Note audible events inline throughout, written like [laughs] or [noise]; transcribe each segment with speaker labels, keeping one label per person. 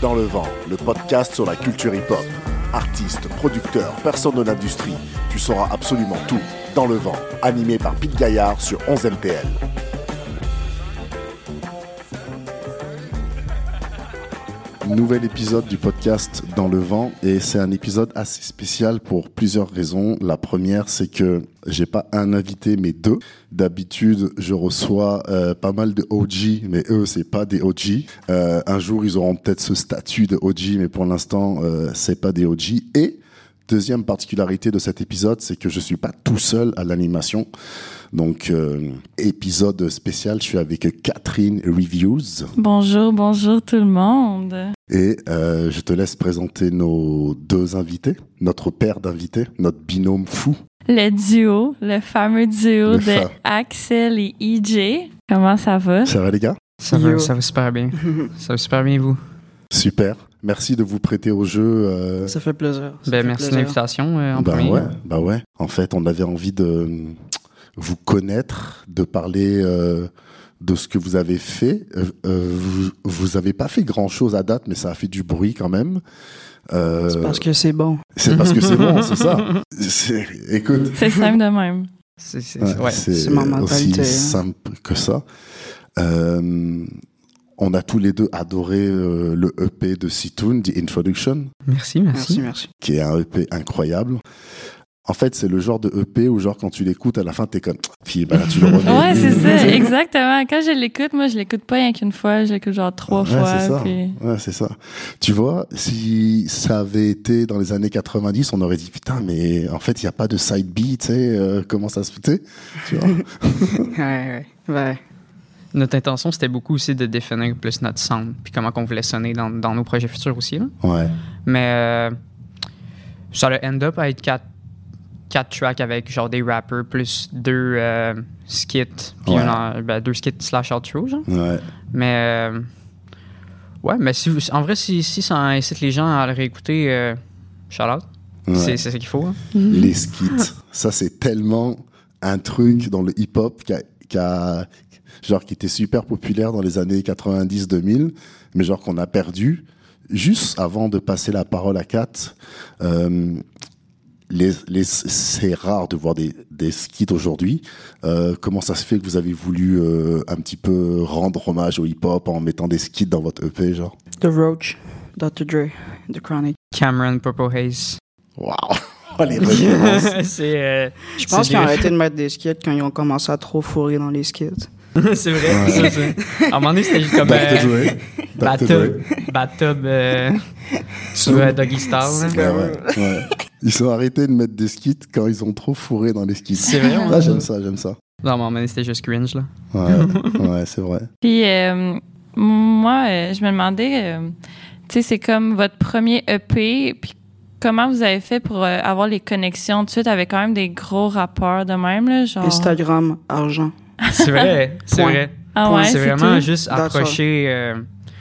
Speaker 1: dans le vent, le podcast sur la culture hip-hop. Artistes, producteurs, personnes de l'industrie, tu sauras absolument tout. Dans le vent, animé par Pete Gaillard sur 11 MTL. Nouvel épisode du podcast Dans le vent et c'est un épisode assez spécial pour plusieurs raisons. La première, c'est que j'ai pas un invité mais deux. D'habitude, je reçois euh, pas mal de OG, mais eux c'est pas des OG. Euh, un jour, ils auront peut-être ce statut de OG, mais pour l'instant, euh, c'est pas des OG. Et deuxième particularité de cet épisode, c'est que je suis pas tout seul à l'animation. Donc euh, épisode spécial, je suis avec Catherine Reviews.
Speaker 2: Bonjour, bonjour tout le monde.
Speaker 1: Et euh, je te laisse présenter nos deux invités, notre paire d'invités, notre binôme fou.
Speaker 2: Le duo, le fameux duo
Speaker 1: Le
Speaker 2: de
Speaker 1: fa-
Speaker 2: Axel et EJ. Comment ça va?
Speaker 1: Ça va les gars
Speaker 3: Ça
Speaker 4: Yo.
Speaker 3: va, ça va super bien. ça va super bien, vous.
Speaker 1: Super. Merci de vous prêter au jeu. euh,
Speaker 4: Ça fait plaisir. ça
Speaker 3: Ben,
Speaker 4: fait
Speaker 3: merci de
Speaker 4: plaisir.
Speaker 3: l'invitation euh, en
Speaker 1: bah
Speaker 3: premier.
Speaker 1: ouais, bah ouais. En fait, on avait envie de euh, vous connaître, de parler euh, de ce que vous avez fait. Euh, euh, vous, vous avez pas fait grand chose à date, mais ça a fait du bruit quand même. Euh,
Speaker 4: C'est parce que c'est bon.
Speaker 1: c'est parce que c'est bon, c'est ça.
Speaker 4: [laughs]
Speaker 1: C'est- Écoute,
Speaker 2: C'est simple
Speaker 1: [laughs]
Speaker 2: de même.
Speaker 3: C'est- c'est-
Speaker 1: Ouais,
Speaker 3: c'est- ouais.
Speaker 1: C'est
Speaker 4: C'est ma
Speaker 1: aussi
Speaker 4: mentalité, hein.
Speaker 1: simple que ça. Euh, on a tous les deux adoré euh, le EP de Situn, The Introduction,
Speaker 3: Merci, merci.
Speaker 4: Merci, merci.
Speaker 1: qui est un EP incroyable. En fait, c'est le genre de EP où, genre, quand tu l'écoutes, à la fin, t'es comme. Puis, bah, là,
Speaker 2: [laughs]
Speaker 1: tu le remets.
Speaker 2: Ouais, c'est ça,
Speaker 1: Tu sais.
Speaker 2: exactement. Quand je l'écoute, moi, je l'écoute pas rien qu'une fois, je l'écoute genre trois
Speaker 1: Ouais,
Speaker 2: fois.
Speaker 1: c'est ça.
Speaker 2: puis-
Speaker 1: Ouais, c'est ça. Tu vois, si ça avait été dans les années 90, on aurait dit putain, mais en fait, il n'y a pas de side B, tu sais, euh, comment ça se fait Tu vois
Speaker 4: Ouais, ouais. ouais.
Speaker 3: Notre intention, c'était beaucoup aussi de définir plus notre sound, puis comment qu'on voulait sonner dans, dans nos projets futurs aussi. là.
Speaker 1: Ouais.
Speaker 3: Mais euh, ça le end up à être quatre, quatre tracks avec genre des rappers, plus deux euh, skits, puis
Speaker 1: Ouais.
Speaker 3: un- ben, deux skits slash outro, genre.
Speaker 1: Ouais.
Speaker 3: Mais euh, ouais, mais si, vous- en vrai, si, si ça incite les gens à le réécouter, euh, shout out.
Speaker 1: ouais.
Speaker 3: C'est c'est ce qu'il faut. hein.
Speaker 1: les skits. Ça, c'est tellement un truc dans le hip-hop qui a, qui a- genre, qui était super populaire dans les années 90-2000, mais genre qu'on a perdu. Juste avant de passer la parole à Kat, euh, les, les- c'est rare de voir des, des skits aujourd'hui. Euh, comment ça se fait que vous avez voulu euh, un petit peu rendre hommage au hip-hop en mettant des skits dans votre EP, genre
Speaker 4: The Roach, Dr. Dre, The Chronic.
Speaker 3: Cameron Purple Haze.
Speaker 1: Waouh [laughs] Les références
Speaker 3: [laughs] c'est euh,
Speaker 4: Je
Speaker 3: C'est
Speaker 4: pense qu'ils ont
Speaker 3: des- [laughs]
Speaker 4: arrêté de mettre des skits quand ils ont commencé à trop fourrer dans les skits.
Speaker 3: c'est vrai.
Speaker 1: Ouais.
Speaker 3: ça, c'est- À un moment donné, c'était juste comme
Speaker 1: Dr. Dre.
Speaker 3: euh,
Speaker 1: Dr. Dre.
Speaker 3: bathtub, bathtub euh, sur euh, Doggy Style.
Speaker 4: C'est
Speaker 1: Ouais,
Speaker 4: vrai.
Speaker 1: Ben ouais, ouais. Ils sont arrêtés de mettre des skits quand ils ont trop fourré dans les skits.
Speaker 3: C'est vrai, hein. on
Speaker 1: Là,
Speaker 3: a-
Speaker 1: j'aime ça, j'aime ça.
Speaker 3: Non, mais à un moment donné, c'était juste cringe là. [laughs]
Speaker 1: Ouais, ouais c'est vrai.
Speaker 2: Puis euh, moi, euh, je me demandais, euh, tu sais, c'est comme votre premier EP, puis comment vous avez fait pour euh, avoir les connexions tout de suite avec quand même des gros rappeurs de même, là, genre...
Speaker 4: Instagram, argent.
Speaker 3: C'est vrai, c'est
Speaker 4: Point.
Speaker 3: vrai.
Speaker 2: ah
Speaker 4: point,
Speaker 2: ouais,
Speaker 3: c'est
Speaker 2: c'est
Speaker 3: vraiment
Speaker 2: tout?
Speaker 3: juste
Speaker 4: That's
Speaker 3: approcher. euh,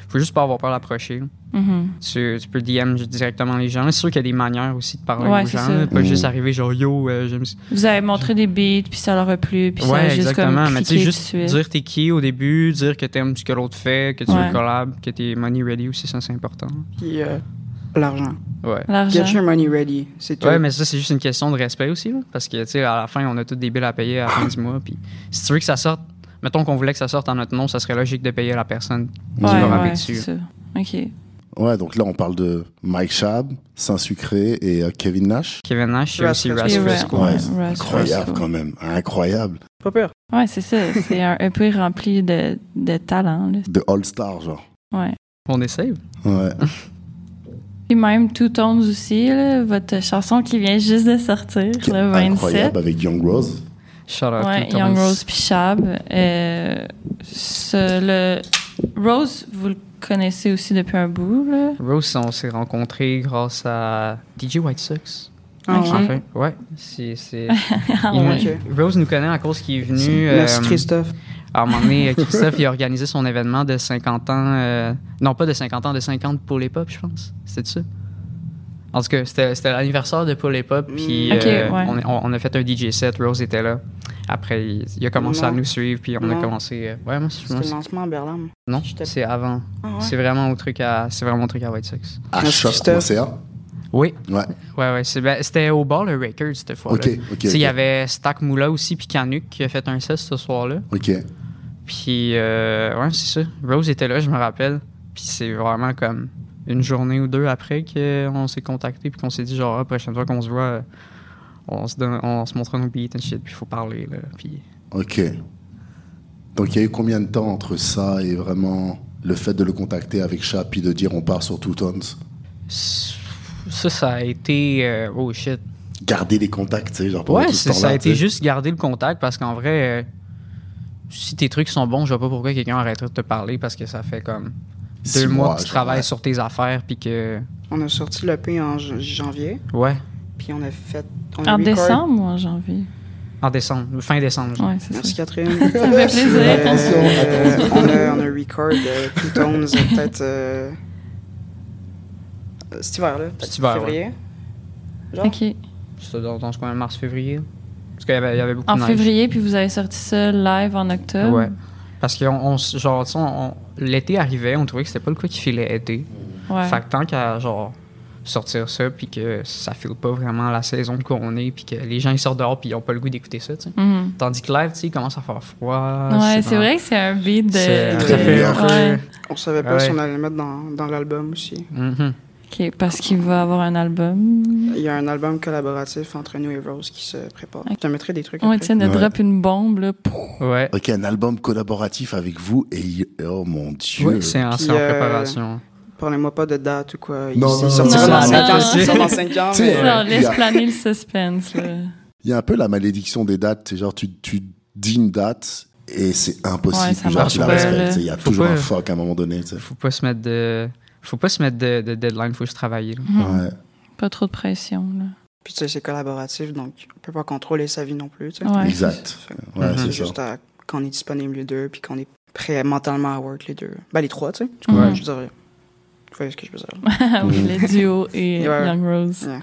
Speaker 3: faut juste pas avoir peur d'approcher.
Speaker 2: Mhm.
Speaker 3: Tu, tu peux DM directement les gens. C'est sûr qu'il y a des manières aussi de parler
Speaker 2: Ouais,
Speaker 3: aux
Speaker 2: c'est
Speaker 3: gens.
Speaker 2: ça.
Speaker 3: là. Pas
Speaker 1: Mhm.
Speaker 3: juste arriver genre yo, euh, j'aime
Speaker 2: Vous avez montré des beats, puis ça leur a plu, puis ça a
Speaker 3: Ouais,
Speaker 2: juste
Speaker 3: exactement.
Speaker 2: comme
Speaker 3: Mais tu sais,
Speaker 2: cliqué
Speaker 3: juste
Speaker 2: tout de suite.
Speaker 3: dire t'es qui au début, dire que t'aimes ce que l'autre fait, que tu
Speaker 2: Ouais.
Speaker 3: veux collab, que t'es money ready aussi, ça c'est important.
Speaker 4: Puis euh, l'argent.
Speaker 3: Ouais.
Speaker 2: L'argent.
Speaker 4: Get your money ready. C'est tout.
Speaker 3: Ouais, mais ça, c'est juste une question de respect aussi, là, parce que, tu sais, à la fin, on a tous des billes à payer à la fin du mois, puis si tu veux que ça sorte, mettons qu'on voulait que ça sorte en notre nom, ça serait logique de payer la personne.
Speaker 2: Ouais,
Speaker 3: vas
Speaker 2: ouais,
Speaker 3: rapper
Speaker 2: c'est
Speaker 3: dessus.
Speaker 2: ça. OK.
Speaker 1: Ouais, donc là, on parle de Mike Schaab, Saint-Sucré et euh, Kevin Nash.
Speaker 3: Kevin Nash, il y a aussi
Speaker 4: Rascal.
Speaker 3: Rascal
Speaker 2: Et
Speaker 3: School.
Speaker 1: ouais,
Speaker 2: Rascal
Speaker 1: Incroyable
Speaker 2: School.
Speaker 1: quand même, incroyable.
Speaker 4: Pas peur.
Speaker 2: Ouais, c'est ça. C'est un EP rempli de, de talent. Là.
Speaker 1: De All-Star, genre.
Speaker 2: Ouais.
Speaker 3: On essaye.
Speaker 1: Ouais.
Speaker 2: Puis même Two Tones aussi, là, votre chanson qui vient juste de sortir, le 27.
Speaker 1: Incroyable avec Young Rose.
Speaker 3: Shout out
Speaker 2: Ouais,
Speaker 3: tout le
Speaker 2: Young
Speaker 3: temps.
Speaker 2: Rose puis Shab. Euh, ce- le Rose, vous le connaissez aussi depuis un bout, là.
Speaker 3: Rose, on s'est rencontrés grâce à DJ White Sox.
Speaker 4: Ah,
Speaker 2: Ok.
Speaker 4: ouais.
Speaker 3: Enfin, ouais, c'est. c'est-
Speaker 2: Mm. [laughs] Ah
Speaker 3: il nous-
Speaker 2: ouais.
Speaker 3: Rose nous connaît à cause qu'il est venu.
Speaker 4: Merci
Speaker 3: euh,
Speaker 4: Christophe.
Speaker 3: À un moment donné, euh, Christophe, il a organisé son événement de 50 ans. euh, non, pas de 50 ans, de 50 pour les pop, je pense. C'était ça? En
Speaker 4: Mm.
Speaker 3: tout cas, c'était c'était l'anniversaire de Paul et Pop, puis
Speaker 2: Ok,
Speaker 3: euh,
Speaker 2: ouais.
Speaker 3: on, on- on a fait un DJ set, Rose était là. après, il, il a commencé
Speaker 4: Non.
Speaker 3: à nous suivre, puis on
Speaker 4: Non.
Speaker 3: a commencé. euh, ouais, moi, c'est-
Speaker 4: C'était
Speaker 3: moi,
Speaker 4: le
Speaker 3: c'est-
Speaker 4: lancement à Berlin. moi.
Speaker 3: Non,
Speaker 4: J'étais-
Speaker 3: c'est avant.
Speaker 4: Ah ouais?
Speaker 3: C'est vraiment au truc à, c'est vraiment au truc à White Sox.
Speaker 1: À
Speaker 4: Merci,
Speaker 1: choc.ca.
Speaker 3: Oui,
Speaker 1: Ouais.
Speaker 3: ouais, ouais. c'est- ben, c'était au bar le record cette fois.
Speaker 1: Ok, ok,
Speaker 3: Il
Speaker 1: ok.
Speaker 3: y avait Stack Moula aussi, puis Canuck qui a fait un 16 ce soir-là.
Speaker 1: Ok.
Speaker 3: Puis, euh, ouais, c'est ça. Rose était là, je me rappelle. Puis c'est vraiment comme une journée ou deux après qu'on s'est contacté, puis qu'on s'est dit, genre, la prochaine fois qu'on se voit, euh, on se, donne, on se montre nos billets and shit, puis il faut parler, là. Puis
Speaker 1: Ok. Donc il y a eu combien de temps entre ça et vraiment le fait de le contacter avec chat puis de dire on part sur Two Tons
Speaker 3: ça, ça a été. euh, oh shit.
Speaker 1: Garder les contacts, tu sais, genre pendant
Speaker 3: Ouais,
Speaker 1: tout ce
Speaker 3: c'est- ça
Speaker 1: temps-là,
Speaker 3: a été
Speaker 1: tu sais.
Speaker 3: juste garder le contact parce qu'en vrai, euh, si tes trucs sont bons, je vois pas pourquoi quelqu'un arrêterait de te parler parce que ça fait comme
Speaker 1: Six
Speaker 3: deux mois que tu
Speaker 1: genre,
Speaker 3: travailles
Speaker 1: ouais.
Speaker 3: sur tes affaires puis que.
Speaker 4: On a sorti le P en jan- janvier,
Speaker 3: Ouais,
Speaker 4: puis on a fait. on a
Speaker 2: En
Speaker 4: record-
Speaker 2: décembre ou en janvier?
Speaker 3: en décembre, fin décembre. genre.
Speaker 2: Ouais, c'est
Speaker 4: Merci
Speaker 2: ça.
Speaker 4: Catherine.
Speaker 2: Ça me fait plaisir.
Speaker 1: Attention,
Speaker 4: Euh, on, a, on a record euh, Two Tones euh, peut-être euh, euh, cet hiver-là. peut-être
Speaker 3: Cet hiver,
Speaker 4: février. Genre.
Speaker 2: OK.
Speaker 3: C'était dans, dans ce coin mars-février. Parce qu'il y avait, il y avait beaucoup
Speaker 2: En
Speaker 3: de neige.
Speaker 2: février, puis vous avez sorti ça live en octobre.
Speaker 3: Ouais. Parce que on, on s- genre, tu sais, on- on- l'été arrivait, on trouvait que c'était pas le coup qui filait été.
Speaker 2: Ouais.
Speaker 3: Fait que tant qu'à genre, sortir ça, puis que ça file pas vraiment la saison qu'on est, puis que les gens ils sortent dehors, puis ils ont pas le goût d'écouter ça, tu sais.
Speaker 2: Mhm.
Speaker 3: Tandis que live, tu sais, il commence à faire froid.
Speaker 2: ouais, c'est
Speaker 3: dans-
Speaker 2: vrai que c'est un beat de.
Speaker 3: C'est
Speaker 2: de-
Speaker 1: très
Speaker 3: fait un peu-
Speaker 2: Ouais.
Speaker 4: On savait pas
Speaker 3: Ah Ouais.
Speaker 4: si on allait le mettre dans, dans l'album aussi.
Speaker 3: Mhm.
Speaker 2: OK, parce qu'il va avoir un album.
Speaker 4: Il y a un album collaboratif entre nous et Rose qui se prépare. Je te mettrai des trucs.
Speaker 2: Ouais,
Speaker 4: après.
Speaker 2: tiens, elle
Speaker 1: Ouais.
Speaker 2: drop une bombe, là. Pouf.
Speaker 3: Ouais.
Speaker 1: Ok, un album collaboratif avec vous et il- oh mon dieu.
Speaker 3: Ouais, c'est en,
Speaker 4: Puis,
Speaker 3: c'est en
Speaker 4: euh,
Speaker 3: préparation.
Speaker 4: Parlez-moi pas de date ou quoi.
Speaker 1: Non,
Speaker 4: il
Speaker 1: non,
Speaker 4: il sortira
Speaker 2: non,
Speaker 4: dans
Speaker 2: non,
Speaker 4: cinq
Speaker 2: non.
Speaker 4: ans, il sort dans 5 ans.
Speaker 1: Tu
Speaker 4: mais- euh,
Speaker 1: sais,
Speaker 2: Alors,
Speaker 1: il y
Speaker 2: laisse
Speaker 1: a-
Speaker 2: planer le suspense, là.
Speaker 1: Il y a un peu la malédiction des dates, c'est genre tu, tu dis une date et c'est impossible
Speaker 2: Ouais, ça
Speaker 1: que genre,
Speaker 2: marche
Speaker 1: tu la
Speaker 2: pas,
Speaker 1: respectes.
Speaker 2: là.
Speaker 1: tu sais, Il y a
Speaker 3: Faut
Speaker 1: toujours
Speaker 3: pas-
Speaker 1: un fuck à un moment donné. tu sais.
Speaker 3: Faut pas se mettre de. Faut pas se mettre de, de deadline, faut juste travailler. là.
Speaker 1: Ouais.
Speaker 2: Mhm. Pas trop de pression, là.
Speaker 4: Puis tu sais, c'est collaboratif, donc on peut pas contrôler sa vie non plus. tu sais.
Speaker 2: Ouais. [laughs]
Speaker 1: Exact.
Speaker 4: Fait que
Speaker 1: Ouais,
Speaker 3: Mhm.
Speaker 1: c'est
Speaker 4: C'est
Speaker 1: ça.
Speaker 4: juste à- quand on est disponible les deux, puis qu'on est prêt mentalement à work les deux. Ben, les trois, tu sais.
Speaker 2: Mhm.
Speaker 4: Ouais, Je veux dire, vous voyez ce que je veux dire.
Speaker 2: oui, le duo et
Speaker 4: Mm. Ouais.
Speaker 2: Young Rose.
Speaker 4: Ouais.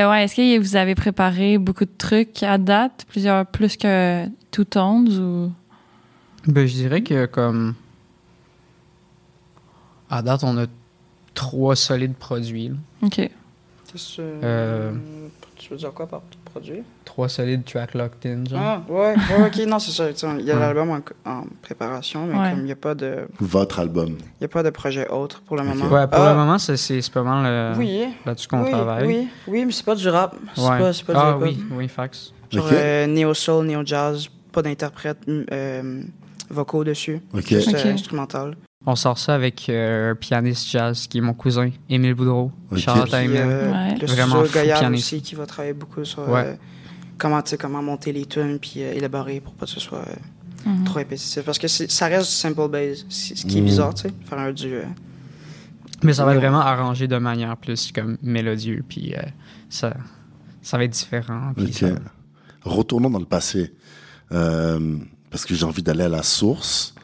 Speaker 2: Euh, ouais, est-ce que vous avez préparé beaucoup de trucs à date, plusieurs plus que Two Tones ou
Speaker 3: Ben, je dirais que comme. À date, on a trois solides produits. là.
Speaker 2: Ok.
Speaker 4: Qu'est-ce que,
Speaker 3: Euh.
Speaker 4: Tu veux dire quoi par petit produit?
Speaker 3: Trois solides track locked in, genre.
Speaker 4: Ah, ouais, ouais, ok, non, c'est ça. tu sais, Il y a
Speaker 3: Ouais.
Speaker 4: l'album en, en préparation, mais
Speaker 2: Ouais.
Speaker 4: comme il n'y a, pas de-
Speaker 1: Votre album.
Speaker 4: il y a pas de projet autre pour le moment.
Speaker 3: Ouais, pour
Speaker 4: Ah,
Speaker 3: le moment, c'est- c'est c'est pas mal euh,
Speaker 4: Oui,
Speaker 3: là-dessus qu'on
Speaker 4: oui,
Speaker 3: travaille.
Speaker 4: oui, oui, mais c'est pas du rap. C'est
Speaker 3: Ouais.
Speaker 4: pas, c'est pas du
Speaker 3: ah
Speaker 4: hip-hop.
Speaker 3: oui, oui, fax.
Speaker 4: Genre euh,
Speaker 1: Ok.
Speaker 4: néo-soul, néo-jazz, pas d'interprète euh, vocaux dessus,
Speaker 1: Ok.
Speaker 4: juste
Speaker 2: Ok.
Speaker 4: euh, instrumental.
Speaker 3: On sort ça avec euh, un pianiste jazz qui est mon cousin, Émile Boudreau.
Speaker 1: Ok.
Speaker 3: Charlotte
Speaker 4: Puis,
Speaker 3: Émile.
Speaker 4: euh,
Speaker 2: Ouais.
Speaker 4: Le
Speaker 3: Vraiment
Speaker 4: studio
Speaker 3: fou
Speaker 4: Gaillard
Speaker 3: pianiste.
Speaker 4: aussi qui va travailler beaucoup sur
Speaker 3: Ouais.
Speaker 4: euh, comment, tu sais, comment monter les tunes puis euh, élaborer pour pas que ce soit euh,
Speaker 2: Mhm.
Speaker 4: trop répétitif. Parce que c'est- ça reste du simple bass, c'est- ce qui
Speaker 3: Mm.
Speaker 4: est
Speaker 1: Mhm.
Speaker 4: bizarre, tu sais, faire un du... euh,
Speaker 3: Mais ça va être vraiment arrangé de manière plus comme mélodieux, puis euh, ça, ça va être différent. puis
Speaker 1: Ok.
Speaker 3: ça-
Speaker 1: Retournons dans le passé, Euh, parce que j'ai envie d'aller à la source.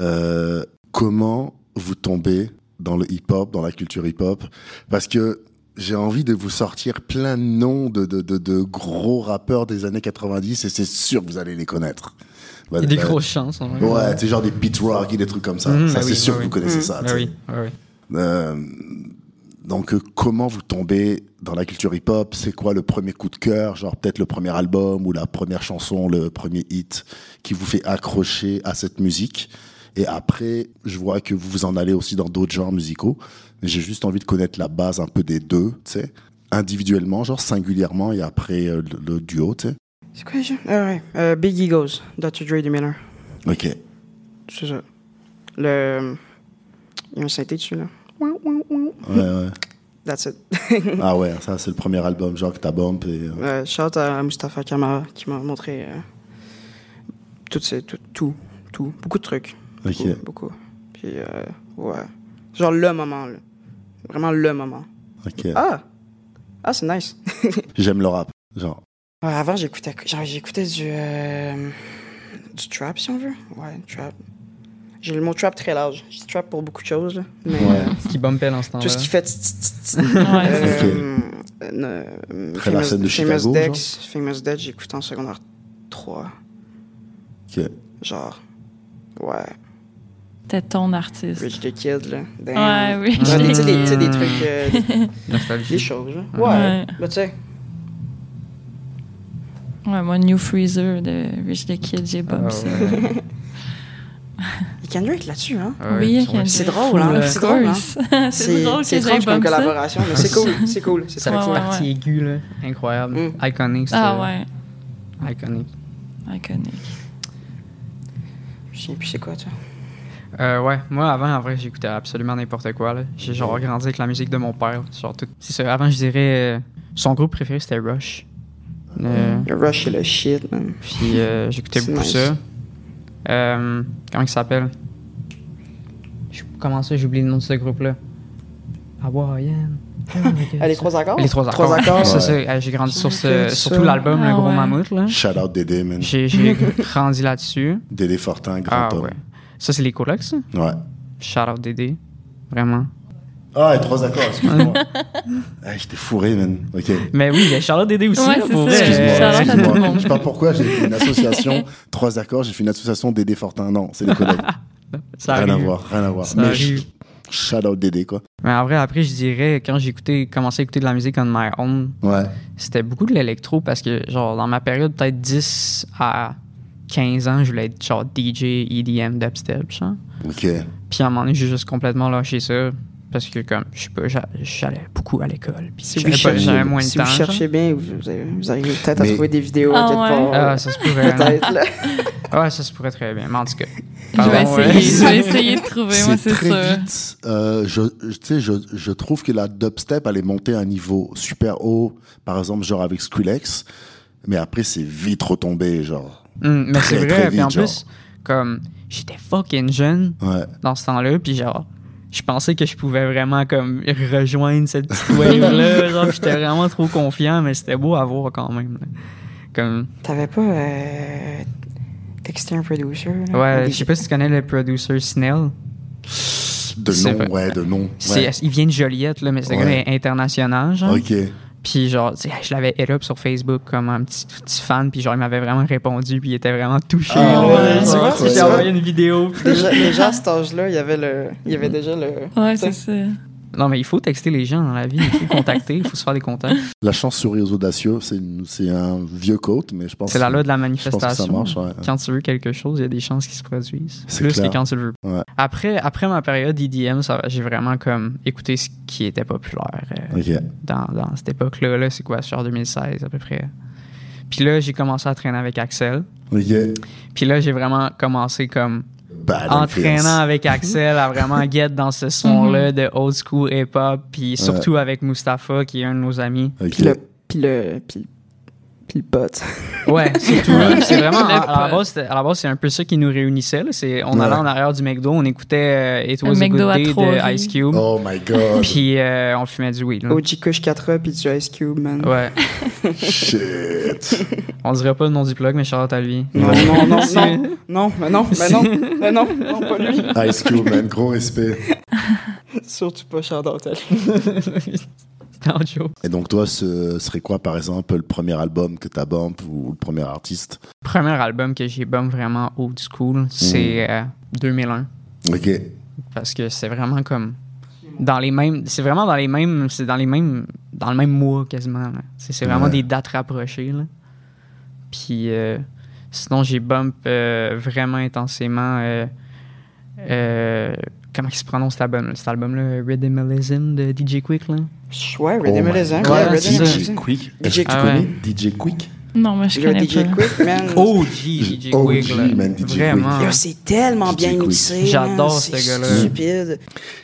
Speaker 1: Euh, comment vous tombez dans le hip-hop, dans la culture hip-hop Parce que j'ai envie de vous sortir plein de noms de, de, de, de gros rappeurs des années 90 et c'est sûr que vous allez les connaître. Bah,
Speaker 3: Il y a des
Speaker 1: bah,
Speaker 3: grosses chances. hein. en vrai.
Speaker 1: Ouais, c'est genre des beat rock et des trucs comme ça.
Speaker 3: Mhm,
Speaker 1: ça,
Speaker 3: bah
Speaker 1: c'est
Speaker 3: oui,
Speaker 1: sûr
Speaker 3: bah
Speaker 1: que
Speaker 3: oui.
Speaker 1: vous connaissez
Speaker 4: Mhm.
Speaker 1: ça. tu
Speaker 3: Ben
Speaker 1: sais.
Speaker 3: oui, ben oui.
Speaker 1: Euh, donc, euh, comment vous tombez dans la culture hip-hop C'est quoi le premier coup de cœur Genre peut-être le premier album ou la première chanson, le premier hit qui vous fait accrocher à cette musique Et après, je vois que vous vous en allez aussi dans d'autres genres musicaux. Mais J'ai juste envie de connaître la base un peu des deux, tu sais individuellement, genre singulièrement, et après euh, le, le duo, tu sais.
Speaker 4: C'est quoi déjà? Ah ouais, euh, Big Eagles, Dr. Dre de Miller,
Speaker 1: Ok.
Speaker 4: c'est ça. Le... Il y a un synthé dessus, là. Ouin, ouin, ouin.
Speaker 1: Ouais, [laughs] ouais.
Speaker 4: That's it. [laughs]
Speaker 1: Ah ouais, ça c'est le premier album, genre que t'as bump. Et, euh,
Speaker 4: Euh, shout à Mustapha Kamara qui m'a montré euh, tout, tout, tout, tout, beaucoup de trucs.
Speaker 1: ok.
Speaker 4: Beaucoup, beaucoup. Puis, euh, ouais. Genre le moment, là. Vraiment le moment.
Speaker 1: ok.
Speaker 4: Ah! Ah, c'est nice.
Speaker 1: J'aime le rap, genre.
Speaker 4: Ouais, avant, j'écoutais, genre, j'écoutais du, euh, du trap, si on veut. Ouais, trap. J'ai le mot trap très large. J'ai trap pour beaucoup de choses, là. Mais
Speaker 1: Ouais.
Speaker 4: euh,
Speaker 3: Ce qui bumpait l'instant.
Speaker 4: tout ce qui fait... tss, tss, tss, tss.
Speaker 2: Ouais.
Speaker 1: Ok.
Speaker 4: Euh, euh, euh,
Speaker 1: Très la
Speaker 4: Famous-
Speaker 1: scène de
Speaker 4: Famous
Speaker 1: Chicago,
Speaker 4: Dex, Famous Dex, j'écoute en secondaire trois.
Speaker 1: Ok.
Speaker 4: Genre, ouais.
Speaker 2: C'était ton artiste.
Speaker 4: Rich the Kid, là.
Speaker 2: Ouais,
Speaker 4: Damn.
Speaker 2: oui.
Speaker 4: Genre,
Speaker 3: Rich
Speaker 4: des-
Speaker 3: the
Speaker 4: tu sais, des, tu sais, des
Speaker 3: Kid.
Speaker 4: trucs, euh, des- des
Speaker 3: Nostalgie.
Speaker 4: choses, là. Ouais.
Speaker 2: Ouais.
Speaker 4: Bah, tu sais,
Speaker 2: Ouais, moi, New Freezer de Rich the Kid, j'ai
Speaker 3: Ah,
Speaker 2: bum ça.
Speaker 3: ouais.
Speaker 4: il y a Kendrick là-dessus, hein.
Speaker 3: Ah, ouais,
Speaker 2: Oui,
Speaker 3: ils
Speaker 2: il
Speaker 3: sont-
Speaker 2: y a
Speaker 4: C'est drôle, hein,
Speaker 2: Of
Speaker 4: c'est drôle, hein.
Speaker 2: course. [laughs] Ah, C'est drôle
Speaker 4: c'est
Speaker 2: qu'ils aient
Speaker 4: étrange comme
Speaker 2: bum ça.
Speaker 4: collaboration, mais c'est cool, c'est cool. C'est
Speaker 3: Ça
Speaker 4: très
Speaker 3: fait
Speaker 2: Ouais,
Speaker 4: cool.
Speaker 2: ouais,
Speaker 3: partie
Speaker 2: ouais.
Speaker 3: aiguë, là. Incroyable.
Speaker 4: Mm.
Speaker 3: Iconique,
Speaker 2: Ah ouais,
Speaker 3: Iconique.
Speaker 2: iconique.
Speaker 4: Je sais plus c'est quoi, toi.
Speaker 3: Euh, ouais, moi avant, en vrai, j'écoutais absolument n'importe quoi. là. J'ai genre grandi avec la musique de mon père. Genre tout. C'est ça, avant, je dirais. euh, son groupe préféré, c'était Rush. Euh,
Speaker 4: Le Rush, c'est le shit, man.
Speaker 3: Puis euh, j'écoutais
Speaker 4: Mm. C'est
Speaker 3: beaucoup
Speaker 4: nice.
Speaker 3: ça. Euh, comment il s'appelle Je- Comment ça, j'oublie le nom de ce groupe-là Hawaiian. Oh my God.
Speaker 4: Ah, les trois accords?
Speaker 3: Les trois accords.
Speaker 4: Trois accords.
Speaker 3: C'est ça,
Speaker 1: Ouais.
Speaker 3: euh, j'ai grandi sur ce,
Speaker 4: Ouais.
Speaker 3: surtout l'album
Speaker 2: Ah
Speaker 3: Le Gros
Speaker 2: ouais.
Speaker 3: Mammouth. là.
Speaker 1: Shout out Dédé, man.
Speaker 3: J'ai
Speaker 4: [laughs]
Speaker 3: j'ai grandi là-dessus.
Speaker 1: Dédé Fortin, grand
Speaker 3: Ah
Speaker 1: homme.
Speaker 3: ouais. Ça, c'est les colocs, ça
Speaker 1: Ouais.
Speaker 3: Shout out Dédé. Vraiment.
Speaker 1: Ah, et trois accords, excuse-moi. ah, j'étais fourré, man. Ok.
Speaker 3: Mais oui, il y a Charlotte Dédé aussi.
Speaker 2: Ouais,
Speaker 3: là,
Speaker 2: c'est
Speaker 3: pour
Speaker 2: ça,
Speaker 3: vrai.
Speaker 2: excuse-moi. Shout-out à
Speaker 1: Excuse-moi,
Speaker 2: tout le
Speaker 1: excuse-moi.
Speaker 2: monde.
Speaker 1: Je sais pas pourquoi, j'ai fait une association, trois accords, j'ai fait une association Dédé Fortin. Non, c'est les collègues.
Speaker 3: Ça
Speaker 1: rien à
Speaker 3: arrive.
Speaker 1: voir, rien à voir.
Speaker 3: Ça
Speaker 1: Mais
Speaker 3: arrive.
Speaker 1: sh- shout out Dédé, quoi.
Speaker 3: Mais en vrai, après, je dirais, quand j'ai écouté, commencé à écouter de la musique on my own,
Speaker 1: Ouais.
Speaker 3: c'était beaucoup de l'électro parce que, genre, dans ma période, peut-être 10 à 15 ans, je voulais être genre DJ, EDM, dubstep, genre.
Speaker 1: Ok.
Speaker 3: Puis à un moment donné, j'ai juste complètement lâché ça parce que, comme, je sais pas, j'a- j'allais beaucoup à l'école. Puis
Speaker 4: Si vous,
Speaker 3: j'avais pas-
Speaker 4: cherchez,
Speaker 3: j'avais moins de
Speaker 4: si
Speaker 3: temps.
Speaker 4: vous
Speaker 3: genre.
Speaker 4: cherchez bien, vous, vous avez- vous arrivez peut-être à
Speaker 1: Mais-
Speaker 4: trouver des vidéos,
Speaker 2: Ah
Speaker 4: peut-être
Speaker 2: ouais.
Speaker 4: pas.
Speaker 3: Ah, ça se pourrait. hein.
Speaker 4: peut-être, là.
Speaker 3: Ouais, Ah, ça se pourrait très bien. Mais en tout cas.
Speaker 2: Je vais
Speaker 3: Pardon, ouais.
Speaker 2: essayer, je vais essayer
Speaker 1: [laughs]
Speaker 2: de trouver, moi,
Speaker 1: C'est
Speaker 2: c'est
Speaker 1: très
Speaker 2: sûr.
Speaker 1: vite. euh, je, je- tu sais, je, je trouve que la dubstep, elle est montée à un niveau super haut, par exemple, genre avec Skrillex. Mais après, c'est vite retombé, genre.
Speaker 3: Hum, mais c'est
Speaker 1: Très,
Speaker 3: vrai.
Speaker 1: très
Speaker 3: Puis en
Speaker 1: vite,
Speaker 3: plus, comme, j'étais fucking jeune.
Speaker 1: Ouais.
Speaker 3: dans ce temps-là, puis genre, je pensais que je pouvais vraiment comme rejoindre cette petite
Speaker 1: [laughs]
Speaker 3: wave-là. genre, j'étais vraiment trop confiant, mais c'était beau à voir quand même. là. Comme,
Speaker 4: T'avais pas euh, texté un producer? là?
Speaker 3: ouais,
Speaker 4: Des-
Speaker 3: je sais pas si tu connais le producer Snell.
Speaker 1: De
Speaker 3: C'est
Speaker 1: nom,
Speaker 3: vrai.
Speaker 1: ouais, de nom.
Speaker 3: C'est- hein. Il vient de Joliette, là, mais c'est gars
Speaker 1: Ouais.
Speaker 3: est international, genre.
Speaker 1: Ouais. Ok.
Speaker 3: Puis genre, tu sais, je l'avais hit up sur Facebook comme un petit, petit fan, puis genre, il m'avait vraiment répondu, puis il était vraiment touché.
Speaker 1: Ah
Speaker 3: là.
Speaker 1: ouais,
Speaker 3: Tu vois,
Speaker 1: ouais,
Speaker 3: puis j'ai
Speaker 1: ouais.
Speaker 3: envoyé une vidéo. puis-
Speaker 4: Déjà, déjà à cet âge-là, il y avait le, il y avait déjà le.
Speaker 2: Ouais,
Speaker 4: tu sais,
Speaker 2: c'est ça.
Speaker 3: Non, mais il faut texter les gens dans la vie, il faut contacter, il faut se faire des contacts.
Speaker 1: La chance sourit aux audacieux, c'est une- c'est un vieux coat, mais je pense
Speaker 3: C'est la
Speaker 1: que-
Speaker 3: loi de la
Speaker 1: je pense
Speaker 3: manifestation.
Speaker 1: que ça marche, ouais.
Speaker 3: quand tu veux quelque chose, il y a des chances qu'il se produise.
Speaker 1: C'est
Speaker 3: Plus
Speaker 1: clair.
Speaker 3: que quand tu le veux. pas.
Speaker 1: Ouais.
Speaker 3: Après, après ma période IDM, ça va- j'ai vraiment comme écouté ce qui était populaire euh,
Speaker 1: Ok.
Speaker 3: dans, dans cette époque-là. Là, c'est quoi, c'est genre 2016 à peu près. Puis là, j'ai commencé à traîner avec Axel.
Speaker 1: Ok.
Speaker 3: Puis là, j'ai vraiment commencé comme
Speaker 1: Bad
Speaker 3: en
Speaker 1: influence.
Speaker 3: traînant avec Axel à vraiment get dans ce son-là de old school hip-hop. Puis surtout avec Mustapha, qui est un de nos amis.
Speaker 1: Ok.
Speaker 4: Puis le, puis le, puis, puis le pote.
Speaker 1: [laughs]
Speaker 3: Ouais, c'est tout.
Speaker 1: Ouais.
Speaker 3: C'est vraiment, à,
Speaker 2: Le
Speaker 3: à la
Speaker 2: pot.
Speaker 3: base, c'était- à la base, c'est un peu ça qui nous réunissait. là. C'est, on allait
Speaker 1: Ouais.
Speaker 3: en arrière du McDo, on écoutait euh, It
Speaker 2: Le
Speaker 3: Was a
Speaker 2: McDo à
Speaker 3: Good Day
Speaker 2: trois
Speaker 3: de
Speaker 2: vies.
Speaker 3: Ice Cube,
Speaker 1: Oh my god.
Speaker 3: puis euh, on fumait du weed. là.
Speaker 4: OG Kush 4A puis du Ice Cube, man.
Speaker 3: Ouais,
Speaker 1: Shit.
Speaker 3: on dirait pas le nom du plug, mais Charlotte à lui.
Speaker 4: Non,
Speaker 1: Ouais.
Speaker 4: non,
Speaker 3: [laughs]
Speaker 4: non,
Speaker 3: C'est-
Speaker 4: non, non, mais non, mais non, mais non, non, pas lui.
Speaker 1: Ice Cube, man. Gros respect.
Speaker 4: Surtout pas Chardon
Speaker 3: C'était un joke.
Speaker 1: Et donc, toi, ce serait quoi, par exemple, le premier album que t'as bump ou le premier artiste
Speaker 3: Premier album que j'ai bum vraiment old school, c'est
Speaker 1: Mm.
Speaker 3: euh, 2001.
Speaker 1: Ok.
Speaker 3: Parce que c'est vraiment comme. Dans les mêmes. C'est vraiment dans les mêmes. C'est dans les mêmes. Dans le même mois quasiment. là. C'est c'est vraiment
Speaker 1: Ouais.
Speaker 3: des dates rapprochées. Là. Puis. euh, sinon, j'ai bump euh, vraiment intensément. euh, euh, comment il se prononce cet album Cet album-là, Rhythmalism de DJ Quick. Là.
Speaker 4: Ouais,
Speaker 1: Oh my
Speaker 4: Redim Elizan.
Speaker 1: God.
Speaker 4: hein? Ouais,
Speaker 3: Ouais,
Speaker 4: Redim
Speaker 3: c'est ça.
Speaker 1: DJ Quick. Est-ce que
Speaker 4: DJ
Speaker 1: tu
Speaker 3: Ah ouais.
Speaker 1: connais DJ Quick
Speaker 2: Non, mais je
Speaker 4: Le
Speaker 2: connais
Speaker 4: DJ
Speaker 2: pas.
Speaker 4: Quick, man.
Speaker 3: OG DJ
Speaker 1: OG,
Speaker 3: Quick. là.
Speaker 1: man, DJ Quick.
Speaker 3: vraiment.
Speaker 4: Yo, c'est tellement
Speaker 1: DJ
Speaker 4: bien
Speaker 1: Quick.
Speaker 4: mixé. man.
Speaker 3: J'adore ce
Speaker 4: C'est
Speaker 3: gars-là.
Speaker 4: Stupide.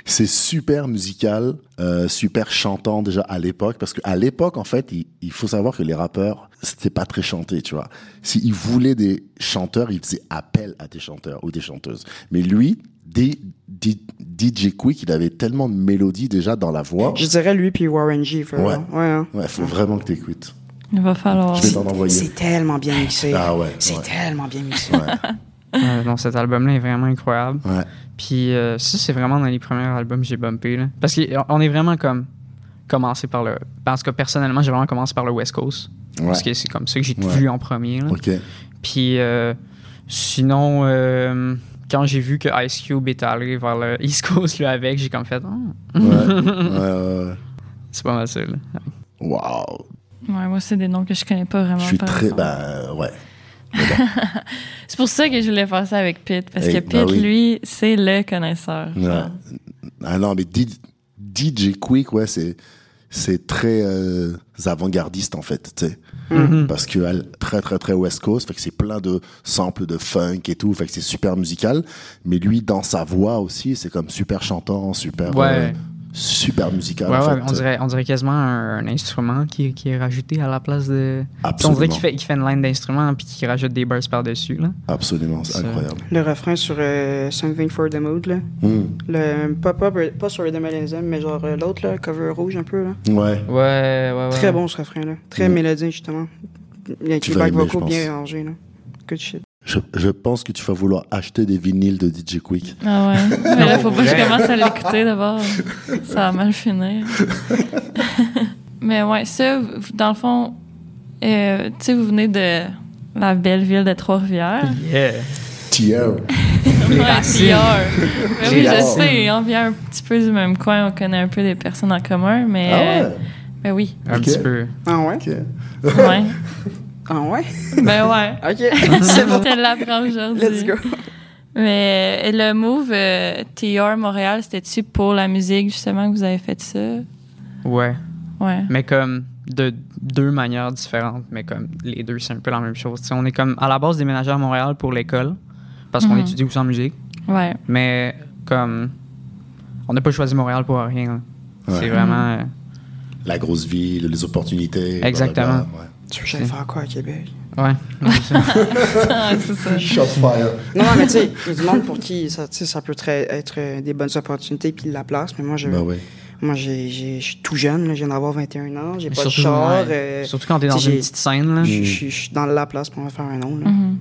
Speaker 1: C'est super musical, euh, super chantant déjà à l'époque, parce qu'à l'époque, en fait, il, il faut savoir que les rappeurs, c'était pas très chanté, tu vois. S'ils voulaient des chanteurs, ils faisaient appel à des chanteurs ou des chanteuses. Mais lui, D- D- DJ Quick, il avait tellement de mélodies déjà dans la voix.
Speaker 4: Je dirais lui puis Warren G. frère.
Speaker 1: Ouais.
Speaker 4: Ouais, hein.
Speaker 1: Ouais, faut vraiment que t'écoutes.
Speaker 2: Il va falloir.
Speaker 1: Je vais t'en envoyer.
Speaker 4: C'est tellement bien mixé.
Speaker 1: Ah ouais,
Speaker 4: C'est
Speaker 1: ouais.
Speaker 4: tellement bien mixé.
Speaker 3: Euh, non, cet album-là est vraiment incroyable.
Speaker 1: Ouais.
Speaker 3: Puis euh, ça, c'est vraiment dans les premiers albums que j'ai bumpé. Là. Parce qu'on est vraiment comme commencé par le. Parce que personnellement, j'ai vraiment commencé par le West Coast.
Speaker 1: Ouais.
Speaker 3: Parce que c'est comme ça que j'ai tout
Speaker 1: Ouais.
Speaker 3: vu en premier. là.
Speaker 1: Ok.
Speaker 3: Puis euh, sinon, euh, quand j'ai vu que Ice Cube est allé vers le East Coast lui avec, j'ai comme fait Ah,
Speaker 1: Ouais. ouais, ouais.
Speaker 3: c'est pas mal ça. là.
Speaker 1: Waouh.
Speaker 2: Ouais, moi, c'est des noms que je connais pas vraiment.
Speaker 1: Je suis
Speaker 2: par
Speaker 1: très.
Speaker 2: exemple.
Speaker 1: Ben, ouais.
Speaker 2: C'est pour ça que je voulais faire ça avec Pete, parce
Speaker 1: Eh,
Speaker 2: que Pete,
Speaker 1: ben oui.
Speaker 2: lui, c'est le connaisseur.
Speaker 1: Ouais.
Speaker 2: genre.
Speaker 1: Ah non, mais D- DJ Quick, ouais, c'est c'est très euh, avant-gardiste en fait, tu sais,
Speaker 3: Mhm.
Speaker 4: Mm-hmm.
Speaker 1: parce que elle- très très très West Coast, fait que c'est plein de samples de funk et tout, fait que c'est super musical. Mais lui, dans sa voix aussi, c'est comme super chantant, super euh,
Speaker 3: Ouais,
Speaker 1: super musical.
Speaker 3: ouais,
Speaker 1: en
Speaker 3: ouais,
Speaker 1: fait.
Speaker 3: on, dirait, on dirait quasiment un, un instrument qui, qui est rajouté à la place de. Puis on
Speaker 1: Absolument,
Speaker 3: dirait qu'il fait, qu'il fait une line d'instruments puis qu'il rajoute des bursts par-dessus. là.
Speaker 1: absolument, c'est
Speaker 3: Ça-
Speaker 1: incroyable.
Speaker 4: Le refrain sur euh, Something for the Mood, là.
Speaker 1: Mhm.
Speaker 4: Le, pas, pas, pas sur Rhythm and Rhythm, mais genre euh, l'autre, là, cover rouge un peu, là.
Speaker 1: Ouais,
Speaker 3: Ouais, ouais, ouais.
Speaker 4: Très bon ce refrain, là. Très
Speaker 1: Mm.
Speaker 4: mélodique, justement. Il y a
Speaker 1: Tu
Speaker 4: des
Speaker 1: vas
Speaker 4: bacs
Speaker 1: aimer,
Speaker 4: vocaux
Speaker 1: je
Speaker 4: bien
Speaker 1: pense.
Speaker 4: rangés, là. Good shit.
Speaker 1: je, je pense que tu vas vouloir acheter des vinyles de DJ Quick.
Speaker 2: Ah ouais. Mais là, faut pas que je
Speaker 3: vrai.
Speaker 2: commence à l'écouter d'abord. Ça va mal finir. Mais ouais, ça, vous- dans le fond, euh, tu sais, vous venez de la belle ville de Trois-Rivières.
Speaker 3: Yeah.
Speaker 1: Tiens,
Speaker 3: Les
Speaker 2: Ouais,
Speaker 3: racines.
Speaker 2: Rivière. Mais Ben oui,
Speaker 3: Les
Speaker 2: je
Speaker 3: racines.
Speaker 2: sais, on vient un petit peu du même coin, on connaît un peu des personnes en commun, mais.
Speaker 1: ah
Speaker 2: euh, ben oui.
Speaker 3: Un
Speaker 1: Ok.
Speaker 3: petit peu.
Speaker 4: Ah ouais?
Speaker 1: ouais, ok.
Speaker 2: Ouais.
Speaker 4: Ah ouais?
Speaker 2: ben ouais.
Speaker 4: [laughs]
Speaker 3: [laughs]
Speaker 4: Ok.
Speaker 2: C'est bon. Je te l'apprends aujourd'hui.
Speaker 4: Let's go.
Speaker 2: Mais euh, le move euh, TR Montréal, c'était-tu pour la musique, justement, que vous avez fait ça?
Speaker 3: Ouais.
Speaker 2: Ouais.
Speaker 3: Mais comme de deux manières différentes, mais comme les deux, c'est un peu la même chose. T'sais, on est comme à la base déménagé à Montréal pour l'école, parce qu'on
Speaker 2: Mhm.
Speaker 3: étudie aussi en musique,
Speaker 2: Ouais.
Speaker 3: mais comme on n'a pas choisi Montréal pour rien. là.
Speaker 1: Ouais.
Speaker 3: C'est vraiment. euh,
Speaker 1: La grosse ville, les opportunités.
Speaker 3: Exactement.
Speaker 1: blablabla, ouais.
Speaker 4: Tu veux que j'aille faire quoi à Québec?
Speaker 3: Ouais.
Speaker 2: Ouais, Ah, c'est [laughs] ça.
Speaker 1: Shot fire.
Speaker 4: Non, non, mais tu sais, il y a du monde pour qui ça, tu sais, ça peut très, être euh, des bonnes opportunités puis de la place, mais moi, je
Speaker 1: Bah ouais.
Speaker 4: moi, j'ai- j'ai- je suis tout jeune, là, je viens d'avoir 21 ans, j'ai
Speaker 3: Mais
Speaker 4: pas de char,
Speaker 3: ouais,
Speaker 4: euh,
Speaker 3: surtout quand t'es dans
Speaker 4: j'ai-
Speaker 3: une petite scène, là.
Speaker 4: je je- je suis dans la place pour me faire un nom. là.
Speaker 3: Mm-hmm.
Speaker 2: Mhm.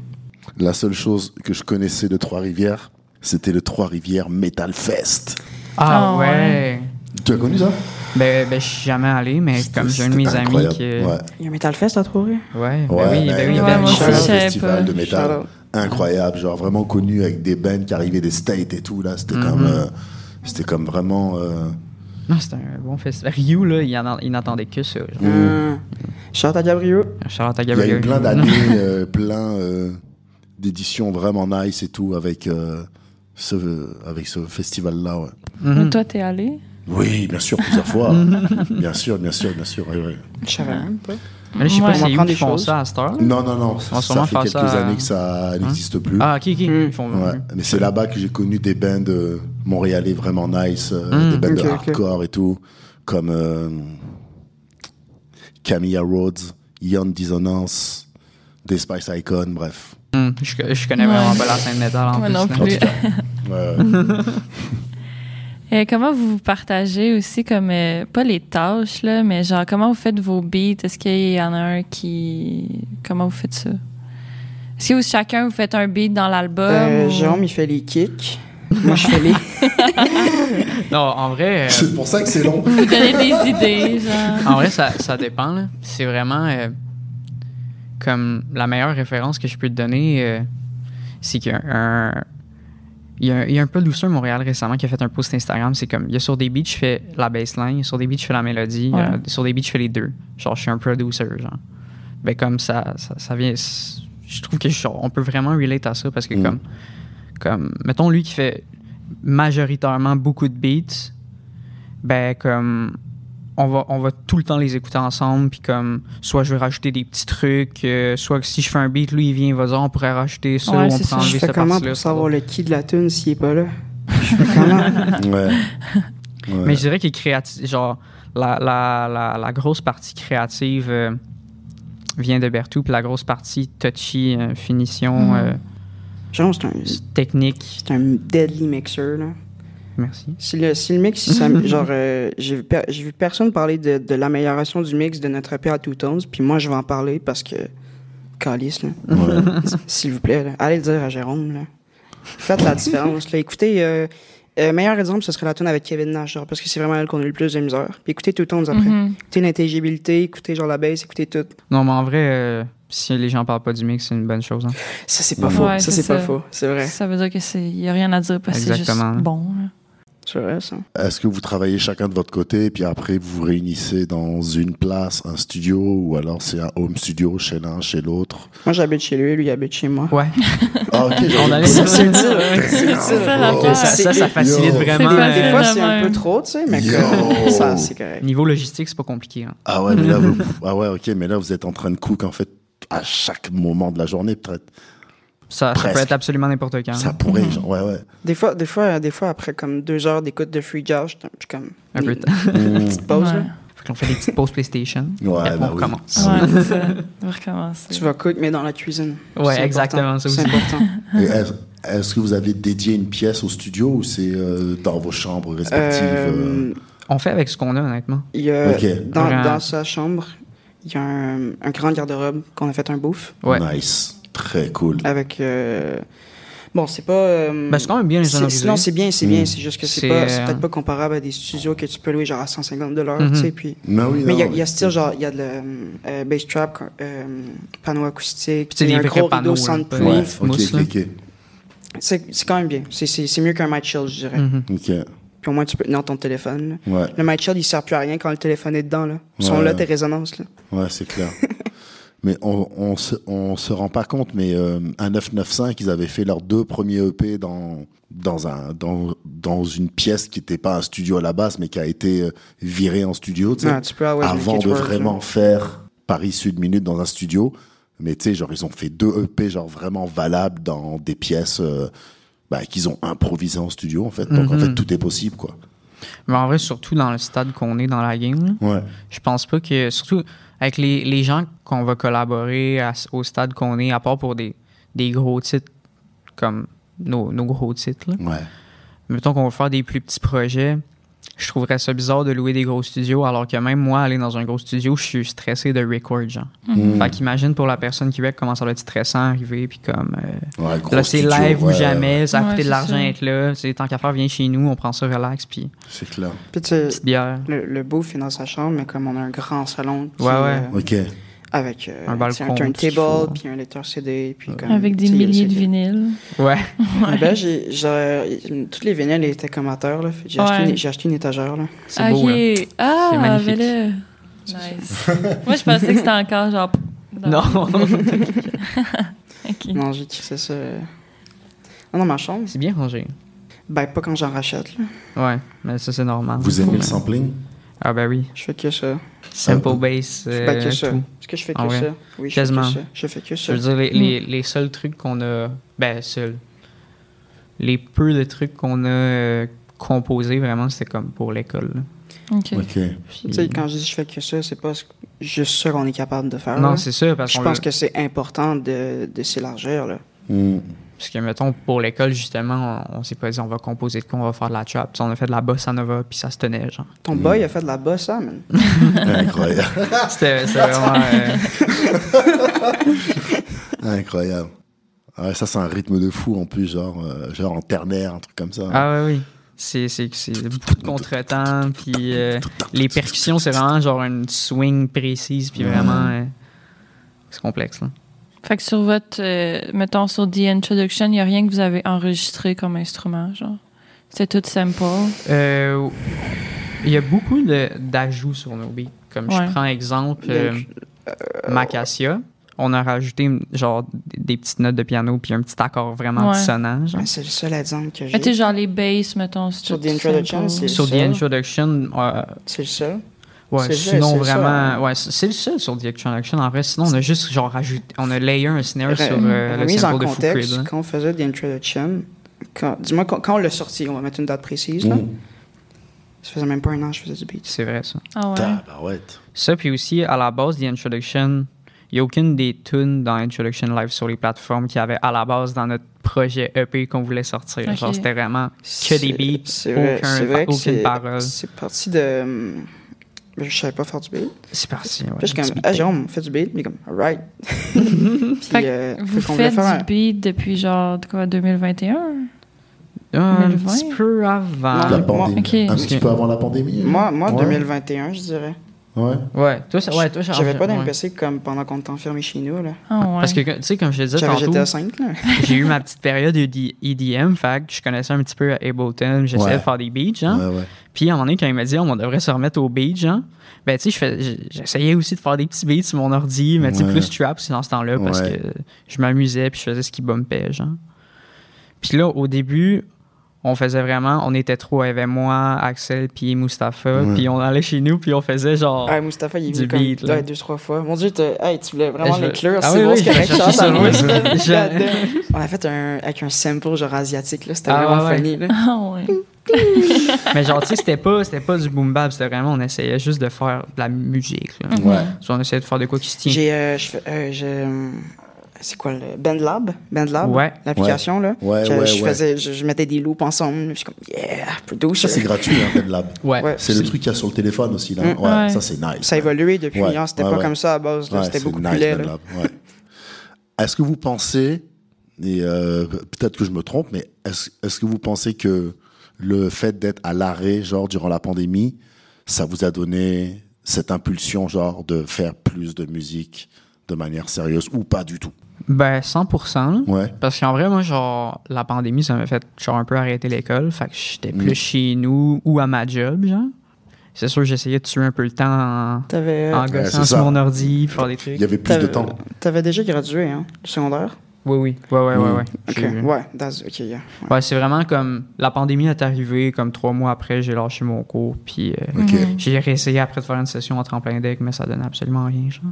Speaker 1: La seule chose que je connaissais de Trois-Rivières, c'était le Trois-Rivières Metal Fest.
Speaker 3: Ah
Speaker 2: Ah,
Speaker 3: ouais.
Speaker 2: ouais.
Speaker 1: Tu as connu ça
Speaker 3: Ben, ben je suis jamais allé, mais
Speaker 1: C'était-
Speaker 3: comme j'ai un de
Speaker 1: c'était
Speaker 3: mes
Speaker 1: incroyable.
Speaker 3: amis qui. euh,
Speaker 1: Ouais,
Speaker 4: Il y a un Metal Fest à Trouver.
Speaker 3: Ouais, ben
Speaker 1: ouais,
Speaker 3: oui, ben
Speaker 1: ouais,
Speaker 3: oui,
Speaker 1: il y
Speaker 2: ouais,
Speaker 1: avait
Speaker 3: ben
Speaker 1: un
Speaker 2: moi aussi,
Speaker 1: gros
Speaker 2: je savais
Speaker 1: festival
Speaker 2: pas.
Speaker 1: de métal
Speaker 4: Shout-out.
Speaker 1: incroyable, genre vraiment connu avec des bands qui arrivaient des States et tout. Là, c'était
Speaker 3: Mhm.
Speaker 1: comme, euh, c'était comme vraiment. euh,
Speaker 3: Non, c'était un bon festival. Ryu, là, il, en- il n'attendait que ça. genre.
Speaker 4: Hum. Shout à Gabriel.
Speaker 3: Charlotte à
Speaker 1: Il y a eu
Speaker 3: Gabriel.
Speaker 1: plein d'années,
Speaker 3: [laughs]
Speaker 1: euh, plein euh, d'éditions vraiment nice et tout avec euh, ce avec ce festival-là. ouais.
Speaker 2: Mais
Speaker 3: Mhm.
Speaker 2: toi, t'es allé?
Speaker 1: Oui, bien sûr, plusieurs fois. bien sûr, bien sûr, bien sûr. ouais, ouais.
Speaker 4: Je savais même pas.
Speaker 3: Mais là, je sais
Speaker 2: Ouais.
Speaker 3: pas
Speaker 4: On
Speaker 3: si
Speaker 4: apprend
Speaker 3: ils
Speaker 4: des
Speaker 3: font
Speaker 4: choses.
Speaker 3: ça à cette heure.
Speaker 1: Non, non, non. Ça,
Speaker 3: va
Speaker 1: ça
Speaker 3: sûrement
Speaker 1: fait
Speaker 3: faire
Speaker 1: quelques
Speaker 3: ça à-
Speaker 1: années que ça n'existe plus.
Speaker 3: Ah, ok, ok.
Speaker 4: Mm.
Speaker 3: Ils font.
Speaker 1: Ouais, mais c'est là-bas que j'ai connu des bands euh, montréalais vraiment nice, euh, des
Speaker 3: Mm.
Speaker 1: bands
Speaker 4: Ok,
Speaker 1: de
Speaker 4: ok.
Speaker 1: hardcore et tout, comme euh, Camilla Rhodes, Ion Dissonance, des Spice Icon, bref.
Speaker 3: Mm. Je, je connais
Speaker 2: Ouais.
Speaker 3: vraiment pas la scène métal en
Speaker 2: Moi
Speaker 3: plus.
Speaker 2: non
Speaker 3: là.
Speaker 1: En
Speaker 2: Oui.
Speaker 1: tout cas, ouais,
Speaker 2: Euh, comment vous vous partagez aussi, comme, euh, pas les tâches, là, mais genre, comment vous faites vos beats? Est-ce qu'il y en a un qui. Comment vous faites ça? Est-ce que vous, chacun, vous faites un beat dans l'album?
Speaker 4: Euh,
Speaker 2: ou-
Speaker 4: Jérôme, il fait les kicks. Moi, je fais les.
Speaker 3: Non, en
Speaker 1: [laughs]
Speaker 3: vrai, euh,
Speaker 1: c'est pour ça que c'est long.
Speaker 2: Vous donnez des
Speaker 3: [laughs]
Speaker 2: idées, genre.
Speaker 3: en vrai ça, ça dépend. là. C'est vraiment euh, comme la meilleure référence que je peux te donner, euh, c'est qu'il y a un. Il y, a, un- il y a un peu douceur Montréal récemment qui a fait un post Instagram. C'est comme, il y a sur des beats, je fais la baseline, sur des beats, je fais la mélodie,
Speaker 2: Ouais.
Speaker 3: euh, sur des beats, je fais les deux. Genre, je suis un producer, genre. Ben, comme ça, ça, ça vient. Je trouve que je- on peut vraiment relate à ça parce que,
Speaker 1: Mm.
Speaker 3: comme, comme, mettons, lui qui fait majoritairement beaucoup de beats, ben, comme, on va, on va tout le temps les écouter ensemble, puis comme, soit je vais rajouter des petits trucs, euh, soit si je fais un beat, lui, il vient, il va dire, on pourrait rajouter ça,
Speaker 2: Ouais,
Speaker 3: on
Speaker 2: c'est
Speaker 3: prend
Speaker 2: ça.
Speaker 3: [laughs] enlever
Speaker 4: Je fais
Speaker 3: cette
Speaker 4: comment
Speaker 3: partie-là.
Speaker 4: pour
Speaker 3: ça va.
Speaker 4: savoir le qui de la tune s'il est pas là? Je fais
Speaker 3: [laughs]
Speaker 4: comment?
Speaker 1: Ouais. Ouais.
Speaker 3: Mais je dirais que créati- genre, la, la, la, la grosse partie créative euh, vient de Bertou, puis la grosse partie touchy, euh, finition,
Speaker 4: Hmm.
Speaker 2: Mhm.
Speaker 3: euh,
Speaker 4: Jérôme, c'est un,
Speaker 3: technique.
Speaker 4: c'est un deadly mixer, là.
Speaker 3: Merci.
Speaker 4: Si le, si le mix, si ça-
Speaker 3: [laughs]
Speaker 4: genre, euh, j'ai vu per- j'ai vu personne parler de, de l'amélioration du mix de notre EP à Two Tones, puis moi, je vais en parler parce que.
Speaker 3: [laughs]
Speaker 4: Calice, là.
Speaker 1: Ouais.
Speaker 4: S'il vous plaît, là, allez le dire à Jérôme. Là. Faites la différence. là. Écoutez, euh, Euh, meilleur exemple, ce serait la tune avec Kevin Nash, genre, parce que c'est vraiment elle qu'on a eu le plus de misère. Puis écoutez tout le temps nous après.
Speaker 2: Mhm.
Speaker 4: Écoutez l'intelligibilité, écoutez genre la bass, écoutez tout.
Speaker 3: Non, mais en vrai, euh, si les gens parlent pas du mix, c'est une bonne chose. hein.
Speaker 4: Ça, c'est pas faux.
Speaker 2: Ouais,
Speaker 4: ça,
Speaker 2: c'est
Speaker 4: c'est pas
Speaker 2: ça.
Speaker 4: faux. C'est vrai.
Speaker 2: Ça veut dire que c'est y a rien à dire parce que c'est juste
Speaker 3: Exactement.
Speaker 2: bon. là.
Speaker 4: C'est vrai, ça.
Speaker 1: Est-ce que vous travaillez chacun de votre côté et puis après vous vous réunissez dans une place, un studio ou alors c'est un home studio chez l'un, chez
Speaker 3: [laughs]
Speaker 1: l'autre
Speaker 4: Moi, j'habite chez lui, lui, il habite chez moi.
Speaker 3: Ouais.
Speaker 1: Ah, ok,
Speaker 3: On
Speaker 1: j'avais
Speaker 3: allait
Speaker 1: pas-
Speaker 4: Ça,
Speaker 3: sur-
Speaker 4: c'est utile.
Speaker 1: C'est
Speaker 4: utile.
Speaker 2: ça, la
Speaker 1: Oh.
Speaker 2: place.
Speaker 3: Ça, ça, ça facilite
Speaker 1: Yo.
Speaker 3: vraiment.
Speaker 2: C'est facile.
Speaker 4: Des
Speaker 3: euh,
Speaker 4: fois,
Speaker 2: de
Speaker 4: c'est un
Speaker 2: même.
Speaker 4: peu trop, tu sais, mais
Speaker 1: Yo.
Speaker 4: comme- ça, c'est correct.
Speaker 3: niveau logistique, c'est pas compliqué. hein.
Speaker 1: Ah ouais, mais là,
Speaker 3: [laughs]
Speaker 1: vous... ah ouais, ok, mais là vous êtes en train de cook en fait à chaque moment de la journée peut-être.
Speaker 3: Ça, ça peut
Speaker 1: Presque.
Speaker 3: être absolument n'importe quand.
Speaker 1: Ça pourrait, genre, ouais, ouais.
Speaker 4: Des fois, des fois, des fois, après comme deux heures d'écoute de free jazz, je suis comme
Speaker 3: Un peu de temps. [laughs]
Speaker 1: Mm.
Speaker 4: petite pause.
Speaker 2: Ouais.
Speaker 4: là.
Speaker 3: Fait qu'on fait des petites pauses PlayStation.
Speaker 1: Ouais,
Speaker 3: et on
Speaker 1: bah oui.
Speaker 3: recommence.
Speaker 2: Ouais, c'est
Speaker 3: [laughs]
Speaker 2: ça. On va recommencer.
Speaker 4: Tu vas cook, mais dans la cuisine.
Speaker 3: Ouais,
Speaker 4: C'est important.
Speaker 3: exactement, ça
Speaker 4: C'est
Speaker 3: aussi.
Speaker 1: [laughs]
Speaker 4: important.
Speaker 1: Et Est-ce est-ce que vous avez dédié une pièce au studio ou c'est euh, dans vos chambres respectives euh,
Speaker 4: Euh,
Speaker 3: On fait avec ce qu'on a, honnêtement.
Speaker 4: il y a,
Speaker 1: Ok.
Speaker 4: dans,
Speaker 3: Ouais.
Speaker 4: dans sa chambre, il y a un, un grand garde-robe qu'on a fait un bouffe
Speaker 3: Ouais.
Speaker 1: Nice, très cool.
Speaker 4: avec. euh, bon, c'est pas.
Speaker 1: Hmm.
Speaker 4: euh,
Speaker 3: Ben, c'est quand même bien les
Speaker 4: c'est-
Speaker 3: sonorisés.
Speaker 4: sinon, c'est bien, c'est
Speaker 1: Mm.
Speaker 4: bien. C'est juste que c'est
Speaker 3: C'est,
Speaker 4: pas, c'est
Speaker 3: euh,
Speaker 4: peut-être pas comparable à des studios que tu peux louer genre à 150 dollars,
Speaker 3: Mhm.
Speaker 4: tu sais. Puis,
Speaker 1: Mais oui,
Speaker 4: mais il y, a-
Speaker 1: non,
Speaker 4: il y a style genre, il y a de la euh, bass trap, euh, panneau acoustique,
Speaker 3: Puis c'est
Speaker 4: il y a
Speaker 3: des
Speaker 4: un
Speaker 3: vrais
Speaker 4: gros rideau
Speaker 3: panneaux. là,
Speaker 4: sans de
Speaker 3: pas-
Speaker 1: Ouais,
Speaker 4: pluie.
Speaker 1: ok, ok,
Speaker 3: mousse, là.
Speaker 1: ok.
Speaker 4: C'est c'est quand même bien. C'est- C'est c'est mieux qu'un mic chill, je dirais.
Speaker 3: Mhm.
Speaker 1: Ok,
Speaker 4: Puis au moins, tu peux tenir ton téléphone. là.
Speaker 1: ouais,
Speaker 4: Le mic chill, il sert plus à rien quand le téléphone est dedans. Là. Ils sont
Speaker 1: Ouais.
Speaker 4: là, tes résonances. Là.
Speaker 1: ouais, c'est
Speaker 3: [laughs]
Speaker 1: clair. mais on, on, se, on se rend pas compte, mais euh, à 995, ils avaient fait leurs deux premiers EP dans, dans, un, dans, dans une pièce qui n'était pas un studio à la base, mais qui a été euh, virée en studio, tu sais,
Speaker 3: Ah,
Speaker 4: Ouais, tu peux avoir du
Speaker 1: avant de
Speaker 4: Gatework, là.
Speaker 1: vraiment faire Paris Sud Minute dans un studio. Mais tu sais, genre, ils ont fait deux EP, genre, vraiment valables dans des pièces euh, bah, qu'ils ont improvisées en studio, en fait. Donc, en
Speaker 3: Mhm.
Speaker 1: fait, tout est possible, quoi.
Speaker 3: Mais en vrai, surtout dans le stade qu'on est dans la game, là,
Speaker 1: Ouais.
Speaker 3: je pense pas que. Surtout avec les, les gens qu'on va collaborer à- au stade qu'on est, à part pour des, des gros titres comme nos, nos gros titres. là.
Speaker 1: Ouais.
Speaker 3: Mettons qu'on va faire des plus petits projets. Je trouverais ça bizarre de louer des gros studios, alors que même moi, aller dans un gros studio, je suis stressé de record, genre.
Speaker 1: Mhm.
Speaker 3: Fait qu'imagine pour la personne qui veut comment ça va être stressant arriver, puis comme. euh,
Speaker 1: Ouais, gros
Speaker 3: là, c'est
Speaker 1: studio,
Speaker 3: live ou
Speaker 1: ouais,
Speaker 3: jamais, ça a
Speaker 2: Ouais,
Speaker 3: coûté
Speaker 2: c'est
Speaker 3: de l'argent
Speaker 2: ça.
Speaker 3: être là. C'est tant qu'à faire, viens chez nous, on prend ça relax, puis
Speaker 1: C'est clair.
Speaker 4: Puis tu-
Speaker 3: petite bière.
Speaker 4: le, le bouffe est dans sa chambre, mais comme on a un grand salon qui,
Speaker 3: Ouais, ouais.
Speaker 4: euh,
Speaker 1: Ok.
Speaker 4: avec euh,
Speaker 3: Un balcon,
Speaker 4: tu sais, un
Speaker 3: tout ce qu'il
Speaker 4: turntable,
Speaker 3: faut.
Speaker 4: puis un lecteur CD. Puis comme,
Speaker 2: Avec des
Speaker 4: tu sais, il y a le
Speaker 2: milliers de
Speaker 4: CD.
Speaker 2: vinyles.
Speaker 3: Ouais.
Speaker 4: Ah ben, j'ai- j'ai- toutes les vinyles étaient comme à terre. là. Fait que J'ai acheté,
Speaker 2: Ouais.
Speaker 4: une- j'ai acheté une étagère. Là.
Speaker 3: C'est beau,
Speaker 2: [laughs]
Speaker 3: hein. là.
Speaker 2: Ok. Ah,
Speaker 3: C'est magnifique.
Speaker 2: mais là- Nice. Moi, je pensais que c'était encore genre. dans-
Speaker 3: [laughs] Non.
Speaker 2: [laughs] Ok.
Speaker 4: Non, j'ai crissé ça. euh, Ah non, ma chambre.
Speaker 3: C'est bien rangé.
Speaker 4: Ben, pas quand j'en rachète. là.
Speaker 3: Ouais, mais ça, c'est normal.
Speaker 1: Vous aimez le sampling
Speaker 3: Ah, ben oui.
Speaker 4: Je fais que ça.
Speaker 3: Simple
Speaker 1: Ah.
Speaker 3: bass.
Speaker 4: Je
Speaker 3: euh,
Speaker 4: fais ben, que ça.
Speaker 3: tout.
Speaker 4: Est-ce que je fais que
Speaker 3: En vrai.
Speaker 4: ça? Oui, je fais que
Speaker 3: Quasiment.
Speaker 4: ça. Je fais
Speaker 3: Je
Speaker 4: que ça.
Speaker 3: veux dire, les,
Speaker 2: Mm.
Speaker 3: les, les seuls trucs qu'on a. Ben, seuls. Les peu de trucs qu'on a euh, composés, vraiment, c'était comme pour l'école. là.
Speaker 2: Ok.
Speaker 1: Ok.
Speaker 3: Puis-
Speaker 4: Tu sais, quand je dis je fais que ça, c'est pas ce- juste ça qu'on est capable de faire.
Speaker 3: Non,
Speaker 4: là.
Speaker 3: c'est ça, parce,
Speaker 4: Ah Je
Speaker 3: qu'on
Speaker 4: pense
Speaker 3: le-
Speaker 4: que c'est important de, de s'élargir. Là.
Speaker 1: Mm.
Speaker 3: parce que, mettons, pour l'école, justement, on, on s'est pas dit on va composer de quoi, on va faire de la trap. Tu sais, on a fait de la bossa nova, puis ça se tenait, genre.
Speaker 4: Ton boy a fait de la bosse, hein, man.
Speaker 3: Mm.
Speaker 1: Incroyable. [laughs]
Speaker 3: C'était [laughs] c'était vraiment. euh,
Speaker 1: Incroyable. Ouais, ça, c'est un rythme de fou en plus, genre, euh, genre en ternaire, un truc comme ça.
Speaker 3: Ah ouais, oui. C'est, c'est, c'est beaucoup de contretemps, puis euh, les percussions, c'est vraiment genre une swing précise, puis vraiment... euh, c'est complexe, là.
Speaker 2: Fait que sur votre. euh, mettons, sur The Introduction, il n'y a rien que vous avez enregistré comme instrument, genre. C'est tout simple.
Speaker 3: Euh, Il y a beaucoup de, d'ajouts sur nos beats. Comme
Speaker 2: Ouais.
Speaker 3: je prends exemple,
Speaker 4: Donc,
Speaker 3: euh, Macassia, on a rajouté genre des- des petites notes de piano, puis un petit accord vraiment
Speaker 2: Ouais.
Speaker 3: dissonant. genre.
Speaker 4: Ouais, Ben, c'est le seul exemple que
Speaker 2: Mais tu sais,
Speaker 4: j'ai.
Speaker 2: Ah, genre les basses, mettons. c'est
Speaker 4: Sur
Speaker 2: tout
Speaker 4: The Introduction,
Speaker 2: simple.
Speaker 4: c'est
Speaker 3: Sur The
Speaker 4: ça.
Speaker 3: Introduction, euh,
Speaker 4: C'est le seul.
Speaker 3: Ouais,
Speaker 4: C'est ça,
Speaker 3: sinon
Speaker 4: c'est ça,
Speaker 3: vraiment.
Speaker 4: hein.
Speaker 3: Ouais, c'est c'est le seul sur The Action Action. En vrai, sinon, on a juste genre rajouté. On a layer un snare sur euh, le
Speaker 4: Remise en
Speaker 3: sample de Foo Crib.
Speaker 4: contexte,
Speaker 3: là.
Speaker 4: quand on faisait The Introduction, quand, dis-moi quand, quand on l'a sorti, on va mettre une date précise. Là.
Speaker 1: Mm.
Speaker 4: Ça faisait même pas un an que je faisais du beat.
Speaker 3: C'est vrai, ça.
Speaker 2: Ah ouais.
Speaker 1: Tabarouette.
Speaker 3: Ça, puis aussi, à la base, The Introduction, il n'y a aucune des tunes dans Introduction Live sur les plateformes qu'il y avait à la base dans notre projet EP qu'on voulait sortir.
Speaker 2: Ok.
Speaker 3: Genre, c'était vraiment que
Speaker 4: C'est-
Speaker 3: des beats,
Speaker 4: c'est vrai-
Speaker 3: aucun-
Speaker 4: c'est vrai que
Speaker 3: aucune
Speaker 4: c'est-
Speaker 3: parole.
Speaker 4: C'est parti de. hum, Je savais pas faire du beat.
Speaker 3: C'est parti. Ouais,
Speaker 4: Puis je suis
Speaker 3: un
Speaker 4: comme,
Speaker 3: petit
Speaker 4: ah,
Speaker 3: beat.
Speaker 4: Jérôme, on fait du beat. Mais comme,
Speaker 3: [laughs]
Speaker 4: alright. Puis,
Speaker 2: Fait que
Speaker 4: euh, fait
Speaker 2: Vous
Speaker 4: qu'on voulait
Speaker 2: faites
Speaker 4: faire un-
Speaker 2: du beat depuis genre de quoi, 2021?
Speaker 3: Un
Speaker 2: 2020?
Speaker 3: petit peu avant.
Speaker 1: La
Speaker 4: moi-
Speaker 1: pandémie.
Speaker 2: Ok.
Speaker 1: Un petit
Speaker 3: Ah, Ok.
Speaker 1: peu avant la pandémie. hein?
Speaker 4: Moi, moi
Speaker 1: ouais.
Speaker 4: 2021, je dirais.
Speaker 1: Ouais.
Speaker 3: Ouais, toi, ça- ouais, toi, ça-
Speaker 4: J'avais pas
Speaker 3: ouais.
Speaker 4: d'MPC comme pendant qu'on était enfermé chez nous. Là.
Speaker 2: Ah ouais.
Speaker 3: Parce que, tu sais, comme je te disais
Speaker 4: J'avais
Speaker 3: tantôt,
Speaker 4: GTA 5. Là.
Speaker 3: j'ai eu ma petite période E ED- EDM, fait que je connaissais un petit peu Ableton, j'essayais
Speaker 1: Ouais.
Speaker 3: de faire des beats, genre.
Speaker 1: Ouais, ouais.
Speaker 3: Puis à un moment donné, quand il m'a dit, Oh, on devrait se remettre au beat, genre, ben tu sais, je fais- j- j'essayais aussi de faire des petits beats sur mon ordi, mais tu sais,
Speaker 1: Ouais.
Speaker 3: plus trap c'est dans ce temps-là parce
Speaker 1: Ouais.
Speaker 3: que je m'amusais puis je faisais ce qui bumpait, genre. Puis là, au début, on faisait vraiment, on était trois, il y avait moi, Axel puis Mustapha,
Speaker 1: Ouais.
Speaker 3: puis on allait chez nous puis on faisait genre.
Speaker 4: Ah, Mustapha, il est
Speaker 3: Oh. Du
Speaker 4: venu comme
Speaker 3: beat, là.
Speaker 4: ouais, deux, trois fois. Mon dieu, t'as- hey, tu voulais
Speaker 3: Eh,
Speaker 4: vraiment
Speaker 3: je veux-
Speaker 4: l'inclure.
Speaker 3: Ah
Speaker 4: c'est
Speaker 3: oui,
Speaker 4: bon,
Speaker 3: oui,
Speaker 4: c'est
Speaker 3: j'ai
Speaker 4: correct,
Speaker 3: cherché
Speaker 4: Charles,
Speaker 3: ça,
Speaker 4: dans
Speaker 3: oui.
Speaker 4: le-
Speaker 3: [laughs] Je-
Speaker 4: là-dedans. On a fait un, avec un sample genre asiatique. là, C'était
Speaker 3: Ah,
Speaker 4: vraiment
Speaker 3: ouais, ouais.
Speaker 4: funny. Là.
Speaker 2: [laughs] Ah ouais.
Speaker 3: Mais genre, tu sais, c'était pas, c'était pas du boom bap, c'était vraiment, on essayait juste de faire de la musique. Là.
Speaker 1: Ouais.
Speaker 3: Soit on essayait de faire de quoi qui se tient.
Speaker 4: J'ai. euh, je fais- euh, je- euh, c'est quoi le. Bandlab? Bandlab?
Speaker 3: Ouais.
Speaker 4: L'application, là.
Speaker 1: Ouais,
Speaker 4: je,
Speaker 1: ouais,
Speaker 4: je
Speaker 1: ouais.
Speaker 4: faisais, je, je mettais des loops ensemble. Je suis comme, yeah, producer.
Speaker 1: Ça, c'est gratuit, hein, Lab.
Speaker 3: Ouais.
Speaker 4: Ouais.
Speaker 1: C'est le truc qu'il y a sur le téléphone aussi. Là.
Speaker 4: Mm.
Speaker 1: Ouais,
Speaker 2: Ouais.
Speaker 1: Ça, c'est nice.
Speaker 4: Ça a évolué depuis.
Speaker 1: Ouais,
Speaker 4: hein, C'était
Speaker 1: ouais,
Speaker 4: pas
Speaker 1: ouais.
Speaker 4: comme ça à base. là,
Speaker 1: Ouais,
Speaker 4: C'était
Speaker 1: c'est
Speaker 4: beaucoup
Speaker 1: nice,
Speaker 4: plus laid.
Speaker 1: Ben
Speaker 4: là.
Speaker 1: Lab, ouais. Est-ce que vous pensez, et euh, peut-être que je me trompe, mais est-ce est-ce que vous pensez que le fait d'être à l'arrêt, genre durant la pandémie, ça vous a donné cette impulsion, genre de faire plus de musique de manière sérieuse ou pas du tout
Speaker 3: Ben, 100%. là.
Speaker 1: Ouais.
Speaker 3: Parce qu'en vrai, moi, genre, la pandémie, ça m'a fait, genre, un peu arrêter l'école. Fait que j'étais plus
Speaker 1: Mm.
Speaker 3: chez nous ou à ma job, genre. C'est sûr, j'essayais de tuer un peu le temps en,
Speaker 4: T'avais, euh,
Speaker 3: en
Speaker 1: Ouais,
Speaker 3: gossant
Speaker 1: c'est
Speaker 3: sur
Speaker 1: ça.
Speaker 3: mon ordi, faire des
Speaker 1: Il
Speaker 3: trucs.
Speaker 1: y avait plus de
Speaker 4: T'avais-
Speaker 1: temps.
Speaker 4: t'avais déjà gradué, hein, du secondaire?
Speaker 3: Oui, oui. Ouais, ouais,
Speaker 1: Mm.
Speaker 3: ouais, ouais.
Speaker 4: Ok,
Speaker 3: J'ai-
Speaker 4: ouais, that's- ok, yeah.
Speaker 3: Ouais, c'est vraiment comme. La pandémie est arrivée, comme trois mois après, j'ai lâché mon cours, puis. euh,
Speaker 1: Ok.
Speaker 2: Mhm.
Speaker 3: J'ai réessayé après de faire une session en tremplin deck, mais ça donnait absolument rien, genre.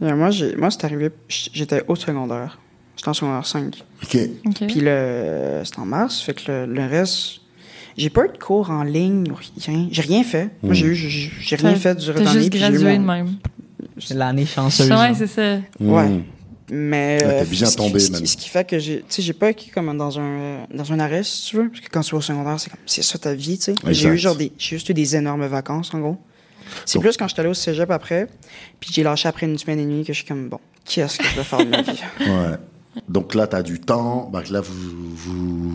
Speaker 4: Yeah, Euh, moi, j'ai- moi c'est arrivé, j- j'étais au secondaire. J'étais en secondaire 5.
Speaker 2: Mmh.
Speaker 1: Ok.
Speaker 2: Ok.
Speaker 4: Puis le, c'était en mars, fait que le, le reste, j'ai pas eu de cours en ligne ou rien. J'ai rien fait. Moi, j'ai eu, j'ai j'ai rien
Speaker 2: Mmh. T'as-
Speaker 4: fait durant
Speaker 2: T'as
Speaker 4: l'année.
Speaker 2: juste
Speaker 4: puis j'ai eu
Speaker 2: gradué de
Speaker 4: mon-
Speaker 2: même.
Speaker 3: C'est l'année chanceuse.
Speaker 2: Ouais, c'est ça.
Speaker 4: Ouais.
Speaker 1: Mm.
Speaker 4: Mais
Speaker 1: Ah, t'es
Speaker 4: euh,
Speaker 1: bien
Speaker 4: ce qui-
Speaker 1: tombé,
Speaker 4: ce qui-
Speaker 1: man.
Speaker 4: Ce qui fait que j'ai, tu sais, j'ai pas été comme dans un euh, dans un arrêt si tu veux, parce que quand tu vas au secondaire, c'est comme c'est ça ta vie, tu sais. J'ai
Speaker 1: Exact.
Speaker 4: eu genre des, j'ai juste eu des énormes vacances en gros. C'est
Speaker 1: Donc-
Speaker 4: plus quand je suis allé au cégep après, puis j'ai lâché après une semaine et demie que je suis comme bon, qu'est-ce que je vais faire de
Speaker 1: [laughs]
Speaker 4: ma vie
Speaker 1: Ouais. Donc là, tu as du temps. Bah, là, vous, vous,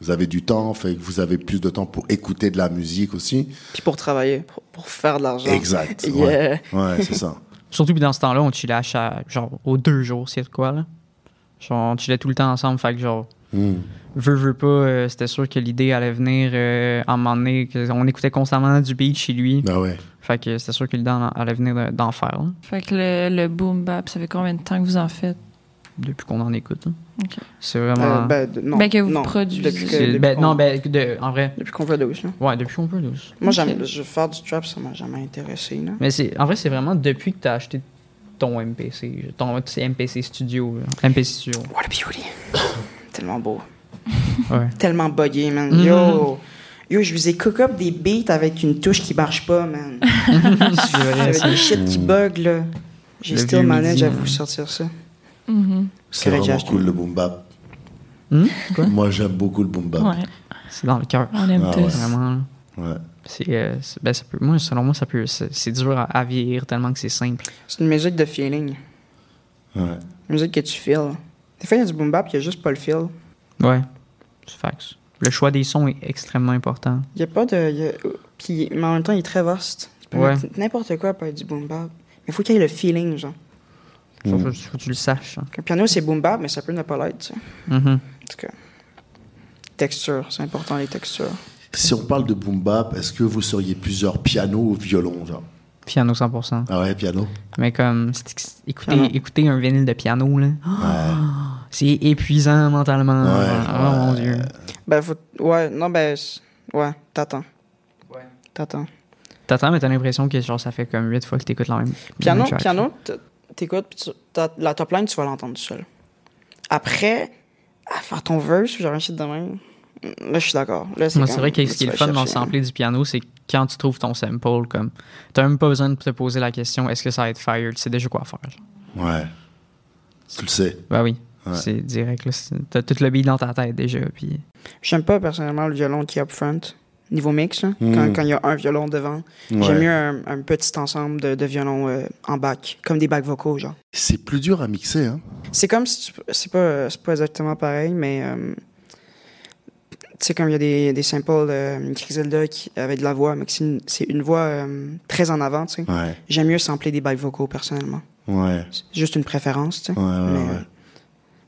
Speaker 1: vous avez du temps. Fait que vous avez plus de temps pour écouter de la musique aussi.
Speaker 4: Puis pour travailler, pour, pour faire de l'argent.
Speaker 1: Exact.
Speaker 4: Et,
Speaker 1: Ouais,
Speaker 4: euh,
Speaker 1: Ouais, c'est ça.
Speaker 3: Surtout que dans ce temps-là, on chillait à chaque- genre aux deux jours, c'est de quoi là. Genre on chillait tout le temps ensemble, fait que genre
Speaker 2: Hmm.
Speaker 1: Mm.
Speaker 3: veux veux pas, euh, c'était sûr que l'idée allait venir euh, à un moment donné, que on écoutait constamment du beat chez
Speaker 1: [laughs]
Speaker 3: lui,
Speaker 1: Bah ouais.
Speaker 3: fait que c'était sûr que l'idée en- allait venir de- d'en faire là,
Speaker 2: Fait que le, le boom bap, ça fait combien de temps que vous en faites?
Speaker 3: depuis qu'on en écoute. là.
Speaker 2: Ok.
Speaker 3: C'est
Speaker 4: euh,
Speaker 3: vraiment.
Speaker 4: ben, euh, de- non,
Speaker 2: Ben, que vous
Speaker 4: non,
Speaker 2: produisez.
Speaker 4: Depuis, que-
Speaker 3: c'est-
Speaker 4: depuis
Speaker 3: ben,
Speaker 4: qu'on-
Speaker 3: non, ben de- en vrai,
Speaker 4: depuis qu'on va de aussi.
Speaker 3: ouais depuis on peut douce.
Speaker 4: Moi,
Speaker 2: Ok.
Speaker 4: j'aime, je faire du trap, ça m'a jamais intéressé. Là.
Speaker 3: Mais c'est en vrai c'est vraiment depuis que t'as acheté ton MPC, ton c'est MPC Studio, là. MPC Studio.
Speaker 4: What a beauty. [coughs] Tellement beau.
Speaker 3: [laughs] Ouais.
Speaker 4: Tellement buggé, man.
Speaker 3: Mm-hmm.
Speaker 4: Yo. Yo, je vous ai cook up des beats avec une touche qui marche
Speaker 3: [laughs]
Speaker 4: pas, man.
Speaker 3: C'est vrai,
Speaker 4: Avec
Speaker 3: ça.
Speaker 4: des shit qui bug, là. J'ai
Speaker 3: Le
Speaker 4: still
Speaker 3: vieux
Speaker 4: manage
Speaker 3: midi,
Speaker 4: à
Speaker 3: man.
Speaker 4: vous sortir ça. Mm-hmm.
Speaker 2: Mhm.
Speaker 1: C'est
Speaker 4: Correct, j'ai
Speaker 1: vraiment
Speaker 4: acheté.
Speaker 1: cool le boom bap. Hmm
Speaker 3: Hum? Quoi?
Speaker 1: Moi, j'aime beaucoup le boom bap.
Speaker 2: Ouais,
Speaker 3: C'est dans le cœur.
Speaker 2: on aime
Speaker 1: Ah
Speaker 2: tous.
Speaker 1: ouais.
Speaker 3: Vraiment. là.
Speaker 1: Ouais.
Speaker 3: C'est, euh, c'est- ben, ça peut, moi, selon moi, ça peut, c'est, c'est dur à, à vieillir tellement que c'est simple.
Speaker 4: C'est une musique de feeling.
Speaker 1: Ouais.
Speaker 4: Une musique que tu feels. Des fois, il y a du boom bap, il y a juste pas le feel.
Speaker 3: Ouais. C'est fax. Le choix des sons est extrêmement important.
Speaker 4: Il y a pas de. il y a- Puis, mais en même temps, il est très vaste. Tu peux
Speaker 3: Ouais.
Speaker 4: mettre N'importe quoi peut être du boom bap. Mais faut qu'il y ait le feeling, genre.
Speaker 1: Mm.
Speaker 3: Faut, faut- faut que tu le saches. hein. ça.
Speaker 4: Le piano, c'est boom bap, mais ça peut ne pas l'être, tu sais.
Speaker 3: Mhm.
Speaker 4: En tout cas. Texture, c'est important, les textures.
Speaker 1: Si on parle de boom bap, est-ce que vous seriez plusieurs pianos ou violons genre
Speaker 3: Piano 100%.
Speaker 1: Ah ouais, piano.
Speaker 3: Mais comme, c'est- écouter,
Speaker 4: Piano.
Speaker 3: écouter un vinyle de piano, là,
Speaker 1: Ouais.
Speaker 3: [gasps] c'est épuisant mentalement.
Speaker 1: Ouais.
Speaker 3: Ah, oh mon dieu.
Speaker 4: Ben, faut... Ouais, non, ben... c'est- Ouais, t'attends.
Speaker 3: Ouais.
Speaker 4: T'attends.
Speaker 3: Mmh, T'attends, mais t'as l'impression que genre, ça fait comme 8 fois que t'écoutes la même. la
Speaker 4: Piano,
Speaker 3: même track.
Speaker 4: piano, t- t'écoutes, puis tu- t'as- la top line, tu vas l'entendre tout seul. Après, à faire ton verse, ou genre un shit de même, là, je suis d'accord. Là,
Speaker 3: Moi, c'est
Speaker 4: comme-
Speaker 3: vrai que
Speaker 4: là,
Speaker 3: ce
Speaker 4: tu
Speaker 3: qui est le
Speaker 4: vas
Speaker 3: fun dans le
Speaker 4: chercher.
Speaker 3: sampler du piano, c'est quand tu trouves ton sample, comme, t'as même pas besoin de te poser la question est-ce que ça va être fired Tu sais déjà quoi faire. genre.
Speaker 1: Ouais. Tu le sais.
Speaker 3: Ben oui.
Speaker 1: Ouais.
Speaker 3: C'est direct, là. c'est- T'as tout le beat dans ta tête déjà. Puis...
Speaker 4: J'aime pas, personnellement, le violon qui est up front. Niveau mix, là,
Speaker 1: Mm.
Speaker 4: quand quand il y a un violon devant. J'aime
Speaker 1: Ouais.
Speaker 4: mieux un, un petit ensemble de, de violons euh, en back, comme des bacs vocaux, genre.
Speaker 1: C'est plus dur à mixer, hein
Speaker 4: C'est comme si tu. C'est pas, c'est pas exactement pareil, mais. euh, Tu sais, comme il y a des, des samples, euh, Griselda qui, avec de la voix, mais que c'est une, c'est une voix euh, très en avant, tu sais.
Speaker 1: Ouais,
Speaker 4: J'aime mieux sampler des bails vocaux, personnellement.
Speaker 1: ouais,
Speaker 4: C'est juste une préférence, tu sais.
Speaker 1: ouais, ouais.
Speaker 4: Mais, euh,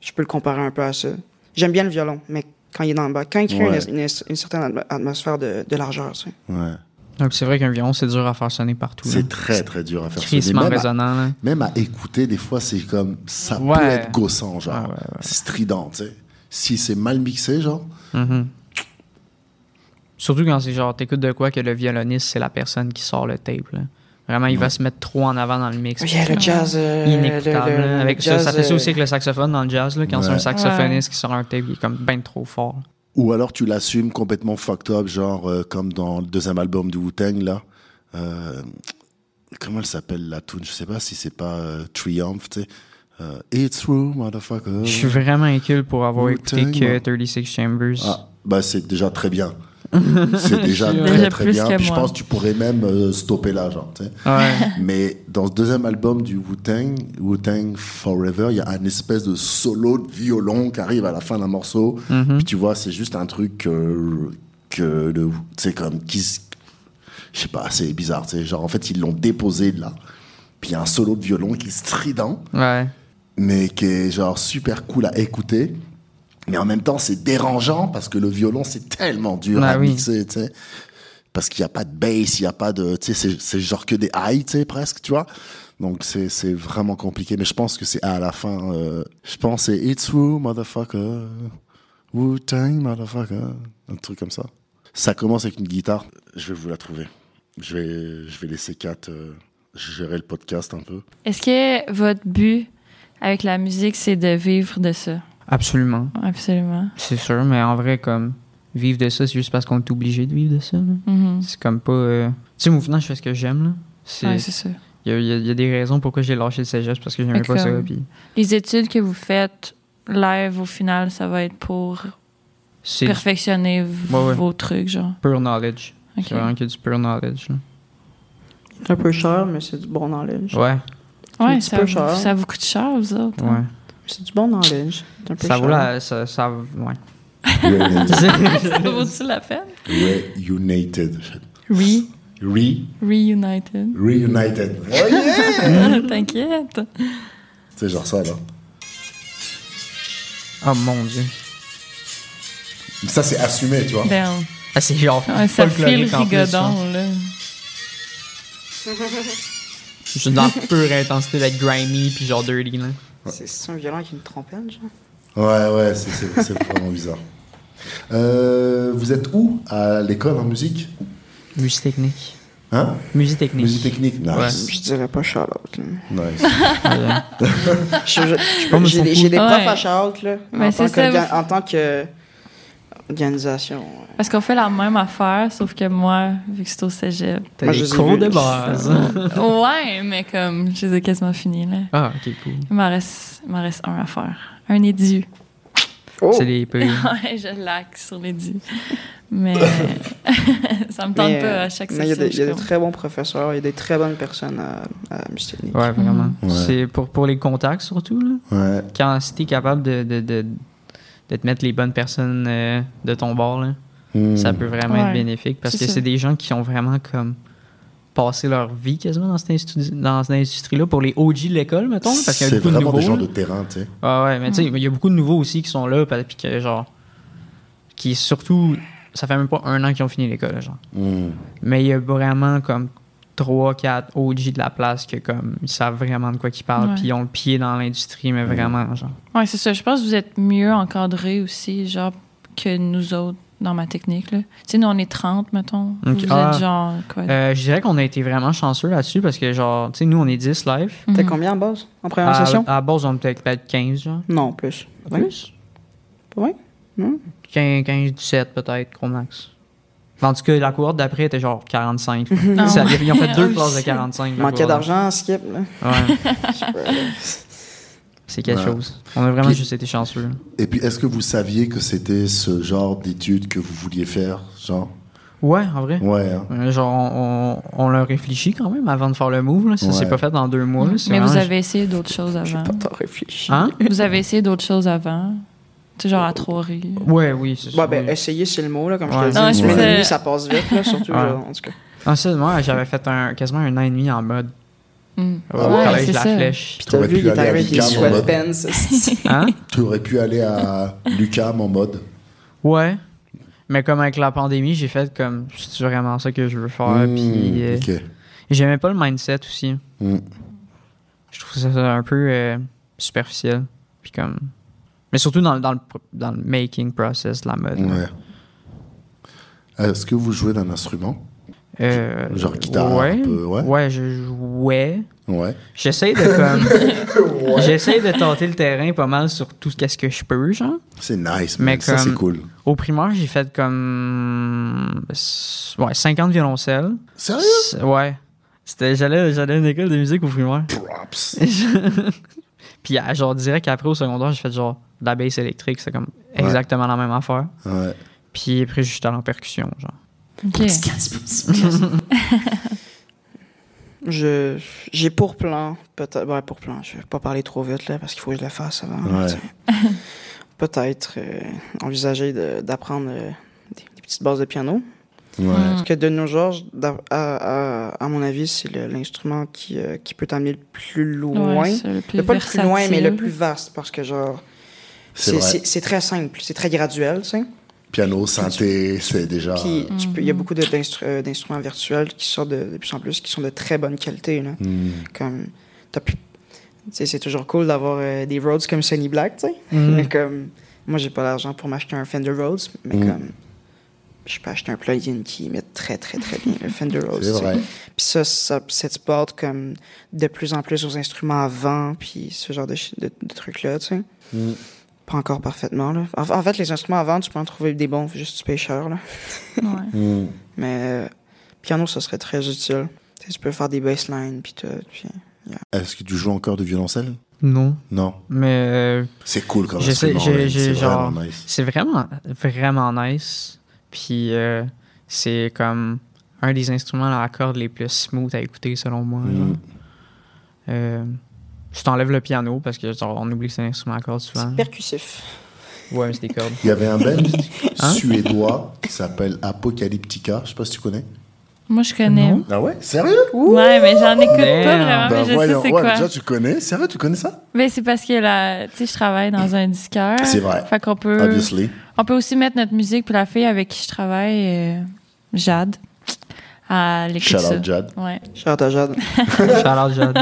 Speaker 4: je peux le comparer un peu à ça. J'aime bien le violon, mais quand il est dans le bas, quand il crée
Speaker 1: Ouais.
Speaker 4: une, une- une certaine atmo- atmosphère de, de largeur, tu sais.
Speaker 1: ouais, ouais.
Speaker 3: Donc, c'est vrai qu'un violon, c'est dur à faire sonner partout. là.
Speaker 1: C'est très, très dur à faire sonner.
Speaker 3: Crissement
Speaker 1: Même à,
Speaker 3: résonnant, là.
Speaker 1: même à écouter, des fois, c'est comme. Ça peut
Speaker 3: Ouais.
Speaker 1: être gossant, genre.
Speaker 3: Ah, ouais, ouais.
Speaker 1: C'est strident, tu sais. Si c'est mal mixé, genre.
Speaker 3: Mhm. Surtout quand c'est genre, t'écoutes de quoi que le violoniste, c'est la personne qui sort le tape. là. Vraiment, il va se mettre trop en avant dans le mix.
Speaker 4: Oh, Yeah, le jazz. euh,
Speaker 3: Inécoutable.
Speaker 4: le- le-
Speaker 3: là.
Speaker 4: le
Speaker 3: Avec
Speaker 4: jazz,
Speaker 3: ça, ça fait ça
Speaker 4: euh,
Speaker 3: aussi avec le saxophone dans le jazz. Là, quand c'est
Speaker 1: Ouais.
Speaker 3: un saxophoniste qui sort un tape, il est comme ben trop fort.
Speaker 1: Ou alors tu l'assumes complètement fucked up, genre euh, comme dans le deuxième album de Wu-Tang, là. Euh, comment elle s'appelle la tune Je sais pas si c'est pas euh, Triumph, tu sais. Euh, It's true, motherfucker.
Speaker 3: Je suis vraiment inquiet pour avoir écouté
Speaker 1: Wu-Tang,
Speaker 3: que
Speaker 1: ouais.
Speaker 3: 36 Chambers.
Speaker 1: Ah, bah c'est déjà très bien. C'est déjà
Speaker 3: Déjà
Speaker 1: très très
Speaker 2: plus
Speaker 1: bien.
Speaker 2: que
Speaker 1: Puis je
Speaker 2: moi.
Speaker 1: pense que tu pourrais même euh, stopper là, genre, tu sais.
Speaker 3: Ouais.
Speaker 1: [laughs] Mais dans ce deuxième album du Wu-Tang, Wu-Tang Forever, il y a un espèce de solo de violon qui arrive à la fin d'un morceau. Puis tu vois, c'est juste un truc euh, que le. C'est comme. qui s- Je sais pas, c'est bizarre. tu sais. Genre, en fait, ils l'ont déposé là. Puis il y a un solo de violon qui est strident,
Speaker 2: [laughs]
Speaker 3: ouais.
Speaker 1: mais qui est genre super cool à écouter. Mais en même temps, c'est dérangeant parce que le violon, c'est tellement dur
Speaker 3: Ah
Speaker 1: à
Speaker 3: oui.
Speaker 1: mixer, tu sais. Parce qu'il n'y a pas de bass, il n'y a pas de. Tu sais, c'est- c'est genre que des highs, tu sais, presque, tu vois. Donc c'est c'est vraiment compliqué. Mais je pense que c'est à la fin. euh, je pense que c'est It's Wu, motherfucker. Wu-Tang, motherfucker. Un truc comme ça. Ça commence avec une guitare. Je vais vous la trouver. Je vais, je vais laisser Kat euh, gérer le podcast un peu.
Speaker 2: Est-ce que votre but avec la musique, c'est de vivre de ça?
Speaker 3: Absolument.
Speaker 2: Absolument.
Speaker 3: C'est sûr, mais en vrai, comme vivre de ça, c'est juste parce qu'on est obligé de vivre de ça. là.
Speaker 2: Mhm.
Speaker 3: C'est comme pas. euh, Tu sais, moi, finalement, je fais ce que j'aime. là. C'est-
Speaker 2: Ouais, c'est ça.
Speaker 3: Il y, a- il y a- il y a des raisons pourquoi j'ai lâché le cégep, c'est parce que j'aimais
Speaker 2: Fait que
Speaker 3: pas ça.
Speaker 2: comme-
Speaker 3: Puis
Speaker 2: Les études que vous faites, live, au final, ça va être pour
Speaker 3: c'est du
Speaker 2: perfectionner v-
Speaker 3: Ouais, ouais.
Speaker 2: vos trucs, genre.
Speaker 3: pure knowledge.
Speaker 2: Ok.
Speaker 3: C'est vraiment que du pure knowledge. là.
Speaker 4: euh, Un peu cher, mais c'est du bon knowledge.
Speaker 3: Ouais,
Speaker 4: un
Speaker 2: Ouais,
Speaker 4: petit
Speaker 2: ça,
Speaker 4: peu
Speaker 2: vous-
Speaker 4: cher.
Speaker 2: ça vous coûte cher, vous autres. hein?
Speaker 3: ouais.
Speaker 4: C'est du bon knowledge. C'est un peu
Speaker 3: Ça
Speaker 4: cher.
Speaker 3: vaut la. Ça, ça- ouais.
Speaker 1: Reunited.
Speaker 2: ça vaut-tu la peine?
Speaker 1: Reunited.
Speaker 2: Oui.
Speaker 1: Re-
Speaker 2: Reunited. Ah,
Speaker 3: [laughs]
Speaker 1: reunited. Oh yeah
Speaker 2: T'inquiète.
Speaker 1: C'est genre ça, là.
Speaker 3: Oh mon dieu.
Speaker 1: Mais Ça, c'est assumé, tu vois.
Speaker 2: Damn.
Speaker 3: Ah, c'est genre.
Speaker 2: Ouais, ça file
Speaker 3: folklorique en plus, hein.
Speaker 2: rigodon, là.
Speaker 3: Je suis dans la pure intensité d'être grimy puis genre dirty. Là.
Speaker 4: C'est c'est un violon avec une trompette, genre.
Speaker 1: Ouais, ouais, c'est- c'est c'est vraiment bizarre. Euh, vous êtes où à l'école en musique
Speaker 3: Musique technique.
Speaker 1: Hein
Speaker 3: Musique technique.
Speaker 1: Musique technique Nice.
Speaker 4: Je dirais pas Charlotte.
Speaker 3: [laughs]
Speaker 4: là.
Speaker 1: nice.
Speaker 3: Ouais.
Speaker 4: Je- je-
Speaker 3: Oh, mais
Speaker 4: J'ai
Speaker 3: ils
Speaker 4: des,
Speaker 3: sont
Speaker 4: j'ai des
Speaker 2: cool.
Speaker 4: profs
Speaker 2: Ouais.
Speaker 4: à Charlotte, là.
Speaker 2: Mais
Speaker 4: en,
Speaker 2: c'est
Speaker 4: tant
Speaker 2: ça,
Speaker 4: qu'orga-
Speaker 2: vous-
Speaker 4: en tant que euh, organisation. ouais.
Speaker 2: Parce qu'on fait la même affaire, sauf que moi, vu que c'est au cégep.
Speaker 3: [laughs] T'as
Speaker 4: Moi, je
Speaker 3: des
Speaker 4: les ai
Speaker 3: cours
Speaker 4: vus,
Speaker 3: de
Speaker 4: là.
Speaker 3: [laughs] base.
Speaker 2: ouais, mais comme, je les ai quasiment finis, là.
Speaker 3: Ah, ok, cool.
Speaker 2: Il m'en reste, il m'en reste un à faire. Un édu.
Speaker 1: Oh!
Speaker 3: C'est les pires.
Speaker 2: [laughs] Ouais, je laque sur l'édu. Mais [laughs] ça me tente
Speaker 4: Mais,
Speaker 2: pas
Speaker 4: euh,
Speaker 2: à chaque
Speaker 4: mais Il y a,
Speaker 2: session.
Speaker 4: des, il y a
Speaker 2: je
Speaker 4: des
Speaker 2: suis
Speaker 4: très bons professeurs, il y a des très bonnes personnes à, à Miss Technique.
Speaker 3: Ouais, vraiment.
Speaker 1: Ouais.
Speaker 3: C'est pour, pour les contacts surtout. Là.
Speaker 1: Ouais.
Speaker 3: Quand si t'es capable de, de, de, de te mettre les bonnes personnes euh, de ton bord, là,
Speaker 1: Hmm.
Speaker 3: ça peut vraiment être
Speaker 2: Ouais.
Speaker 3: bénéfique parce
Speaker 2: C'est
Speaker 3: que
Speaker 2: ça.
Speaker 3: c'est des gens qui ont vraiment comme passé leur vie quasiment dans cette, instu- dans cette industrie-là pour les OG de l'école, mettons. là, Parce qu'il y a
Speaker 1: C'est
Speaker 3: beaucoup de
Speaker 1: vraiment
Speaker 3: nouveaux.
Speaker 1: des gens
Speaker 3: là.
Speaker 1: de terrain, tu sais.
Speaker 3: Ouais, ouais, mais tu sais,
Speaker 2: Mm.
Speaker 3: il y a beaucoup de nouveaux aussi qui sont là, pa- puis que genre. qui surtout. ça fait même pas un an qu'ils ont fini l'école, là, genre.
Speaker 1: Hmm.
Speaker 3: Mais il y a vraiment comme 3-4 OG de la place que comme ils savent vraiment de quoi qu'ils parlent,
Speaker 2: Ouais.
Speaker 3: puis ils ont le pied dans l'industrie,
Speaker 4: Mm.
Speaker 3: mais vraiment, genre.
Speaker 2: comme- Ouais, c'est ça. Je pense que vous êtes mieux encadrés aussi, genre, que nous autres dans ma technique. là. Tu sais, nous, on est 30, mettons.
Speaker 3: Ok.
Speaker 2: Vous
Speaker 3: Ah.
Speaker 2: êtes genre, quoi.
Speaker 3: Euh, je dirais qu'on a été vraiment chanceux là-dessus parce que, genre, tu sais, nous, on est 10 live.
Speaker 2: Mhm.
Speaker 4: T'as combien en base En première
Speaker 3: À,
Speaker 4: session
Speaker 3: à la base, on était peut-être 15, genre.
Speaker 4: Non, plus.
Speaker 3: Plus?
Speaker 4: Oui. Non.
Speaker 3: 15, 15, 17 peut-être, gros max. Tandis que la cohorte d'après était genre
Speaker 2: [laughs]
Speaker 3: 45.
Speaker 2: Non.
Speaker 3: Ça- ils ont fait deux
Speaker 2: Oh,
Speaker 3: classes de
Speaker 2: shit.
Speaker 3: 45. la
Speaker 4: Manquait
Speaker 3: cohorte.
Speaker 4: d'argent, skip.
Speaker 3: [laughs]
Speaker 4: Là.
Speaker 3: Ouais,
Speaker 4: Je sais pas, là.
Speaker 3: c'est quelque
Speaker 1: Ouais.
Speaker 3: chose. On a vraiment
Speaker 1: Puis-
Speaker 3: juste été chanceux. là.
Speaker 1: Et puis, est-ce que vous saviez que c'était ce genre d'études que vous vouliez faire Genre
Speaker 3: Ouais, en vrai.
Speaker 1: Ouais. hein.
Speaker 3: Euh, Genre, on, on, on l'a réfléchi quand même avant de faire le move. Là. Ça
Speaker 1: Ouais.
Speaker 3: s'est pas fait dans deux mois. là. C'est
Speaker 2: Mais vous
Speaker 3: vraiment-
Speaker 2: avez essayé d'autres choses
Speaker 4: J'ai
Speaker 2: avant.
Speaker 4: pas tant réfléchi.
Speaker 3: Hein?
Speaker 2: Vous avez essayé d'autres choses avant. Tu sais, genre à Trois-Rives.
Speaker 3: Ouais, oui, c'est ça.
Speaker 4: Ouais, ben,
Speaker 3: oui.
Speaker 4: essayer, c'est le mot, là, comme
Speaker 3: Ouais.
Speaker 4: je te dis.
Speaker 2: Non,
Speaker 4: Une
Speaker 1: je
Speaker 4: semaine
Speaker 2: pensais-
Speaker 4: et demie, ça passe vite, là, surtout,
Speaker 3: Ouais.
Speaker 4: là, en tout cas.
Speaker 3: Ah, ça, moi, j'avais fait un, quasiment un an et demi en mode
Speaker 2: Mm.
Speaker 1: Ah
Speaker 3: au
Speaker 1: ouais,
Speaker 3: collège
Speaker 2: c'est
Speaker 3: de la
Speaker 2: ça.
Speaker 3: flèche.
Speaker 4: Puis t'as
Speaker 1: T'aurais
Speaker 4: vu,
Speaker 1: pu
Speaker 4: il est
Speaker 1: aller à
Speaker 4: arrivé avec des
Speaker 1: Lucam en mode-
Speaker 4: sweatpants. c'est-
Speaker 3: Hein?
Speaker 1: Tu aurais pu aller à Lucam en mode.
Speaker 3: Ouais. Mais comme avec la pandémie, j'ai fait comme, c'est vraiment ça que je veux faire.
Speaker 1: Hmm,
Speaker 3: Puis euh,
Speaker 1: ok.
Speaker 3: j'aimais pas le mindset aussi.
Speaker 1: Hmm.
Speaker 3: Je trouve ça un peu euh, superficiel. Puis comme. Mais surtout dans, dans, le, pro- dans le making process de la mode.
Speaker 1: Ouais. Est-ce que vous jouez d'un instrument
Speaker 3: Euh,
Speaker 1: Genre guitare,
Speaker 3: ouais.
Speaker 1: harpe, ouais.
Speaker 3: Ouais, je jouais.
Speaker 1: Ouais.
Speaker 3: J'essaie de comme. J'essaie de tenter le terrain pas mal sur tout ce qu'est-ce que je peux, genre.
Speaker 1: C'est nice,
Speaker 3: Mais
Speaker 1: man. Ça, c'est
Speaker 3: comme-
Speaker 1: cool.
Speaker 3: Au primaire, j'ai fait comme. s- Ouais, 50 violoncelles.
Speaker 1: Sérieux
Speaker 3: S- Ouais. C'était, j'allais, j'allais à une école de musique au primaire.
Speaker 1: Props.
Speaker 3: Puis à- genre, direct après au secondaire, j'ai fait genre de la basse électrique. C'est comme exactement la même affaire.
Speaker 1: Ouais.
Speaker 3: Puis après, juste à en percussion, genre.
Speaker 2: OK. Mhm.
Speaker 4: [laughs] Je, j'ai pour plan, peut-être, ouais, pour plan, je vais pas parler trop vite, là, parce qu'il faut que je le fasse avant. là,
Speaker 1: Ouais.
Speaker 4: tu sais.
Speaker 1: [laughs]
Speaker 4: peut-être euh, envisager de- d'apprendre euh, des, des petites bases de piano.
Speaker 2: Mhm.
Speaker 1: Ouais.
Speaker 4: Parce que de nos jours, je- d'a- à, à- à mon avis, c'est le- l'instrument qui, euh, qui peut t'amener le plus loin.
Speaker 2: Ouais, c'est le plus
Speaker 4: Le- pas le plus loin, mais le
Speaker 2: versatile.
Speaker 4: plus vaste, parce que genre,
Speaker 1: C'est
Speaker 4: c'est-
Speaker 1: vrai.
Speaker 4: c'est c'est très simple, c'est très graduel, tu sais.
Speaker 1: Piano, synthé, c'est déjà.
Speaker 4: Puis tu peux- il y a beaucoup de- d'instru- euh, d'instruments virtuels qui sortent de, de plus en plus, qui sont de très bonne qualité. Là.
Speaker 1: Hmm.
Speaker 4: Comme, t'as plus- tu sais, c'est toujours cool d'avoir euh, des Rhodes comme Sonny Black, tu sais.
Speaker 1: Mm.
Speaker 4: Mais comme, moi, j'ai pas l'argent pour m'acheter un Fender Rhodes, mais
Speaker 1: Mm.
Speaker 4: comme, je peux acheter un plugin qui imite très, très, très bien le Fender
Speaker 1: [laughs]
Speaker 4: Rhodes.
Speaker 1: C'est
Speaker 4: tu sais.
Speaker 1: vrai.
Speaker 4: Puis ça, ça s'exporte comme de plus en plus aux instruments à vent, puis ce genre de, chi- de, de trucs-là, tu sais.
Speaker 1: Mm.
Speaker 4: Pas encore parfaitement, là. En, en fait, les instruments à vent, tu peux en trouver des bons, faut juste du pêcheur, là.
Speaker 2: Ouais.
Speaker 1: Hmm.
Speaker 4: Mais euh, piano, ça serait très utile. Tu sais, tu peux faire des basslines, puis tout. puis-
Speaker 1: Est-ce que tu joues encore de violoncelle
Speaker 3: Non,
Speaker 1: Non.
Speaker 3: mais euh,
Speaker 1: C'est cool comme
Speaker 3: Je sais,
Speaker 1: instrument.
Speaker 3: j'ai-
Speaker 1: man.
Speaker 3: j'ai
Speaker 1: C'est
Speaker 3: genre-
Speaker 1: vraiment nice.
Speaker 3: c'est vraiment, vraiment nice. Puis euh, c'est comme un des instruments à la corde les plus smooth à écouter, selon moi.
Speaker 1: Mm.
Speaker 3: genre. Euh, je t'enlève le piano parce que genre, on oublie que c'est un instrument à corde souvent.
Speaker 4: C'est percussif.
Speaker 3: Ouais, mais c'est des cordes.
Speaker 1: Il y avait un band
Speaker 3: Hein
Speaker 1: suédois qui s'appelle Apocalyptica. Je sais pas si tu connais.
Speaker 2: Moi, je connais.
Speaker 3: Non.
Speaker 1: Ah ouais Sérieux
Speaker 2: Ouais, mais j'en écoute pas
Speaker 3: Damn.
Speaker 2: vraiment,
Speaker 4: Ben
Speaker 2: mais
Speaker 1: Bah
Speaker 2: Ah je
Speaker 1: voyons.
Speaker 2: sais c'est
Speaker 1: ouais,
Speaker 2: quoi.
Speaker 1: déjà, tu connais. Sérieux, tu connais ça
Speaker 2: Mais c'est parce que là, tu sais, je travaille dans un disqueur.
Speaker 1: C'est vrai.
Speaker 2: Fait qu'on peut,
Speaker 1: Obviously.
Speaker 2: on peut aussi mettre notre musique. Puis la fille avec qui je travaille, euh, Jade, elle écoute
Speaker 1: Shout
Speaker 2: ça.
Speaker 1: out Jad.
Speaker 2: Ouais.
Speaker 4: Shout à Jade.
Speaker 3: Shout-out, Jade.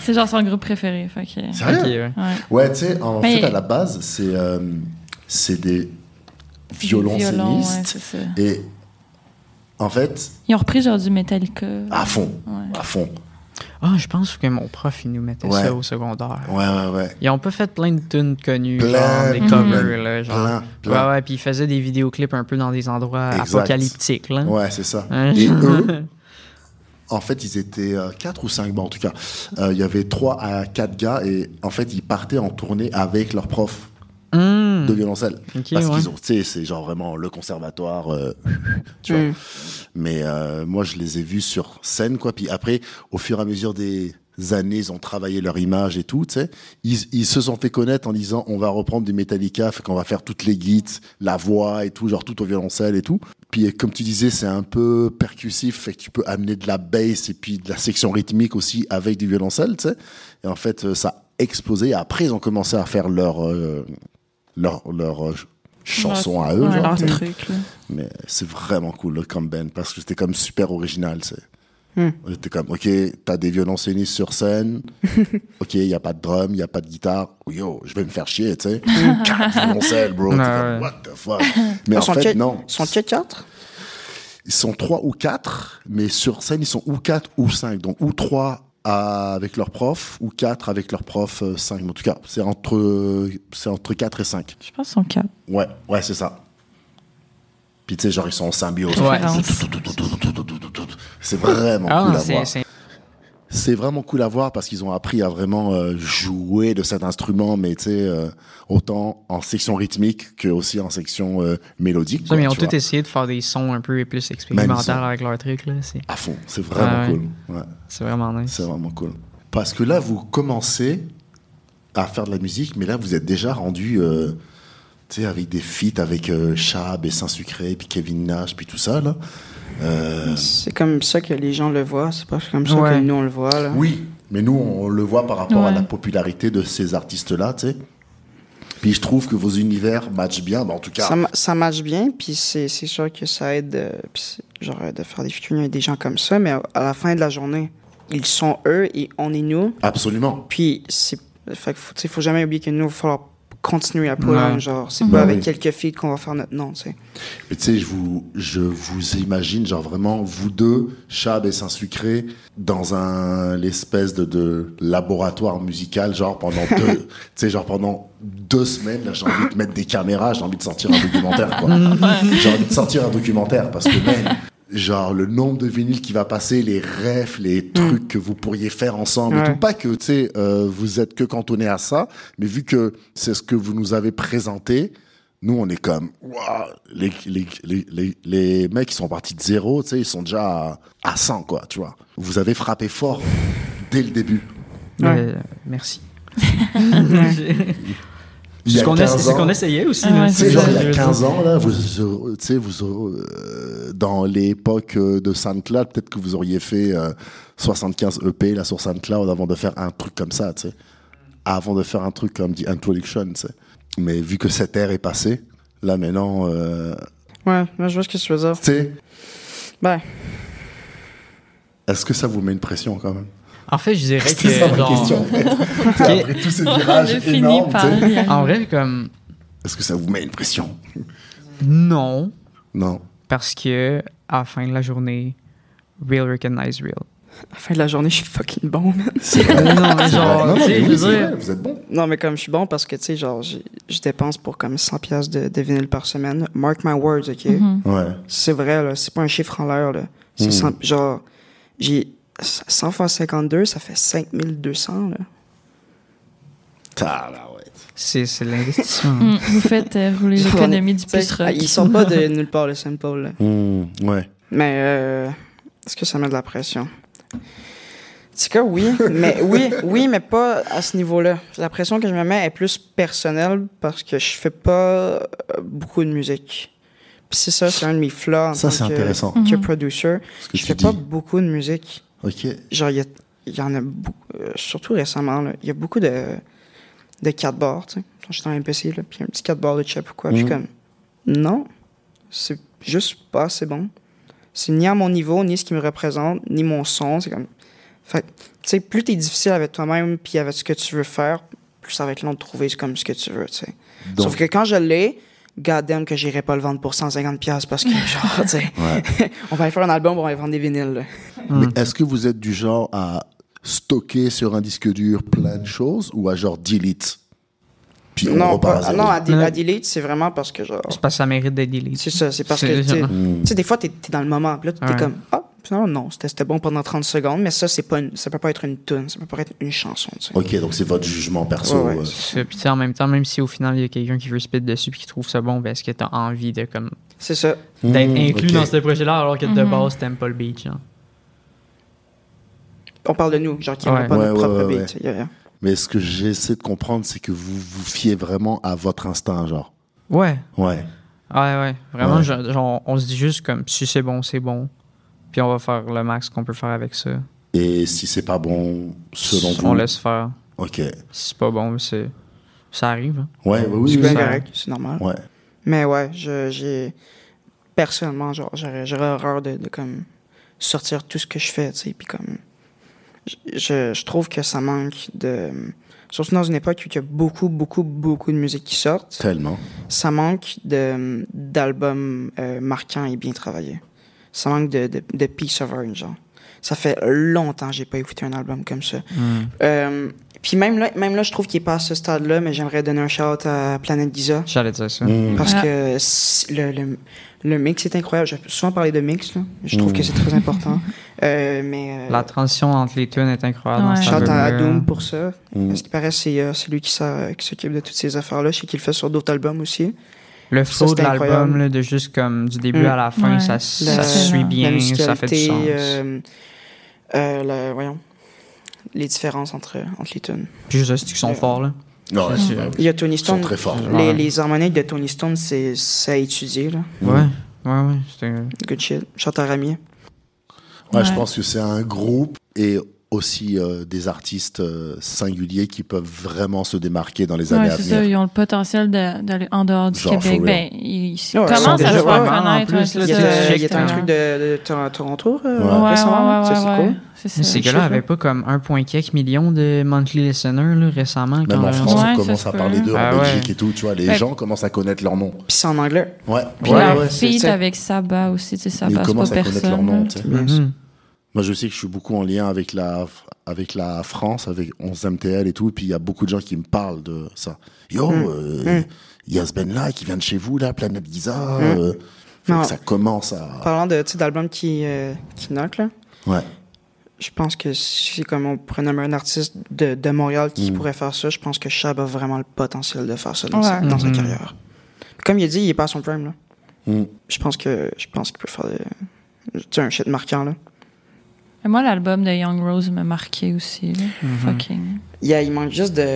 Speaker 2: C'est genre son groupe préféré. Fait que, ouais.
Speaker 1: Sérieux
Speaker 3: Ok, ouais.
Speaker 1: Ouais, tu sais, en
Speaker 2: Mais-
Speaker 1: fait, à la base, c'est euh, c'est des
Speaker 2: C'est des violons, ouais,
Speaker 1: violoncellistes.
Speaker 2: c'est ça.
Speaker 1: et en fait,
Speaker 2: Ils ont repris genre du Metallica.
Speaker 1: à fond,
Speaker 2: Ouais.
Speaker 1: à fond.
Speaker 3: Ah, je pense que mon prof, il nous mettait
Speaker 1: Ouais.
Speaker 3: ça au secondaire.
Speaker 1: Ouais, ouais, ouais.
Speaker 3: Ils ont pas fait plein de tunes connues,
Speaker 1: Plein,
Speaker 3: genre des
Speaker 1: plein,
Speaker 3: covers, là, genre.
Speaker 1: Plein, plein.
Speaker 3: Ouais, ouais, puis ils faisaient des vidéoclips un peu dans des endroits
Speaker 1: Exact.
Speaker 3: apocalyptiques, là.
Speaker 1: Ouais, c'est ça.
Speaker 3: Hein?
Speaker 1: Et eux, en fait, ils étaient euh, quatre ou cinq, bon, en tout cas, euh, il y avait trois à quatre gars et en fait, ils partaient en tournée avec leur prof
Speaker 3: Hmm.
Speaker 1: de violoncelle.
Speaker 3: Ok,
Speaker 1: Parce
Speaker 3: ouais.
Speaker 1: qu'ils ont, tu sais, c'est genre vraiment le conservatoire, euh, [laughs] tu vois.
Speaker 4: Mm.
Speaker 1: Mais euh, moi, je les ai vus sur scène, quoi. Puis après, au fur et à mesure des années, ils ont travaillé leur image et tout, tu sais. Ils, ils se sont fait connaître en disant, on va reprendre du Metallica, fait qu'on va faire toutes les guites, la voix et tout, genre tout au violoncelle et tout. Puis euh, comme tu disais, c'est un peu percussif, fait que tu peux amener de la bass et puis de la section rythmique aussi avec du violoncelle, tu sais. Et en fait, euh, ça a explosé. Et après, ils ont commencé à faire leur, euh, leur, leur euh, ch- chanson à Ah, eux,
Speaker 2: Ouais,
Speaker 1: genre.
Speaker 2: leur
Speaker 4: Mm.
Speaker 2: truc, là.
Speaker 1: Mais c'est vraiment cool, le comme band, parce que c'était comme super original, tu sais.
Speaker 4: Hmm.
Speaker 1: C'était comme, ok, t'as des violoncellistes sur
Speaker 2: [laughs]
Speaker 1: scène, ok, il n'y a pas de drum, il n'y a pas de guitare, Oh, yo, je vais me faire chier,
Speaker 2: [laughs]
Speaker 1: tu sais. Quatre violoncelles, bro. T'es
Speaker 3: Ouais,
Speaker 1: comme,
Speaker 3: ouais.
Speaker 1: what the fuck. Mais en
Speaker 4: sont
Speaker 1: fait,
Speaker 4: quel-
Speaker 1: non.
Speaker 4: Sont il 4?
Speaker 1: Ils sont trois ou quatre, mais sur scène, ils sont ou quatre ou cinq. Donc, ou trois à- avec leur prof, ou quatre avec leur prof, euh, cinq. Mais En tout cas, c'est entre, c'est entre quatre et cinq.
Speaker 2: Je pense qu'ils sont quatre.
Speaker 1: Ouais, ouais, c'est ça. Puis tu sais, genre, ils sont en symbiose.
Speaker 3: Ouais.
Speaker 1: C'est vraiment
Speaker 3: Ah,
Speaker 1: cool à
Speaker 3: c'est,
Speaker 1: voir.
Speaker 3: c'est-
Speaker 1: C'est vraiment cool à voir parce qu'ils ont appris à vraiment euh, jouer de cet instrument, mais tu sais, euh, autant en section rythmique que aussi en section euh, mélodique.
Speaker 3: ça,
Speaker 1: quoi,
Speaker 3: mais ils ont
Speaker 1: tu
Speaker 3: tout
Speaker 1: vois. Ben,
Speaker 3: essayé de faire des sons un peu plus
Speaker 1: Même
Speaker 3: expérimentaux
Speaker 1: son.
Speaker 3: avec leur truc, là. C'est,
Speaker 1: À fond, c'est vraiment
Speaker 3: Ah ouais.
Speaker 1: cool. Ouais,
Speaker 3: c'est vraiment nice.
Speaker 1: c'est vraiment cool. Parce que là, vous commencez à faire de la musique, mais là, vous êtes déjà rendu euh, tu sais, avec des feats avec euh, Chab et Saint-Sucré, puis Kevin Nash, puis tout ça. Là. Euh,
Speaker 4: C'est comme ça que les gens le voient, c'est pas comme ça que
Speaker 3: Ouais.
Speaker 4: nous on le voit. Là.
Speaker 1: oui, mais nous, on le voit par rapport à
Speaker 2: Ouais.
Speaker 1: la popularité de ces artistes-là. tu sais. Puis je trouve que vos univers matchent bien, bah, en tout cas.
Speaker 4: Ça, ma- ça marche bien, puis c'est c'est sûr que ça aide euh, puis c'est- genre, euh, de faire des featuring avec des gens comme ça, mais à, à la fin de la journée, ils sont eux et on est nous.
Speaker 1: Absolument.
Speaker 4: Puis c'est. Fait que faut, tu sais, faut jamais oublier que nous, il va falloir continuer à pull
Speaker 3: Ouais.
Speaker 4: on, genre. C'est
Speaker 1: Bah
Speaker 4: pas avec
Speaker 1: oui.
Speaker 4: quelques filles qu'on va faire notre nom, tu sais.
Speaker 1: Mais tu sais, je vous, je vous imagine, genre vraiment, vous deux, Chab et Saint-Sucré, dans un l'espèce de, de laboratoire musical, genre pendant deux, tu sais, genre pendant deux semaines, là, j'ai envie de mettre des caméras, j'ai envie de sortir un documentaire, quoi. j'ai envie de sortir un documentaire, parce que même, genre, le nombre de vinyles qui va passer, les refs, les trucs que vous pourriez faire ensemble, et
Speaker 4: Ouais.
Speaker 1: tout. pas que, tu sais, euh, vous êtes que cantonné à ça, mais vu que c'est ce que vous nous avez présenté, nous, on est comme, Waouh, les, les, les, les, les mecs, ils sont partis de zéro, tu sais, ils sont déjà à, à 100, quoi, tu vois. Vous avez frappé fort dès le début.
Speaker 4: Ouais.
Speaker 3: Mais, euh,
Speaker 1: [laughs]
Speaker 3: merci. c'est
Speaker 1: Il y a
Speaker 3: ce qu'on
Speaker 1: 15
Speaker 3: essa- c'est ce
Speaker 1: ans.
Speaker 3: qu'on essayait aussi.
Speaker 2: Ah
Speaker 3: là,
Speaker 2: ouais,
Speaker 1: C'est
Speaker 2: c'est
Speaker 1: genre
Speaker 3: ça,
Speaker 1: il y
Speaker 3: je
Speaker 1: a
Speaker 3: veux
Speaker 1: 15
Speaker 3: dire.
Speaker 1: ans, là, vous, aurez- tu sais, vous, aurez- euh, dans l'époque euh, de SoundCloud, peut-être que vous auriez fait euh, 75 EP là sur SoundCloud avant de faire un truc comme ça, tu sais. Avant de faire un truc comme The Introduction, tu sais. Mais vu que cette ère est passée, là maintenant, euh,
Speaker 4: Ouais, moi, je vois ce que tu veux dire.
Speaker 1: tu sais,
Speaker 4: Ben,
Speaker 1: est-ce que ça vous met une pression quand même
Speaker 3: En fait, je dirais
Speaker 1: [laughs] C'est ça
Speaker 3: que.
Speaker 1: ma
Speaker 3: genre,
Speaker 1: question. en fait. Tu sais, Après tous ces
Speaker 2: On
Speaker 1: virages
Speaker 2: a fini
Speaker 1: énormes,
Speaker 2: par
Speaker 1: tu sais,
Speaker 2: y arriver.
Speaker 3: En vrai, comme.
Speaker 1: est-ce que ça vous met une pression
Speaker 3: Non.
Speaker 1: Non.
Speaker 3: Parce que, à la fin de la journée, real recognize real.
Speaker 4: à la fin de la journée, je suis fucking bon, man.
Speaker 1: C'est vrai.
Speaker 3: non, mais
Speaker 1: C'est vrai. Non,
Speaker 3: genre,
Speaker 1: non,
Speaker 3: tu
Speaker 1: mais
Speaker 3: sais, je
Speaker 1: oui, c'est
Speaker 3: veux dire.
Speaker 1: vrai, vous êtes bon.
Speaker 4: Non, mais comme je suis bon parce que, tu sais, genre, j'ai- je dépense pour comme 100$ piastres de, de vinyle par semaine. Mark my words, OK?
Speaker 2: Mm-hmm.
Speaker 1: Ouais.
Speaker 4: C'est vrai, là. C'est pas un chiffre en l'heure, là. C'est
Speaker 1: Mm.
Speaker 4: cent- genre, j'ai 100 fois 52, ça fait 5200, là.
Speaker 1: Tabarouette.
Speaker 3: C'est c'est l'investissement.
Speaker 1: [laughs]
Speaker 2: Mm, Vous faites euh, rouler
Speaker 4: Genre,
Speaker 2: l'économie du
Speaker 4: Tu sais, ah,
Speaker 2: plus rock.
Speaker 4: Ils sont pas de nulle part, les samples, là.
Speaker 1: Hum, ouais.
Speaker 4: Mais, euh, est-ce que ça met de la pression? C'est que oui, mais oui, oui, mais pas à ce niveau-là. La pression que je me mets est plus personnelle parce que je fais pas euh, beaucoup de musique. Puis c'est ça, c'est un de mes flaws en
Speaker 1: Ça,
Speaker 4: tant
Speaker 1: c'est
Speaker 4: que,
Speaker 1: intéressant.
Speaker 4: que
Speaker 2: Mhm.
Speaker 4: producer.
Speaker 1: Ce que
Speaker 4: Je
Speaker 1: tu
Speaker 4: fais
Speaker 1: dis.
Speaker 4: pas beaucoup de musique.
Speaker 1: Ok.
Speaker 4: genre, il y, a- il y en a beaucoup, euh, surtout récemment, là, il y a beaucoup de, de quatre bords, tu sais. Quand j'étais en MPC, là, puis un petit quatre bords de chip ou quoi, puis
Speaker 1: Mhm.
Speaker 4: comme, non, c'est juste pas assez bon. C'est ni à mon niveau, ni ce qui me représente, ni mon son, c'est comme... Fait que, tu sais, plus t'es difficile avec toi-même, puis avec ce que tu veux faire, plus ça va être long de trouver comme ce que tu veux, tu sais.
Speaker 1: Donc,
Speaker 4: Sauf que quand je l'ai, goddamn que j'irai pas le vendre pour 150$ piastres parce que, [laughs] genre, tu sais,
Speaker 1: ouais.
Speaker 4: [laughs] on va aller faire un album, on va aller vendre des vinyles, là.
Speaker 1: Mais est-ce que vous êtes du genre à stocker sur un disque dur plein de choses ou à genre delete Puis on
Speaker 4: non,
Speaker 1: repart
Speaker 4: pas-
Speaker 1: à zéro.
Speaker 4: non, à, dé-
Speaker 3: Non.
Speaker 4: à delete, c'est vraiment parce que genre.
Speaker 3: C'est parce que ça mérite d'être délire.
Speaker 4: C'est ça, c'est parce
Speaker 3: C'est
Speaker 4: que. Tu sais-
Speaker 3: genre-
Speaker 1: Hmm.
Speaker 4: tu sais, des fois, t'es es dans le moment, puis là, t'es
Speaker 3: Ouais.
Speaker 4: comme, ah, finalement, non, c'était c'était bon pendant 30 secondes, mais ça, c'est pas une- ça peut pas être une tune, ça peut pas être une chanson, tu sais.
Speaker 1: Ok, donc c'est votre jugement perso.
Speaker 4: Ouais, ouais.
Speaker 1: euh.
Speaker 3: Puis tu sais, en même temps, même si au final il y a quelqu'un qui veut spit dessus puis qui trouve ça bon, ben, est-ce que t'as envie de comme
Speaker 4: C'est ça.
Speaker 3: d'être
Speaker 1: Hmm,
Speaker 3: inclus
Speaker 1: ok.
Speaker 3: dans ce projet-là alors que de
Speaker 1: Mmh.
Speaker 2: Mhm.
Speaker 3: base t'aimes pas le hein? beat, genre.
Speaker 4: On parle de nous, genre, qui
Speaker 3: Ouais.
Speaker 4: n'ont pas
Speaker 1: Ouais,
Speaker 4: notre
Speaker 1: ouais,
Speaker 4: propre
Speaker 1: ouais,
Speaker 4: beat, tu sais, y a-
Speaker 1: Mais ce que j'essaie de comprendre, c'est que vous vous fiez vraiment à votre instinct, genre.
Speaker 3: Ouais.
Speaker 1: Ouais.
Speaker 3: Ouais, ouais. Vraiment,
Speaker 1: Ouais.
Speaker 3: genre, genre, on se dit juste comme si c'est bon, c'est bon. Puis on va faire le max qu'on peut faire avec ça.
Speaker 1: Et si c'est pas bon, selon
Speaker 3: on
Speaker 1: vous.
Speaker 3: laisse faire.
Speaker 1: Ok. Ouais,
Speaker 3: Si c'est pas bon, c'est. Ça arrive. hein.
Speaker 1: ouais, oui,
Speaker 4: C'est
Speaker 1: oui.
Speaker 4: bien
Speaker 1: oui.
Speaker 3: ça-
Speaker 4: correct, c'est normal.
Speaker 1: Ouais.
Speaker 4: Mais ouais, je- j'ai. Personnellement, genre, j'aurais j'aurais horreur de, de, comme, sortir tout ce que je fais, tu sais, puis comme. je- Je, je trouve que ça manque de. Surtout dans une époque où il y a beaucoup, beaucoup, beaucoup de musique qui sortent.
Speaker 1: Tellement.
Speaker 4: ça manque de- d'albums euh, marquants et bien travaillés. Ça manque de, de, de piece of art, genre. Ça fait longtemps que j'ai pas écouté un album comme ça.
Speaker 2: Hmm.
Speaker 4: Euh, puis même là, même là, je trouve qu'il est pas à ce stade-là, mais j'aimerais donner un shout à Planète Giza.
Speaker 3: J'allais dire ça.
Speaker 1: Hmm.
Speaker 4: Parce
Speaker 2: Ah.
Speaker 4: que c'est- le, le, le mix est incroyable. J'ai souvent parlé de mix, là. Je trouve
Speaker 1: Mm.
Speaker 4: que c'est très important. Euh, mais euh,
Speaker 3: La transition entre les tunes est incroyable. dans
Speaker 2: Ouais.
Speaker 3: cet
Speaker 4: shout à
Speaker 3: album-là.
Speaker 4: Doom pour ça.
Speaker 1: Hmm.
Speaker 4: Parce qu'il paraît, c'est euh, c'est lui qui s'a- qui s'occupe de toutes ces affaires-là. Je sais qu'il le fait sur d'autres albums aussi.
Speaker 3: Le
Speaker 4: Ça,
Speaker 3: flow de
Speaker 4: c'était incroyable.
Speaker 3: l'album, là, de juste comme du début
Speaker 4: Mm.
Speaker 3: à la fin,
Speaker 2: Ouais.
Speaker 3: ça,
Speaker 4: La-
Speaker 3: ça se suit
Speaker 2: la
Speaker 3: bien, ça fait du sens.
Speaker 4: euh, euh, la- voyons. les différences entre, entre les tunes.
Speaker 3: Puis je sais qu'ils sont
Speaker 4: Ouais.
Speaker 3: forts, là.
Speaker 1: Non,
Speaker 3: Ouais.
Speaker 1: ouais, c'est vrai.
Speaker 4: Il y a Tony
Speaker 1: Ils sont
Speaker 4: Stone.
Speaker 1: très forts.
Speaker 4: Les, les harmoniques de Tony Stone, c'est c'est à étudier. Là.
Speaker 3: Ouais, ouais, ouais. c'était-
Speaker 4: Good shit. Chante à Ramier.
Speaker 1: Ouais, je
Speaker 2: Ouais.
Speaker 1: pense que c'est un groupe et aussi euh, des artistes euh, singuliers qui peuvent vraiment se démarquer dans les années
Speaker 2: Ouais,
Speaker 1: à
Speaker 2: c'est ça,
Speaker 1: venir.
Speaker 2: ils ont le potentiel de- d'aller en dehors du
Speaker 1: Genre,
Speaker 2: Québec.
Speaker 1: for real.
Speaker 2: Ben, ils, ils
Speaker 4: Ouais, ils
Speaker 2: commencent
Speaker 4: sont
Speaker 2: à se
Speaker 4: déjà
Speaker 2: faire
Speaker 4: vraiment,
Speaker 3: en
Speaker 2: connaître.
Speaker 3: plus,
Speaker 2: ouais,
Speaker 3: là,
Speaker 2: c'est
Speaker 4: Il y
Speaker 3: tu
Speaker 4: a,
Speaker 2: ça.
Speaker 3: sais,
Speaker 4: il y a un
Speaker 3: Ouais.
Speaker 4: truc de, de Tor- Toronto euh,
Speaker 1: Ouais.
Speaker 2: Ouais, ouais,
Speaker 4: récemment.
Speaker 2: ouais,
Speaker 4: ça, c'est
Speaker 2: ouais,
Speaker 4: cool.
Speaker 2: ouais. C'est hein. ça.
Speaker 3: Ces gars-là avaient pas comme 1,4 million de monthly listeners là, récemment. quand
Speaker 1: Même en
Speaker 3: leur-
Speaker 1: France,
Speaker 2: Ouais,
Speaker 1: on
Speaker 2: ça
Speaker 1: commence
Speaker 2: se
Speaker 1: à
Speaker 2: peut.
Speaker 1: parler d'eux, en
Speaker 3: Ah ouais.
Speaker 1: Belgique et tout. Tu vois, les
Speaker 2: Ouais.
Speaker 1: gens commencent à connaître leur nom.
Speaker 4: Puis c'est en anglais.
Speaker 1: Ouais.
Speaker 2: Puis
Speaker 1: Ouais,
Speaker 2: leur
Speaker 1: ouais.
Speaker 4: c'est-
Speaker 2: feat
Speaker 4: c'est-
Speaker 2: avec Saba aussi, tu sais,
Speaker 1: Ils
Speaker 2: Saba, c'est pas
Speaker 1: commencent à connaître leur
Speaker 2: personne.
Speaker 1: nom.
Speaker 2: là.
Speaker 1: tu sais.
Speaker 4: Bien sûr.
Speaker 3: Mhm.
Speaker 1: Moi, je sais que je suis beaucoup en lien avec la, avec la France, avec 11MTL et tout. Et puis, il y a beaucoup de gens qui me parlent de ça. Yo,
Speaker 4: Mm.
Speaker 1: euh,
Speaker 4: Mm.
Speaker 1: il y a ce Ben-là qui vient de chez vous, là, Planète Giza.
Speaker 4: Mm.
Speaker 1: euh, faut
Speaker 4: Non.
Speaker 1: que ça commence à.
Speaker 4: Parlant de, tu sais, d'albums qui, euh, qui knock, là,
Speaker 1: Ouais.
Speaker 4: je pense que si comme on pourrait nommer un artiste de, de Montréal qui
Speaker 1: Mm.
Speaker 4: pourrait faire ça, je pense que Chab a vraiment le potentiel de faire ça dans,
Speaker 2: Ouais.
Speaker 4: sa,
Speaker 1: Mm-hmm.
Speaker 4: dans sa
Speaker 3: Mhm.
Speaker 4: carrière. Comme il a dit, il est pas à son prime. Là.
Speaker 1: Mm.
Speaker 4: Je pense que je pense qu'il peut faire des- tu sais, un shit marquant. Là.
Speaker 2: Et moi, l'album de Young Rose m'a marqué aussi. là.
Speaker 3: Mm-hmm.
Speaker 2: Fucking.
Speaker 4: Il, y a- il manque juste de.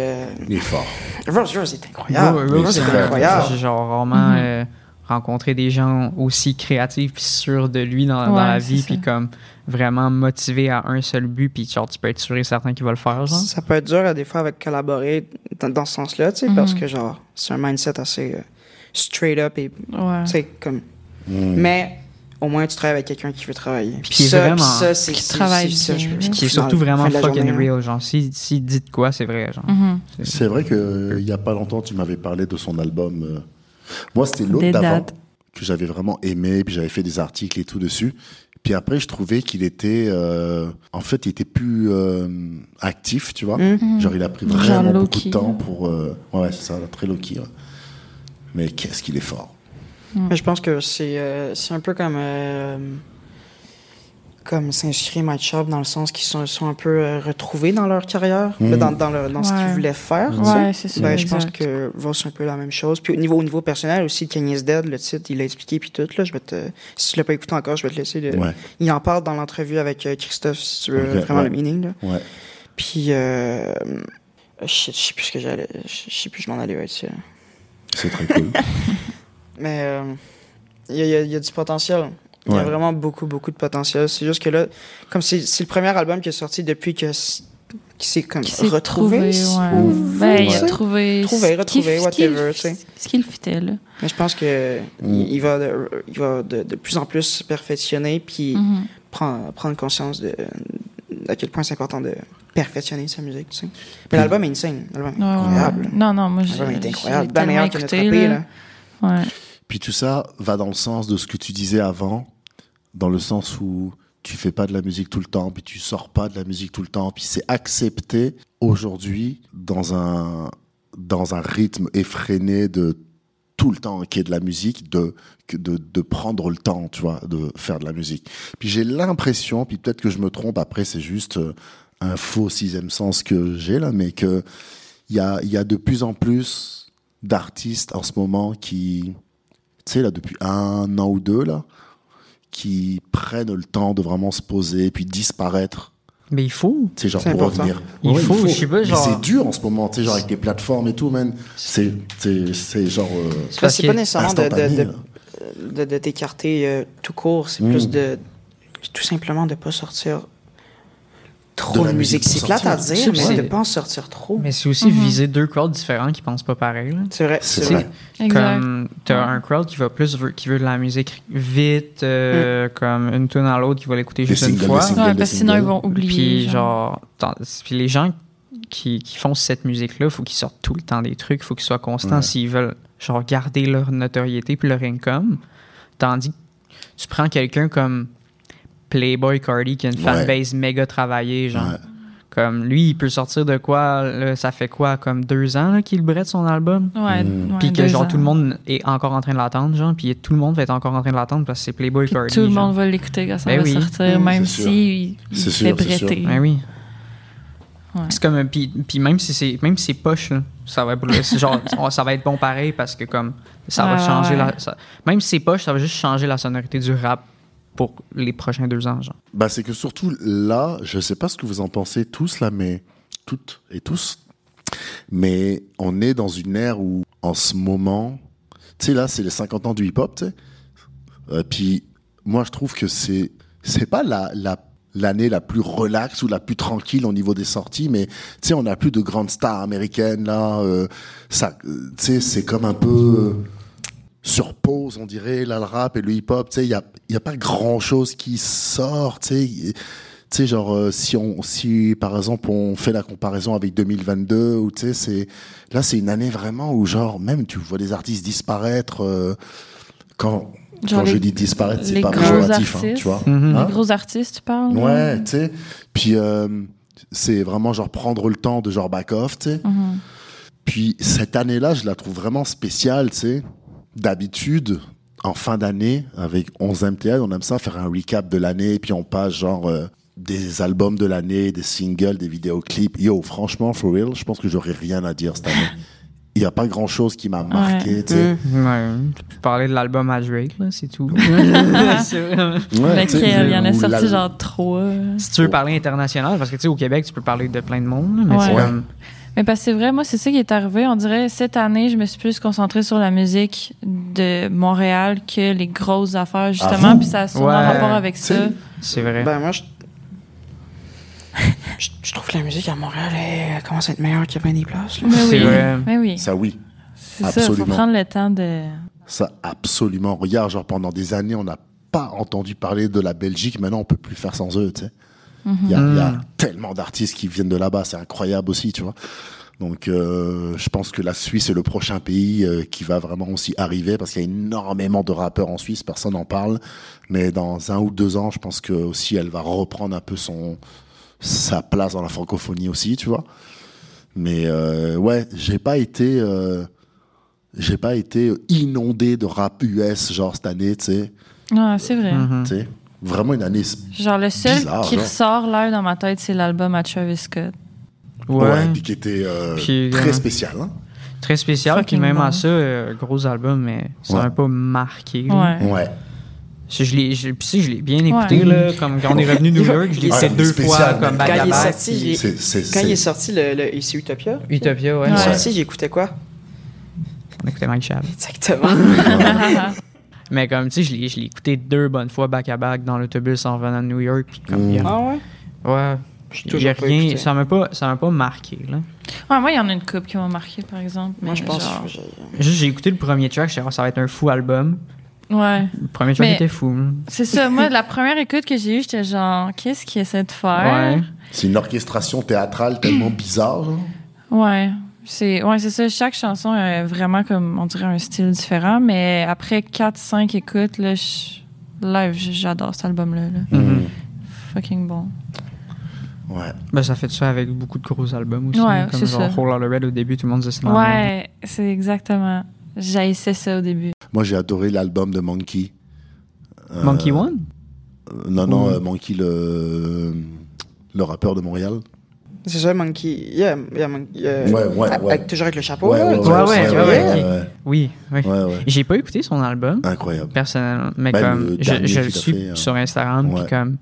Speaker 1: Il est fort.
Speaker 4: Rose Rose est
Speaker 3: Ouais,
Speaker 4: incroyable.
Speaker 3: ouais, ouais,
Speaker 4: Rose
Speaker 1: c'est
Speaker 4: est
Speaker 1: vrai.
Speaker 4: incroyable.
Speaker 3: J'ai genre rarement
Speaker 2: Mhm.
Speaker 3: euh, rencontré des gens aussi créatifs puis sûrs de lui dans, dans
Speaker 2: Ouais,
Speaker 3: la
Speaker 2: c'est
Speaker 3: vie
Speaker 2: ça.
Speaker 3: puis comme vraiment motivés à un seul but puis genre tu peux être sûr et certain qu'il va le faire genre.
Speaker 4: Ça peut être dur à des fois avec collaborer dans, dans ce sens-là, tu sais,
Speaker 2: Mhm.
Speaker 4: parce que genre, c'est un mindset assez euh, straight up et tu
Speaker 2: Ouais.
Speaker 4: sais, comme.
Speaker 1: Mm.
Speaker 4: Mais au moins, tu travailles avec quelqu'un qui veut travailler. Puis,
Speaker 3: qui est
Speaker 4: ça,
Speaker 3: vraiment-
Speaker 4: puis ça, c'est
Speaker 2: qui
Speaker 4: c'est-
Speaker 2: travaille
Speaker 4: c'est ça,
Speaker 2: bien,
Speaker 4: je-
Speaker 2: là.
Speaker 4: je-
Speaker 3: Qui est
Speaker 4: je- dans
Speaker 3: surtout
Speaker 4: la
Speaker 3: vraiment
Speaker 4: fin de la
Speaker 3: fucking
Speaker 4: journée, hein. là.
Speaker 3: real genre si si dit de quoi c'est vrai genre.
Speaker 2: Mhm.
Speaker 1: C'est vrai qu'il n'y a pas longtemps, tu m'avais parlé de son album. euh. Moi, c'était l'autre
Speaker 2: Des
Speaker 1: d'avant
Speaker 2: dates.
Speaker 1: que j'avais vraiment aimé, puis j'avais fait des articles et tout dessus. Puis après, je trouvais qu'il était. euh, En fait, il était plus euh, actif, tu vois.
Speaker 4: Mhm.
Speaker 1: Genre, il a pris
Speaker 2: Mm. Genre
Speaker 1: vraiment
Speaker 2: low
Speaker 1: beaucoup de
Speaker 2: key.
Speaker 1: temps pour. euh, Ouais, c'est ça, très low-key. ouais. Mais qu'est-ce qu'il est fort.
Speaker 4: Mais je pense que c'est euh, c'est un peu comme. euh, comme s'inscrire Mike Sharp dans le sens qu'ils sont, sont un peu euh, retrouvés dans leur carrière,
Speaker 1: Mhm.
Speaker 4: là, dans, dans, leur- dans ce qu'ils
Speaker 2: Ouais.
Speaker 4: voulaient faire. tu sais.
Speaker 2: Ouais, c'est ça.
Speaker 4: Ben, je pense
Speaker 2: exact.
Speaker 4: que Vos, c'est un peu la même chose. Puis au niveau, au niveau personnel aussi, Kanye's Dead, le titre, il l'a expliqué, puis tout. Là, je vais te, si tu l'as pas écouté encore, je vais te laisser. le-
Speaker 1: Ouais,
Speaker 4: Il en parle dans l'entrevue avec euh, Christophe, si tu veux
Speaker 1: Ok,
Speaker 4: vraiment
Speaker 1: ouais.
Speaker 4: le meaning. Là.
Speaker 1: ouais.
Speaker 4: Puis, euh, je sais je sais plus ce que j'allais. Je je sais plus, je m'en allais ouais, dessus. là.
Speaker 1: C'est très cool.
Speaker 4: Mais euh, il y, a- il y a- il y a du potentiel. Il y
Speaker 1: Ouais.
Speaker 4: a vraiment beaucoup, beaucoup de potentiel. C'est juste que là, comme c'est c'est le premier album qui est sorti depuis que s- qu'il s'est comme
Speaker 2: Qui s'est
Speaker 4: retrouvé.
Speaker 2: retrouvé. ouais.
Speaker 1: Ouf.
Speaker 2: Ben, il a
Speaker 1: Ouais.
Speaker 2: trouvé.
Speaker 4: Trouvé,
Speaker 2: ce qu'il-
Speaker 4: retrouvé,
Speaker 2: ce qu'il-
Speaker 4: whatever, tu sais.
Speaker 2: Ce qu'il fitait, là.
Speaker 4: Mais je pense que
Speaker 1: Mm.
Speaker 4: il, il va, de, il va de, de plus en plus se perfectionner puis
Speaker 2: Mhm.
Speaker 4: prendre, prendre conscience de, à quel point c'est important de perfectionner sa musique. Tu sais. Mais
Speaker 1: Mm.
Speaker 4: l'album est insane. L'album est
Speaker 2: Ouais, ouais, ouais.
Speaker 4: incroyable.
Speaker 2: Non, non, moi, j'ai.
Speaker 4: L'album est
Speaker 2: j'ai
Speaker 4: incroyable. Bien
Speaker 2: tellement
Speaker 4: meilleur que notre
Speaker 2: écouté,
Speaker 4: EP,
Speaker 2: là.
Speaker 4: là.
Speaker 2: Ouais.
Speaker 1: Puis tout ça va dans le sens de ce que tu disais avant, dans le sens où tu fais pas de la musique tout le temps, puis tu sors pas de la musique tout le temps, puis c'est accepté aujourd'hui dans un dans un rythme effréné de tout le temps qui est de la musique de que de, de prendre le temps tu vois de faire de la musique puis j'ai l'impression puis peut-être que je me trompe après c'est juste euh, un faux sixième sens que j'ai là mais que il y a il y a de plus en plus d'artistes en ce moment qui tu sais, là, depuis un an ou deux, là, qui prennent le temps de vraiment se poser, puis disparaître,
Speaker 3: Mais il faut.
Speaker 1: tu sais, genre
Speaker 4: C'est
Speaker 1: pour
Speaker 4: important.
Speaker 1: revenir.
Speaker 3: Il faut, je sais pas,
Speaker 1: Mais
Speaker 3: genre-
Speaker 1: c'est dur en ce moment, tu sais, genre avec les plateformes et tout, man. C'est, c'est, c'est genre. euh,
Speaker 4: Parce que c'est pas nécessairement de, de,
Speaker 1: instantané,
Speaker 4: de-
Speaker 1: là.
Speaker 4: de- de t'écarter euh, tout court. C'est
Speaker 1: Mm.
Speaker 4: plus de. Tout simplement de pas sortir
Speaker 1: De
Speaker 4: trop
Speaker 1: la
Speaker 4: de musique.
Speaker 1: musique pour
Speaker 4: C'est plate à
Speaker 1: sortir.
Speaker 4: dire,
Speaker 3: C'est-
Speaker 4: mais de pas en sortir trop.
Speaker 3: Mais c'est aussi
Speaker 2: Mhm.
Speaker 3: viser deux crowds différents qui pensent pas pareil. là.
Speaker 4: C'est vrai.
Speaker 1: C'est
Speaker 4: C'est
Speaker 1: vrai.
Speaker 4: vrai.
Speaker 2: Exact.
Speaker 3: Comme t'as un crowd qui va plus veut- qui veut de la musique vite,
Speaker 4: Mm.
Speaker 3: euh, comme une tune à l'autre qui va l'écouter
Speaker 1: Des
Speaker 3: juste
Speaker 1: singles, des
Speaker 3: une fois.
Speaker 1: singles.
Speaker 2: Ouais,
Speaker 1: des
Speaker 2: parce que sinon,
Speaker 1: singles.
Speaker 2: ils vont oublier.
Speaker 3: Puis genre, t'en- puis les gens qui, qui font cette musique-là, il faut qu'ils sortent tout le temps des trucs, il faut qu'ils soient constants
Speaker 1: Ouais.
Speaker 3: s'ils veulent genre garder leur notoriété puis leur income. Tandis que tu prends quelqu'un comme Playboy Cardi qui a une
Speaker 1: Ouais.
Speaker 3: fanbase méga travaillée, genre.
Speaker 1: Ouais.
Speaker 3: Comme lui, il peut sortir de quoi, là, ça fait quoi, comme deux ans là, qu'il brette son album?
Speaker 2: Ouais,
Speaker 1: Mm.
Speaker 2: ouais,
Speaker 3: Puis que
Speaker 2: deux
Speaker 3: genre
Speaker 2: ans.
Speaker 3: tout le monde est encore en train de l'attendre, genre, puis tout le monde va être encore en train de l'attendre parce que c'est Playboy
Speaker 2: Puis
Speaker 3: Cardi.
Speaker 2: tout le
Speaker 3: genre.
Speaker 2: monde va l'écouter quand ça
Speaker 3: Ben
Speaker 2: va
Speaker 3: oui.
Speaker 2: sortir,
Speaker 4: Mm.
Speaker 2: même
Speaker 1: C'est
Speaker 2: si il, il
Speaker 1: C'est
Speaker 2: se fait
Speaker 1: sûr, c'est sûr.
Speaker 2: bretter.
Speaker 3: Ben oui.
Speaker 2: Ouais.
Speaker 3: C'est comme un- puis, puis même si c'est même si c'est poche là, ça va être- c'est genre on- ça va être bon pareil parce que comme ça va
Speaker 2: Ouais,
Speaker 3: changer
Speaker 2: ouais,
Speaker 3: la ça- même si c'est poche ça va juste changer la sonorité du rap pour les prochains deux ans, genre.
Speaker 1: Bah, c'est que surtout là, je sais pas ce que vous en pensez tous là, mais toutes et tous, mais on est dans une ère où en ce moment, tu sais là, c'est les 50 ans du hip-hop, tu sais. Euh, puis moi, je trouve que c'est c'est pas la la l'année la plus relaxe ou la plus tranquille au niveau des sorties, mais tu sais, on n'a plus de grandes stars américaines là. euh, ça, euh, tu sais, c'est comme un peu euh, sur pause, on dirait là le rap et le hip-hop. Tu sais, il y a il y a pas grand chose qui sort. Tu sais, Y- tu sais genre euh, si on si par exemple on fait la comparaison avec 2022 ou tu sais c'est là c'est une année vraiment où genre même tu vois des artistes disparaître euh, quand
Speaker 2: Genre
Speaker 1: quand je
Speaker 2: les-
Speaker 1: dis disparaître c'est
Speaker 2: les
Speaker 1: pas
Speaker 2: gros
Speaker 1: péjoratif hein,
Speaker 2: artistes.
Speaker 1: tu vois
Speaker 3: Mhm.
Speaker 1: Hein?
Speaker 2: Les gros artistes, euh, tu parles?
Speaker 1: Ouais, tu sais. Puis euh, c'est vraiment genre prendre le temps de genre back off, tu sais.
Speaker 2: Mhm.
Speaker 1: Puis cette année-là, je la trouve vraiment spéciale, tu sais. D'habitude, en fin d'année, avec 11 MTL, on aime ça faire un recap de l'année, puis on passe genre euh, des albums de l'année, des singles, des vidéoclips. Yo, franchement, for real, je pense que j'aurais rien à dire cette année. Il n'y a pas grand-chose qui m'a marqué, tu sais.
Speaker 4: Mm.
Speaker 3: Ouais. Tu peux parler de l'album à Drake, là, c'est tout. C'est vraiment-
Speaker 1: Ouais,
Speaker 2: Mais
Speaker 1: tu sais, oh
Speaker 2: qu'il euh, y en a
Speaker 1: ou
Speaker 2: sorti
Speaker 1: l'al-
Speaker 2: genre trois.
Speaker 3: si tu veux parler international, parce que tu sais, au Québec, tu peux parler de plein de monde, là, mais c'est
Speaker 2: Ouais.
Speaker 3: comme.
Speaker 2: Mais parce que c'est vrai, moi, c'est ça qui est arrivé. On dirait, cette année, je me suis plus concentrée sur la musique de Montréal que les grosses affaires, justement.
Speaker 1: Ah, vous?
Speaker 2: Puis ça a sûrement
Speaker 3: Ouais.
Speaker 2: rapport avec
Speaker 1: C'est-
Speaker 2: ça.
Speaker 3: C'est vrai.
Speaker 4: Ben, moi, je... je, je trouve que la musique à Montréal elle commence à être meilleure qu'à bien des places. là.
Speaker 2: Mais
Speaker 3: C'est
Speaker 2: oui.
Speaker 3: vrai.
Speaker 2: Mais oui.
Speaker 1: Ça, oui.
Speaker 2: C'est ça, faut
Speaker 1: absolument.
Speaker 2: prendre le temps de...
Speaker 1: Ça, absolument. Regarde, genre pendant des années, on n'a pas entendu parler de la Belgique. Maintenant, on peut plus faire sans eux, tu sais. Il y a- il y, a
Speaker 3: Mm.
Speaker 1: tellement d'artistes qui viennent de là-bas. C'est incroyable aussi, tu vois. Donc, euh, je pense que la Suisse est le prochain pays euh, qui va vraiment aussi arriver parce qu'il y a énormément de rappeurs en Suisse. Personne n'en parle. Mais dans un ou deux ans, je pense que aussi, elle va reprendre un peu son, sa place dans la francophonie aussi, tu vois. Mais euh, ouais, j'ai pas été. euh, j'ai pas été inondé de rap US genre cette année, tu sais.
Speaker 2: Ah, c'est vrai.
Speaker 3: Mhm.
Speaker 1: Tu sais, Vraiment une année. s-
Speaker 2: Genre, le seul
Speaker 1: Bizarre,
Speaker 2: qui
Speaker 1: genre.
Speaker 2: ressort là dans ma tête, c'est l'album à Travis Scott.
Speaker 1: Ouais.
Speaker 3: Ouais.
Speaker 1: puis qui était euh,
Speaker 3: Puis,
Speaker 1: très
Speaker 3: euh,
Speaker 1: spéciale. hein.
Speaker 3: Très spécial, puis
Speaker 2: Fucking
Speaker 3: même
Speaker 2: bon.
Speaker 3: à ça, euh, gros album, mais ça
Speaker 1: Ouais.
Speaker 3: m'a pas marqué. là.
Speaker 2: Ouais.
Speaker 1: Ouais.
Speaker 3: Si je l'ai, je- puis si je l'ai bien écouté,
Speaker 2: Ouais.
Speaker 3: là, comme quand on est revenu New York, je l'ai
Speaker 4: Ouais,
Speaker 3: écouté
Speaker 1: il est
Speaker 3: deux
Speaker 1: spécial,
Speaker 3: fois, comme
Speaker 1: man.
Speaker 3: back
Speaker 4: Quand
Speaker 3: à
Speaker 4: il est
Speaker 3: back,
Speaker 4: sorti,
Speaker 3: puis-
Speaker 4: il est-
Speaker 1: C'est- c'est-
Speaker 4: Quand il est
Speaker 1: c'est-
Speaker 4: sorti, le, le- c'est Utopia.
Speaker 3: Utopia, ouais.
Speaker 4: Il est
Speaker 2: Ouais.
Speaker 4: sorti, j'écoutais quoi
Speaker 3: On écoutait Mike Chab.
Speaker 4: Exactement.
Speaker 3: Mais comme, tu sais, je l'ai, je l'ai écouté deux bonnes fois back à back dans l'autobus en revenant de New York, puis comme,
Speaker 1: Mm.
Speaker 3: il y a-
Speaker 4: [laughs] ah ouais?
Speaker 3: ouais,
Speaker 4: J'ai
Speaker 3: j'ai
Speaker 4: toujours pas
Speaker 3: rien,
Speaker 4: écouté.
Speaker 3: ça m'a pas, ça m'a pas marqué, là.
Speaker 2: [laughs] Ouais, moi, il y en a une coupe qui m'a marqué, par exemple.
Speaker 4: Moi,
Speaker 2: mais
Speaker 4: je pense
Speaker 2: genre-
Speaker 4: que j'ai-
Speaker 3: Juste, j'ai écouté le premier track, j'étais, oh, ça va être un fou album.
Speaker 2: Ouais.
Speaker 3: Le premier track
Speaker 2: Mais-
Speaker 3: était fou. hein. là.
Speaker 2: C'est ça. Moi, la première écoute que j'ai eue, j'étais genre, qu'est-ce qu'il essaie de faire?
Speaker 1: C'est une orchestration théâtrale tellement bizarre. hein. genre.
Speaker 2: Ouais. C'est ouais, c'est ça. Chaque chanson a vraiment, comme on dirait, un style différent. Mais après 4-5 écoutes, là, je- live, j- j'adore cet album-là. là.
Speaker 1: Mm-hmm.
Speaker 3: Mhm.
Speaker 2: Fucking bon.
Speaker 1: Ouais.
Speaker 3: Ben, ça fait ça avec beaucoup de gros albums aussi.
Speaker 2: Ouais,
Speaker 3: là, comme
Speaker 2: c'est
Speaker 3: genre
Speaker 2: ça.
Speaker 3: Whole Lotta Red au début, tout le monde disait
Speaker 1: Ah,
Speaker 3: c'est de la merde.
Speaker 2: ouais, c'est exactement. J'haïssais ça au début.
Speaker 1: Moi, j'ai adoré l'album de Monkey. Euh,
Speaker 3: Monkey One?
Speaker 1: euh, Non, non,
Speaker 3: Ou-
Speaker 1: euh, Monkey, le, le rappeur de Montréal.
Speaker 4: C'est ça, Monkey. Yeah, yeah, Monkey. euh,
Speaker 1: Ouais, ouais,
Speaker 4: avec-
Speaker 1: ouais.
Speaker 4: avec- toujours avec le chapeau. là, le
Speaker 3: ouais,
Speaker 4: truc,
Speaker 3: ouais,
Speaker 4: c'est-
Speaker 3: ouais, ouais.
Speaker 1: ouais, ouais.
Speaker 3: Oui, oui.
Speaker 1: Ouais, ouais.
Speaker 3: J'ai pas écouté son album,
Speaker 1: Incroyable.
Speaker 3: personnellement, mais
Speaker 1: Ben,
Speaker 3: comme
Speaker 1: le
Speaker 3: je,
Speaker 1: dernier
Speaker 3: je le
Speaker 1: qu'il a
Speaker 3: suis
Speaker 1: fait, euh,
Speaker 3: sur Instagram, puis
Speaker 1: ouais.
Speaker 3: comme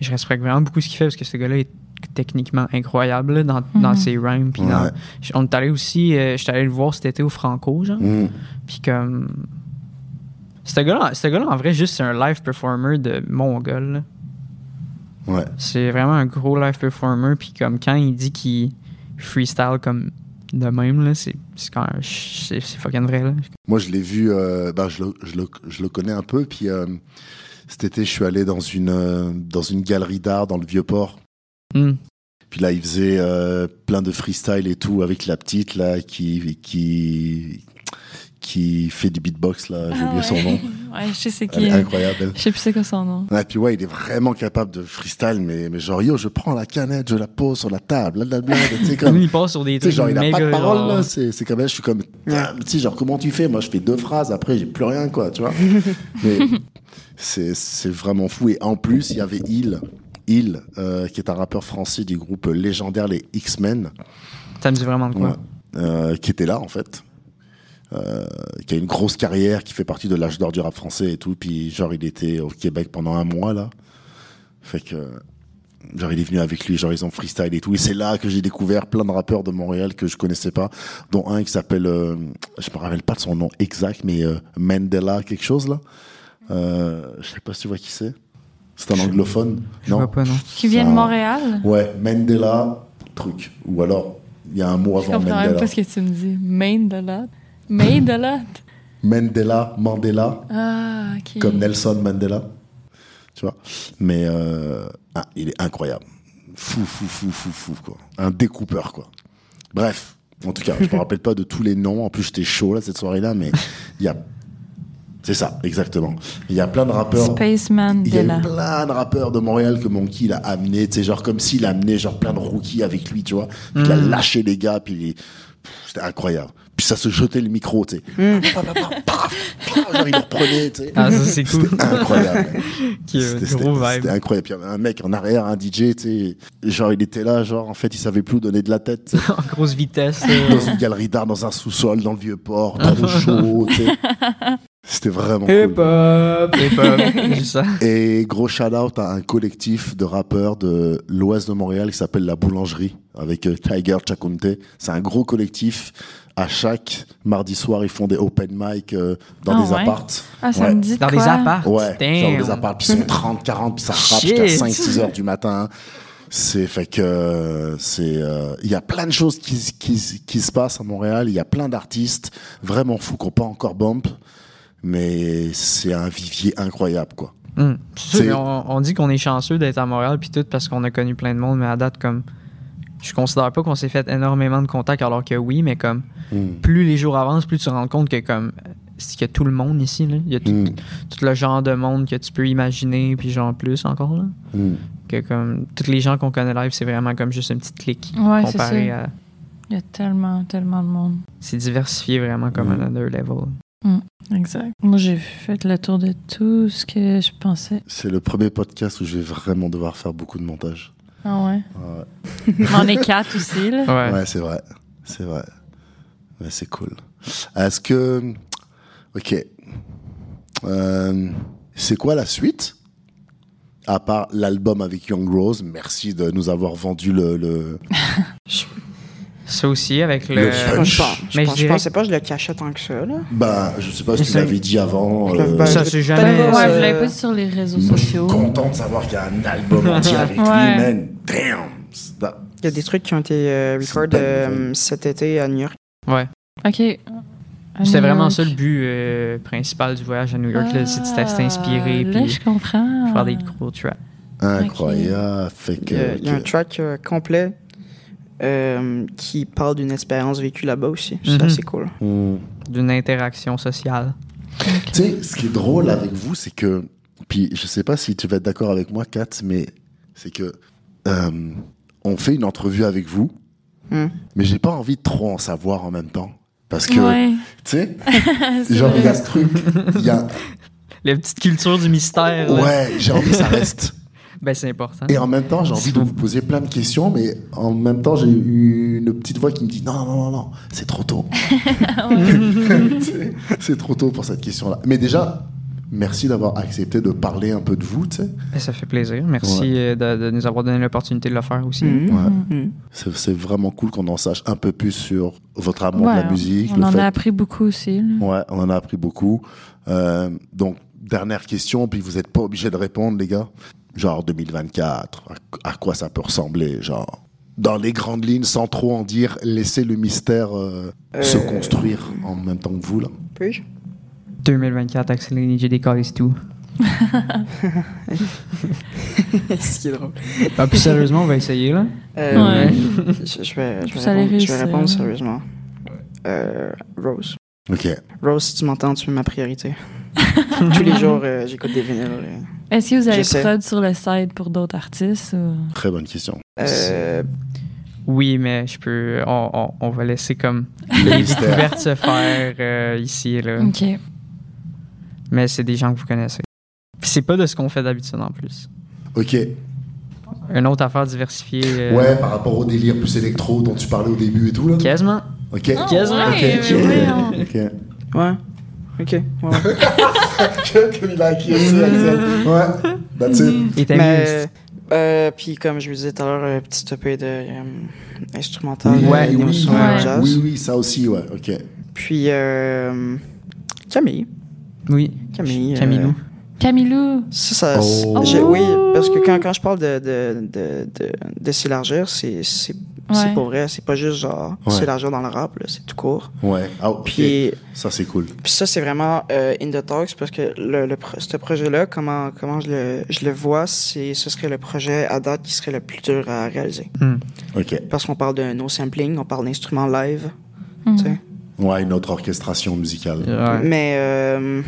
Speaker 3: je respecte vraiment beaucoup ce qu'il fait parce que ce gars-là est techniquement incroyable là, dans, dans
Speaker 2: Mhm.
Speaker 3: ses rhymes. Puis
Speaker 1: Ouais.
Speaker 3: dans- je- on est allé aussi, euh, j'étais allé le voir cet été au Franco, genre.
Speaker 1: Mm.
Speaker 3: Puis comme. Ce gars-là, ce gars-là, en vrai, juste, c'est un live performer de mon gars, là.
Speaker 1: Ouais.
Speaker 3: C'est vraiment un gros live performer. Puis comme quand il dit qu'il freestyle comme de même, là, c'est c'est quand même- c'est c'est fucking vrai. Là.
Speaker 1: Moi, je l'ai vu, euh, ben, je, le, je, le, je le connais un peu. Puis euh, cet été, je suis allé dans une, euh, dans une galerie d'art dans le Vieux-Port.
Speaker 3: Hmm.
Speaker 1: Puis là, il faisait euh, plein de freestyle et tout avec la petite là qui qui qui fait du beatbox là. J'ai oublié son
Speaker 2: [laughs]
Speaker 1: nom.
Speaker 2: Ah Ouais, je sais c'est
Speaker 1: Elle
Speaker 2: qui.
Speaker 1: est incroyable. elle.
Speaker 2: Je sais plus c'est quoi son nom.
Speaker 1: Ouais, puis ouais, il est vraiment capable de freestyle, mais, mais genre, yo, je prends la canette, je la pose sur la table, blablabla, tu sais,
Speaker 3: Lui,
Speaker 1: comme,
Speaker 3: il passe sur des
Speaker 1: tu sais,
Speaker 3: trucs
Speaker 1: genre, il a
Speaker 3: méga
Speaker 1: pas de parole,
Speaker 3: rares.
Speaker 1: là, c'est, c'est quand même, je suis comme, damn, tu sais, genre, comment tu fais? Moi, je fais deux phrases, après, j'ai plus rien, quoi, tu vois. Mais c'est, c'est vraiment fou. Et en plus, il y avait Il, Il, euh, qui est un rappeur français du groupe légendaire Les X-Men,
Speaker 3: Ça me dit vraiment de quoi.
Speaker 1: Ouais. Euh, qui était là en fait. euh, qui a une grosse carrière, qui fait partie de l'âge d'or du rap français et tout. Puis genre, il était au Québec pendant un mois là. Fait que genre il est venu avec lui, genre ils ont freestyle et tout. Et c'est là que j'ai découvert plein de rappeurs de Montréal que je connaissais pas, dont un qui s'appelle, euh, je me rappelle pas de son nom exact, mais euh, Mandela quelque chose là. Euh, je sais pas si tu vois qui c'est. C'est un anglophone.
Speaker 3: Je vois pas, non.
Speaker 2: Qui vient de
Speaker 1: Ah.
Speaker 2: Montréal?
Speaker 1: Ouais, Mandela truc. Ou alors il y a un mot
Speaker 2: Je
Speaker 1: avant
Speaker 2: comprends même
Speaker 1: Mandela.
Speaker 2: pas ce que tu me dis. Main de l'autre. Main de l'autre.
Speaker 1: Mandela, Mandela.
Speaker 2: Ah, ok.
Speaker 1: comme Nelson Mandela. Tu vois Mais euh, ah, il est incroyable. Fou, fou, fou, fou, fou, quoi. Un découpeur, quoi. Bref, en tout cas, je me rappelle pas de tous les noms. En plus, j'étais chaud là cette soirée-là, mais il y a. C'est ça, exactement. Il y a plein de rappeurs.
Speaker 2: Spaceman
Speaker 1: Il y a eu
Speaker 2: Della.
Speaker 1: plein de rappeurs de Montréal que Monkey il a amené, tu sais, genre comme s'il amenait genre plein de rookies avec lui, tu vois. Puis Il a
Speaker 3: Mm.
Speaker 1: lâché les gars, puis il est- Pff, c'était incroyable. Puis ça se jetait le micro, tu sais. Pa, pa, pa, paf, paf, genre, il le reprenait, tu sais.
Speaker 3: [laughs] Mm. Ah, ça, c'est cool.
Speaker 1: C'était
Speaker 3: [laughs]
Speaker 1: incroyable. mec.
Speaker 3: Qui, euh,
Speaker 1: C'était-
Speaker 3: gros
Speaker 1: c'était-
Speaker 3: vibe.
Speaker 1: C'était incroyable. Puis il y avait un mec en arrière, un DJ, tu sais. Genre, il était là, genre, en fait, il savait plus où donner de la tête, tu sais.
Speaker 3: [laughs] En grosse vitesse. euh,
Speaker 1: Dans une galerie d'art, dans un sous-sol, dans le vieux port,
Speaker 3: [laughs]
Speaker 1: trop chaud, tu sais. C'était vraiment cool.
Speaker 4: Hip-hop.
Speaker 3: Juste ça.
Speaker 1: Et gros shout out à un collectif de rappeurs de l'ouest de Montréal qui s'appelle La Boulangerie avec euh, Tiger Chakunte. C'est un gros collectif. À chaque mardi soir, ils font des open mic euh, dans
Speaker 2: Ah
Speaker 1: des
Speaker 2: ouais.
Speaker 1: appartes.
Speaker 2: Ah, ça
Speaker 1: Ouais.
Speaker 2: me dit de
Speaker 3: Dans
Speaker 2: quoi?
Speaker 3: des apparts.
Speaker 1: Ouais, genre
Speaker 3: Damn.
Speaker 1: des appartes. Puis ils sont 30, 40, puis ça rappe
Speaker 3: Shit.
Speaker 1: jusqu'à 5, 6 heures du matin. C'est fait que euh, c'est euh, il y a plein de choses qui, s- qui, s- qui se passent à Montréal. Il y a plein d'artistes vraiment fous qui n'ont pas encore bump, mais c'est un vivier incroyable quoi.
Speaker 3: Hmm. C'est
Speaker 1: C'est-
Speaker 3: sûr, mais on, on dit qu'on est chanceux d'être à Montréal puis tout parce qu'on a connu plein de monde, mais à date, comme. Je considère pas qu'on s'est fait énormément de contacts, alors que oui, mais comme plus les jours avancent, plus tu te rends compte que comme qu'il y a tout le monde ici, là. il y a tout,
Speaker 1: Mm.
Speaker 3: tout le genre de monde que tu peux imaginer, puis genre plus encore là,
Speaker 1: Mm.
Speaker 3: que comme tous les gens qu'on connaît live, c'est vraiment comme juste une petite clique
Speaker 2: Ouais, c'est
Speaker 3: comparé
Speaker 2: ça.
Speaker 3: à
Speaker 2: Il y a tellement, tellement de monde.
Speaker 3: c'est diversifié vraiment comme
Speaker 1: Mm.
Speaker 3: un other level.
Speaker 2: Exact. Moi, j'ai fait le tour de tout ce que je pensais.
Speaker 1: C'est le premier podcast où je vais vraiment devoir faire beaucoup de montage.
Speaker 2: Ah ouais.
Speaker 1: Ouais,
Speaker 2: Mais on est quatre aussi, là.
Speaker 3: Ouais.
Speaker 1: Ouais, c'est vrai. C'est vrai. Mais c'est cool. Est-ce que. Ok. Euh, c'est quoi la suite À part l'album avec Young Rose, merci de nous avoir vendu le. le-
Speaker 3: Ça aussi avec
Speaker 1: Le
Speaker 3: le,
Speaker 1: fun.
Speaker 4: Euh, Je, pense pas. je,
Speaker 3: Mais
Speaker 4: pense-
Speaker 3: je
Speaker 4: je
Speaker 3: dirais-
Speaker 4: pensais pas que je le cachais tant que ça. Là.
Speaker 1: Ben, je sais pas si tu
Speaker 3: Mais
Speaker 1: l'avais dit avant.
Speaker 4: Je- ben,
Speaker 3: Ça,
Speaker 4: je-
Speaker 3: c'est jamais-
Speaker 4: peut-être,
Speaker 2: Ouais,
Speaker 4: euh,
Speaker 2: je l'avais pas sur les réseaux
Speaker 1: Moi, je suis
Speaker 2: sociaux.
Speaker 1: content de savoir qu'il y a un
Speaker 4: [laughs]
Speaker 1: album entier avec lui,
Speaker 2: Ouais.
Speaker 1: man. Damn! C'est-
Speaker 4: Il y a des trucs qui ont été euh,
Speaker 1: C'est
Speaker 4: record
Speaker 1: pas une
Speaker 4: euh,
Speaker 1: nouvelle.
Speaker 4: cet été à New York.
Speaker 3: ouais.
Speaker 2: OK.
Speaker 3: C'était
Speaker 2: À New
Speaker 3: vraiment
Speaker 2: York.
Speaker 3: ça le but euh, principal du voyage à New York, là, c'est de s'inspirer
Speaker 2: Ah, Là,
Speaker 3: puis
Speaker 2: je comprends.
Speaker 3: faire des gros tracks.
Speaker 1: Incroyable. Fait
Speaker 4: Il y a-
Speaker 1: que.
Speaker 4: il y a un track euh, complet euh, qui parle d'une expérience vécue là-bas aussi. C'est
Speaker 3: Mhm.
Speaker 4: assez cool.
Speaker 1: Hmm.
Speaker 3: d'une interaction sociale.
Speaker 1: Tu sais, ce qui est drôle avec vous, c'est que. Puis je sais pas si tu vas être d'accord avec moi, Kat, mais c'est que. euh, on fait une entrevue avec vous,
Speaker 4: Hmm.
Speaker 1: mais j'ai pas envie de trop en savoir en même temps. Parce que,
Speaker 2: Ouais. [laughs] Ah,
Speaker 1: tu sais,
Speaker 2: C'est
Speaker 1: genre,
Speaker 2: vrai.
Speaker 1: il y a ce truc. il Y
Speaker 2: [laughs]
Speaker 1: a,
Speaker 3: La petite culture du mystère, là,
Speaker 1: ouais, j'ai envie que ça reste.
Speaker 3: ben c'est important.
Speaker 1: Et en même temps, j'ai envie de vous poser plein de questions, mais en même temps, j'ai eu une petite voix qui me dit non, non, non, non, c'est trop
Speaker 2: [laughs]
Speaker 1: tôt. [laughs] C'est- c'est trop tôt pour cette question-là. Mais déjà, merci d'avoir accepté de parler un peu de vous, tu sais.
Speaker 3: Ben, ça fait plaisir. Merci euh, de, de nous avoir donné l'opportunité de le faire aussi.
Speaker 2: Mm.
Speaker 4: Mhm.
Speaker 1: Ouais.
Speaker 4: Mhm.
Speaker 1: C'est c'est vraiment cool qu'on en sache un peu plus sur votre amour de
Speaker 2: Ouais,
Speaker 1: la musique.
Speaker 2: On
Speaker 1: le
Speaker 2: en
Speaker 1: fait...
Speaker 2: a appris beaucoup aussi. là.
Speaker 1: Ouais, on en a appris beaucoup. Euh, donc, dernière question, puis vous n'êtes pas obligé de répondre, les gars. Genre 2024, à, à quoi ça peut ressembler Genre, dans les grandes lignes, sans trop en dire, laissez le mystère euh,
Speaker 4: Euh,
Speaker 1: se construire en même temps que vous, là.
Speaker 4: Puis-je?
Speaker 3: 2024, Axel et j'ai des calls
Speaker 1: [laughs]
Speaker 3: tout.
Speaker 4: Ce qui est drôle.
Speaker 3: Ah, plus sérieusement, on va essayer là.
Speaker 4: Euh,
Speaker 2: Ouais.
Speaker 4: je, je vais, je vais
Speaker 2: Vous allez
Speaker 4: répondre, je vais
Speaker 2: réussir.
Speaker 4: répondre sérieusement. Euh, Rose.
Speaker 1: Ok.
Speaker 4: Rose, si tu m'entends, tu es ma priorité. Tous les jours, euh, j'écoute des vinyles. euh.
Speaker 2: Est-ce que vous avez
Speaker 4: J'essaie.
Speaker 2: prod sur le site pour d'autres artistes? ou-
Speaker 1: Très bonne question.
Speaker 4: Euh,
Speaker 3: Oui, mais je peux. On, on- on va laisser comme
Speaker 1: Le
Speaker 3: les [laughs]
Speaker 1: mystère.
Speaker 3: découvertes se faire euh, ici et là.
Speaker 2: OK.
Speaker 3: Mais c'est des gens que vous connaissez. Puis c'est pas de ce qu'on fait d'habitude en plus.
Speaker 1: Ok.
Speaker 3: Une autre affaire diversifiée. euh,
Speaker 1: Ouais, par rapport au délire plus électro dont tu parlais au début et tout, là.
Speaker 3: Quasiment.
Speaker 1: Ok.
Speaker 2: Ah,
Speaker 1: Ok.
Speaker 3: Yes,
Speaker 2: ouais,
Speaker 3: ok,
Speaker 2: mais
Speaker 1: ok.
Speaker 2: voyons.
Speaker 1: Ok.
Speaker 4: Ouais. Ok. ouais, ouais.
Speaker 1: Comme il a acquis aussi, Axel. Ouais. That's it.
Speaker 3: Et t'as
Speaker 4: Mais, euh, puis comme je vous disais tout à l'heure, euh, petit EP de euh, instrumental,
Speaker 1: Oui,
Speaker 4: ouais,
Speaker 1: oui,
Speaker 4: néo soul,
Speaker 2: ouais.
Speaker 4: jazz.
Speaker 1: Oui, oui, ça aussi, ouais. Ok.
Speaker 4: Puis euh, Camille,
Speaker 3: Oui,
Speaker 4: Camille,
Speaker 3: Camille,
Speaker 4: euh,
Speaker 3: nous.
Speaker 2: Camilou.
Speaker 4: ça, ça c'est-
Speaker 1: Oh.
Speaker 4: j'ai- oui,
Speaker 2: Oh.
Speaker 4: parce que quand, quand je parle de de de de, de s'élargir, c'est c'est c'est
Speaker 2: Ouais.
Speaker 4: pour vrai, c'est pas juste genre
Speaker 1: Ouais.
Speaker 4: s'élargir dans le rap, là, c'est tout court.
Speaker 1: Ouais. Ah, ok.
Speaker 4: Puis
Speaker 1: Ça, c'est cool.
Speaker 4: Puis ça, c'est vraiment euh, in the talks parce que le, le pro- ce projet-là, comment, comment je, le, je le vois, c'est ce serait le projet à date qui serait le plus dur à réaliser.
Speaker 3: Hmm.
Speaker 1: Ok.
Speaker 4: Parce qu'on parle de no sampling, on parle d'instruments live,
Speaker 2: Hmm.
Speaker 4: tu sais.
Speaker 1: Ouais, une autre orchestration musicale.
Speaker 3: Ouais.
Speaker 4: Mais euh,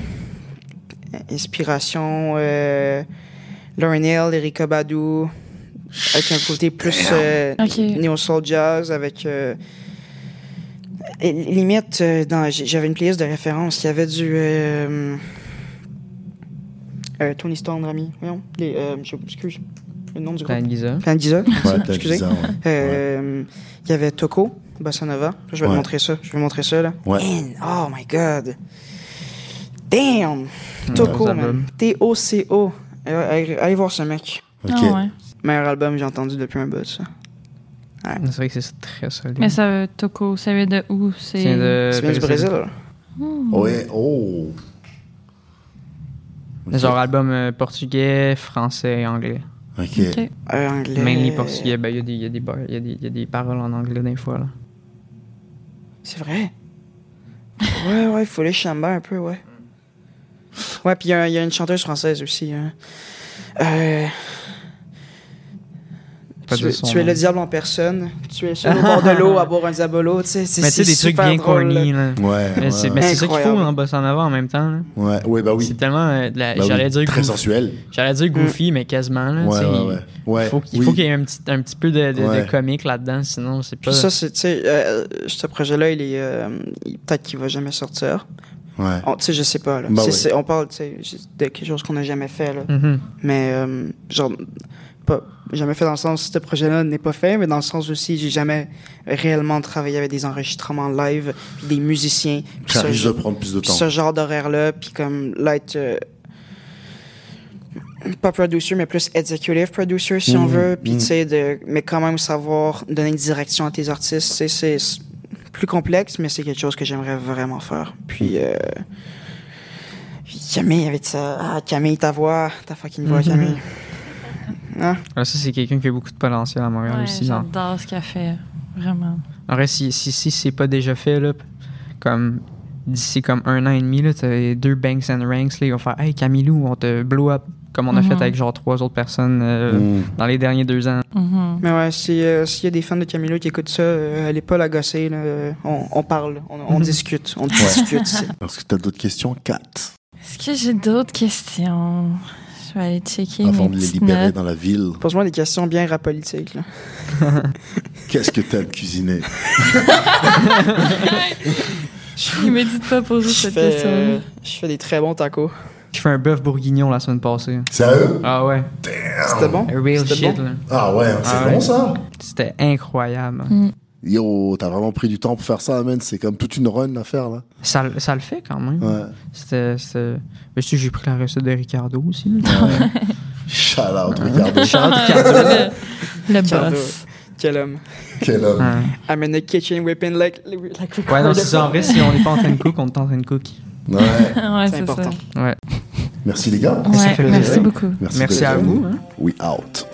Speaker 4: inspiration, euh, Lauren Hill, Erika Badu, avec un côté plus euh,
Speaker 2: Ok.
Speaker 4: neo-soul jazz, avec... euh, et limite, euh, dans- j'ai- j'avais une playlist de référence. Il y avait du... euh, euh, Tony Storm, Rami. Voyons. Les, euh, je m'excuse. Le nom du groupe.
Speaker 3: Plan Giza.
Speaker 4: Plan Giza.
Speaker 1: Ben,
Speaker 4: [laughs]
Speaker 1: Ouais, t'as
Speaker 4: Excusez.
Speaker 1: dit ça, ouais.
Speaker 4: Euh, Il y avait Toko, Bossa Nova. Je vais
Speaker 1: Ouais.
Speaker 4: te montrer ça. Je vais montrer ça, là.
Speaker 1: Ouais.
Speaker 4: Man, oh my God. Damn. Toko,
Speaker 3: gros
Speaker 4: man.
Speaker 3: album.
Speaker 4: T-O-C-O. Euh, Allez, allez voir ce mec.
Speaker 1: Ok.
Speaker 2: Ah ouais.
Speaker 4: Meilleur album que j'ai entendu depuis un bout, ça.
Speaker 3: C'est vrai que c'est très solide.
Speaker 2: Mais ça, euh, Toko, ça vient de où?
Speaker 3: C'est
Speaker 2: C'est.
Speaker 3: de
Speaker 4: C'est bien du Brésil, là.
Speaker 1: Hmm. Ouais, oh. Ok.
Speaker 3: Genre album euh, portugais, français et anglais.
Speaker 1: Ok.
Speaker 2: Ok.
Speaker 4: Euh, anglais.
Speaker 3: Mainly portugais, ben, il y, a des- il y, a des bar- il y, a des- il y a des paroles en anglais des fois. Là.
Speaker 4: C'est vrai. Ouais, ouais, il faut les chambres un peu, ouais. Ouais, puis il y, a- il y a une chanteuse française aussi. hein. Euh,
Speaker 3: Pas
Speaker 4: tu,
Speaker 3: dire son
Speaker 4: tu es
Speaker 3: nom.
Speaker 4: le diable en personne. Tu es sur
Speaker 3: [laughs]
Speaker 4: le bord de l'eau à boire un diabolo. Tu sais, c'est
Speaker 3: Mais tu sais,
Speaker 4: c'est
Speaker 3: des trucs
Speaker 4: super
Speaker 3: bien
Speaker 4: drôle, là.
Speaker 3: corny. Là.
Speaker 1: Ouais.
Speaker 3: Mais c'est mais
Speaker 1: ouais,
Speaker 3: c'est ça qu'il faut
Speaker 4: Incroyable.
Speaker 3: en bossant en avant en même temps. là.
Speaker 1: ouais. Ouais, bah
Speaker 3: C'est
Speaker 1: oui.
Speaker 3: tellement. euh, de la-
Speaker 1: Bah oui,
Speaker 3: J'allais dire
Speaker 1: Très
Speaker 3: goofy-
Speaker 1: sensuel.
Speaker 3: J'allais
Speaker 4: Mm.
Speaker 3: dire goofy, mais quasiment. Là, tu
Speaker 1: Ouais,
Speaker 3: sais,
Speaker 1: ouais,
Speaker 3: il-
Speaker 1: ouais. ouais.
Speaker 3: il faut qu'il
Speaker 1: oui.
Speaker 3: faut qu'il y ait un petit, un petit peu de, de- de
Speaker 1: Ouais.
Speaker 3: comique là-dedans, sinon c'est pas.
Speaker 4: Puis ça, c'est, tu sais, euh, ce projet-là, il est. euh, il- peut-être qu'il va jamais sortir.
Speaker 1: Ouais.
Speaker 4: On- Tu sais, je sais pas, là.
Speaker 1: Bah
Speaker 4: C'est-
Speaker 1: ouais.
Speaker 4: c'est- on parle, tu sais, juste de quelque chose qu'on n'a jamais fait, là.
Speaker 3: Mhm.
Speaker 4: Mais, euh, genre, pas, jamais fait dans le sens, ce projet-là n'est pas fait, mais dans le sens aussi, j'ai jamais réellement travaillé avec des enregistrements live, puis des musiciens, puis
Speaker 1: Ça
Speaker 4: ce,
Speaker 1: risque de
Speaker 4: genre-
Speaker 1: prendre plus de
Speaker 4: puis
Speaker 1: temps.
Speaker 4: ce genre d'horaire-là, puis comme, là, être. euh, pas producer, mais plus executive producer, si on
Speaker 1: Mhm,
Speaker 4: veut. Puis,
Speaker 1: mhm.
Speaker 4: tu sais, de- mais quand même savoir donner une direction à tes artistes, tu sais, c'est c'est plus complexe, mais c'est quelque chose que j'aimerais vraiment faire. Puis, euh, puis Camille, avec ça. Ah, Camille, ta voix, ta fucking voix,
Speaker 3: Mhm.
Speaker 4: Camille. Hein?
Speaker 3: Ah, ça, c'est quelqu'un qui a beaucoup de potentiel à Montréal
Speaker 2: Ouais,
Speaker 3: aussi. dans-
Speaker 2: J'adore ce qu'elle fait. Vraiment.
Speaker 3: En vrai, si, si, si c'est pas déjà fait, là, p- comme d'ici comme un an et demi, là, t'as les deux Banks and Ranks, là, ils vont faire Hey Camilou, on te blow up, comme on a
Speaker 2: Mhm.
Speaker 3: fait avec genre trois autres personnes euh,
Speaker 1: Mm.
Speaker 3: dans les derniers deux ans.
Speaker 2: Mhm.
Speaker 4: Mais ouais, si, euh, s'il y a des fans de Camilo qui écoutent ça, euh, allez pas la gosser, là, euh, on, on parle, on, on
Speaker 3: Mhm.
Speaker 4: discute, on discute. c'est-
Speaker 1: Est-ce que t'as d'autres questions, Kat
Speaker 2: Est-ce que j'ai d'autres questions? Je vais aller checker.
Speaker 1: Avant
Speaker 2: mes
Speaker 1: de les
Speaker 2: petites
Speaker 1: libérer
Speaker 2: notes. [laughs]
Speaker 1: dans la ville,
Speaker 4: Pose-moi des questions bien rap politiques, là.
Speaker 1: qu'est-ce que t'aimes cuisiner
Speaker 2: Il me dit de pas poser
Speaker 4: Je
Speaker 2: cette
Speaker 4: fais,
Speaker 2: question. [laughs]
Speaker 4: euh, je fais des très bons tacos.
Speaker 3: J'ai fait un bœuf bourguignon la semaine passée.
Speaker 1: Sérieux
Speaker 3: Ah ouais,
Speaker 4: C'était bon?
Speaker 3: a real
Speaker 4: C'était
Speaker 3: shit,
Speaker 4: bon?
Speaker 3: là.
Speaker 1: Ah ouais, c'est
Speaker 3: Ah
Speaker 1: bon
Speaker 3: ouais.
Speaker 1: ça
Speaker 3: C'était incroyable.
Speaker 1: Yo, t'as vraiment pris du temps pour faire ça, man. C'est comme toute une run à faire, là.
Speaker 3: Ça, l- ça le fait quand même.
Speaker 1: Ouais.
Speaker 3: C'était. c'était- Mais si j'ai pris la recette de Ricardo aussi. là. [laughs]
Speaker 1: Shout out, Ricardo.
Speaker 3: Shout out
Speaker 2: le, le
Speaker 4: Cardo.
Speaker 2: boss. [laughs]
Speaker 4: Quel homme.
Speaker 1: Quel homme.
Speaker 3: Ouais.
Speaker 4: I'm in the kitchen whipping like, like
Speaker 3: Ouais, non, c'est ça. En vrai, si on n'est pas en train de cook, on est en train de cook.
Speaker 1: Ouais.
Speaker 2: Ouais,
Speaker 4: C'est important.
Speaker 2: Ça.
Speaker 3: Ouais.
Speaker 1: Merci, les gars.
Speaker 2: Ouais,
Speaker 3: Ça fait plaisir.
Speaker 2: merci beaucoup.
Speaker 1: Merci,
Speaker 3: Merci
Speaker 1: d'être
Speaker 3: à
Speaker 1: venus.
Speaker 3: vous, hein.
Speaker 1: We out.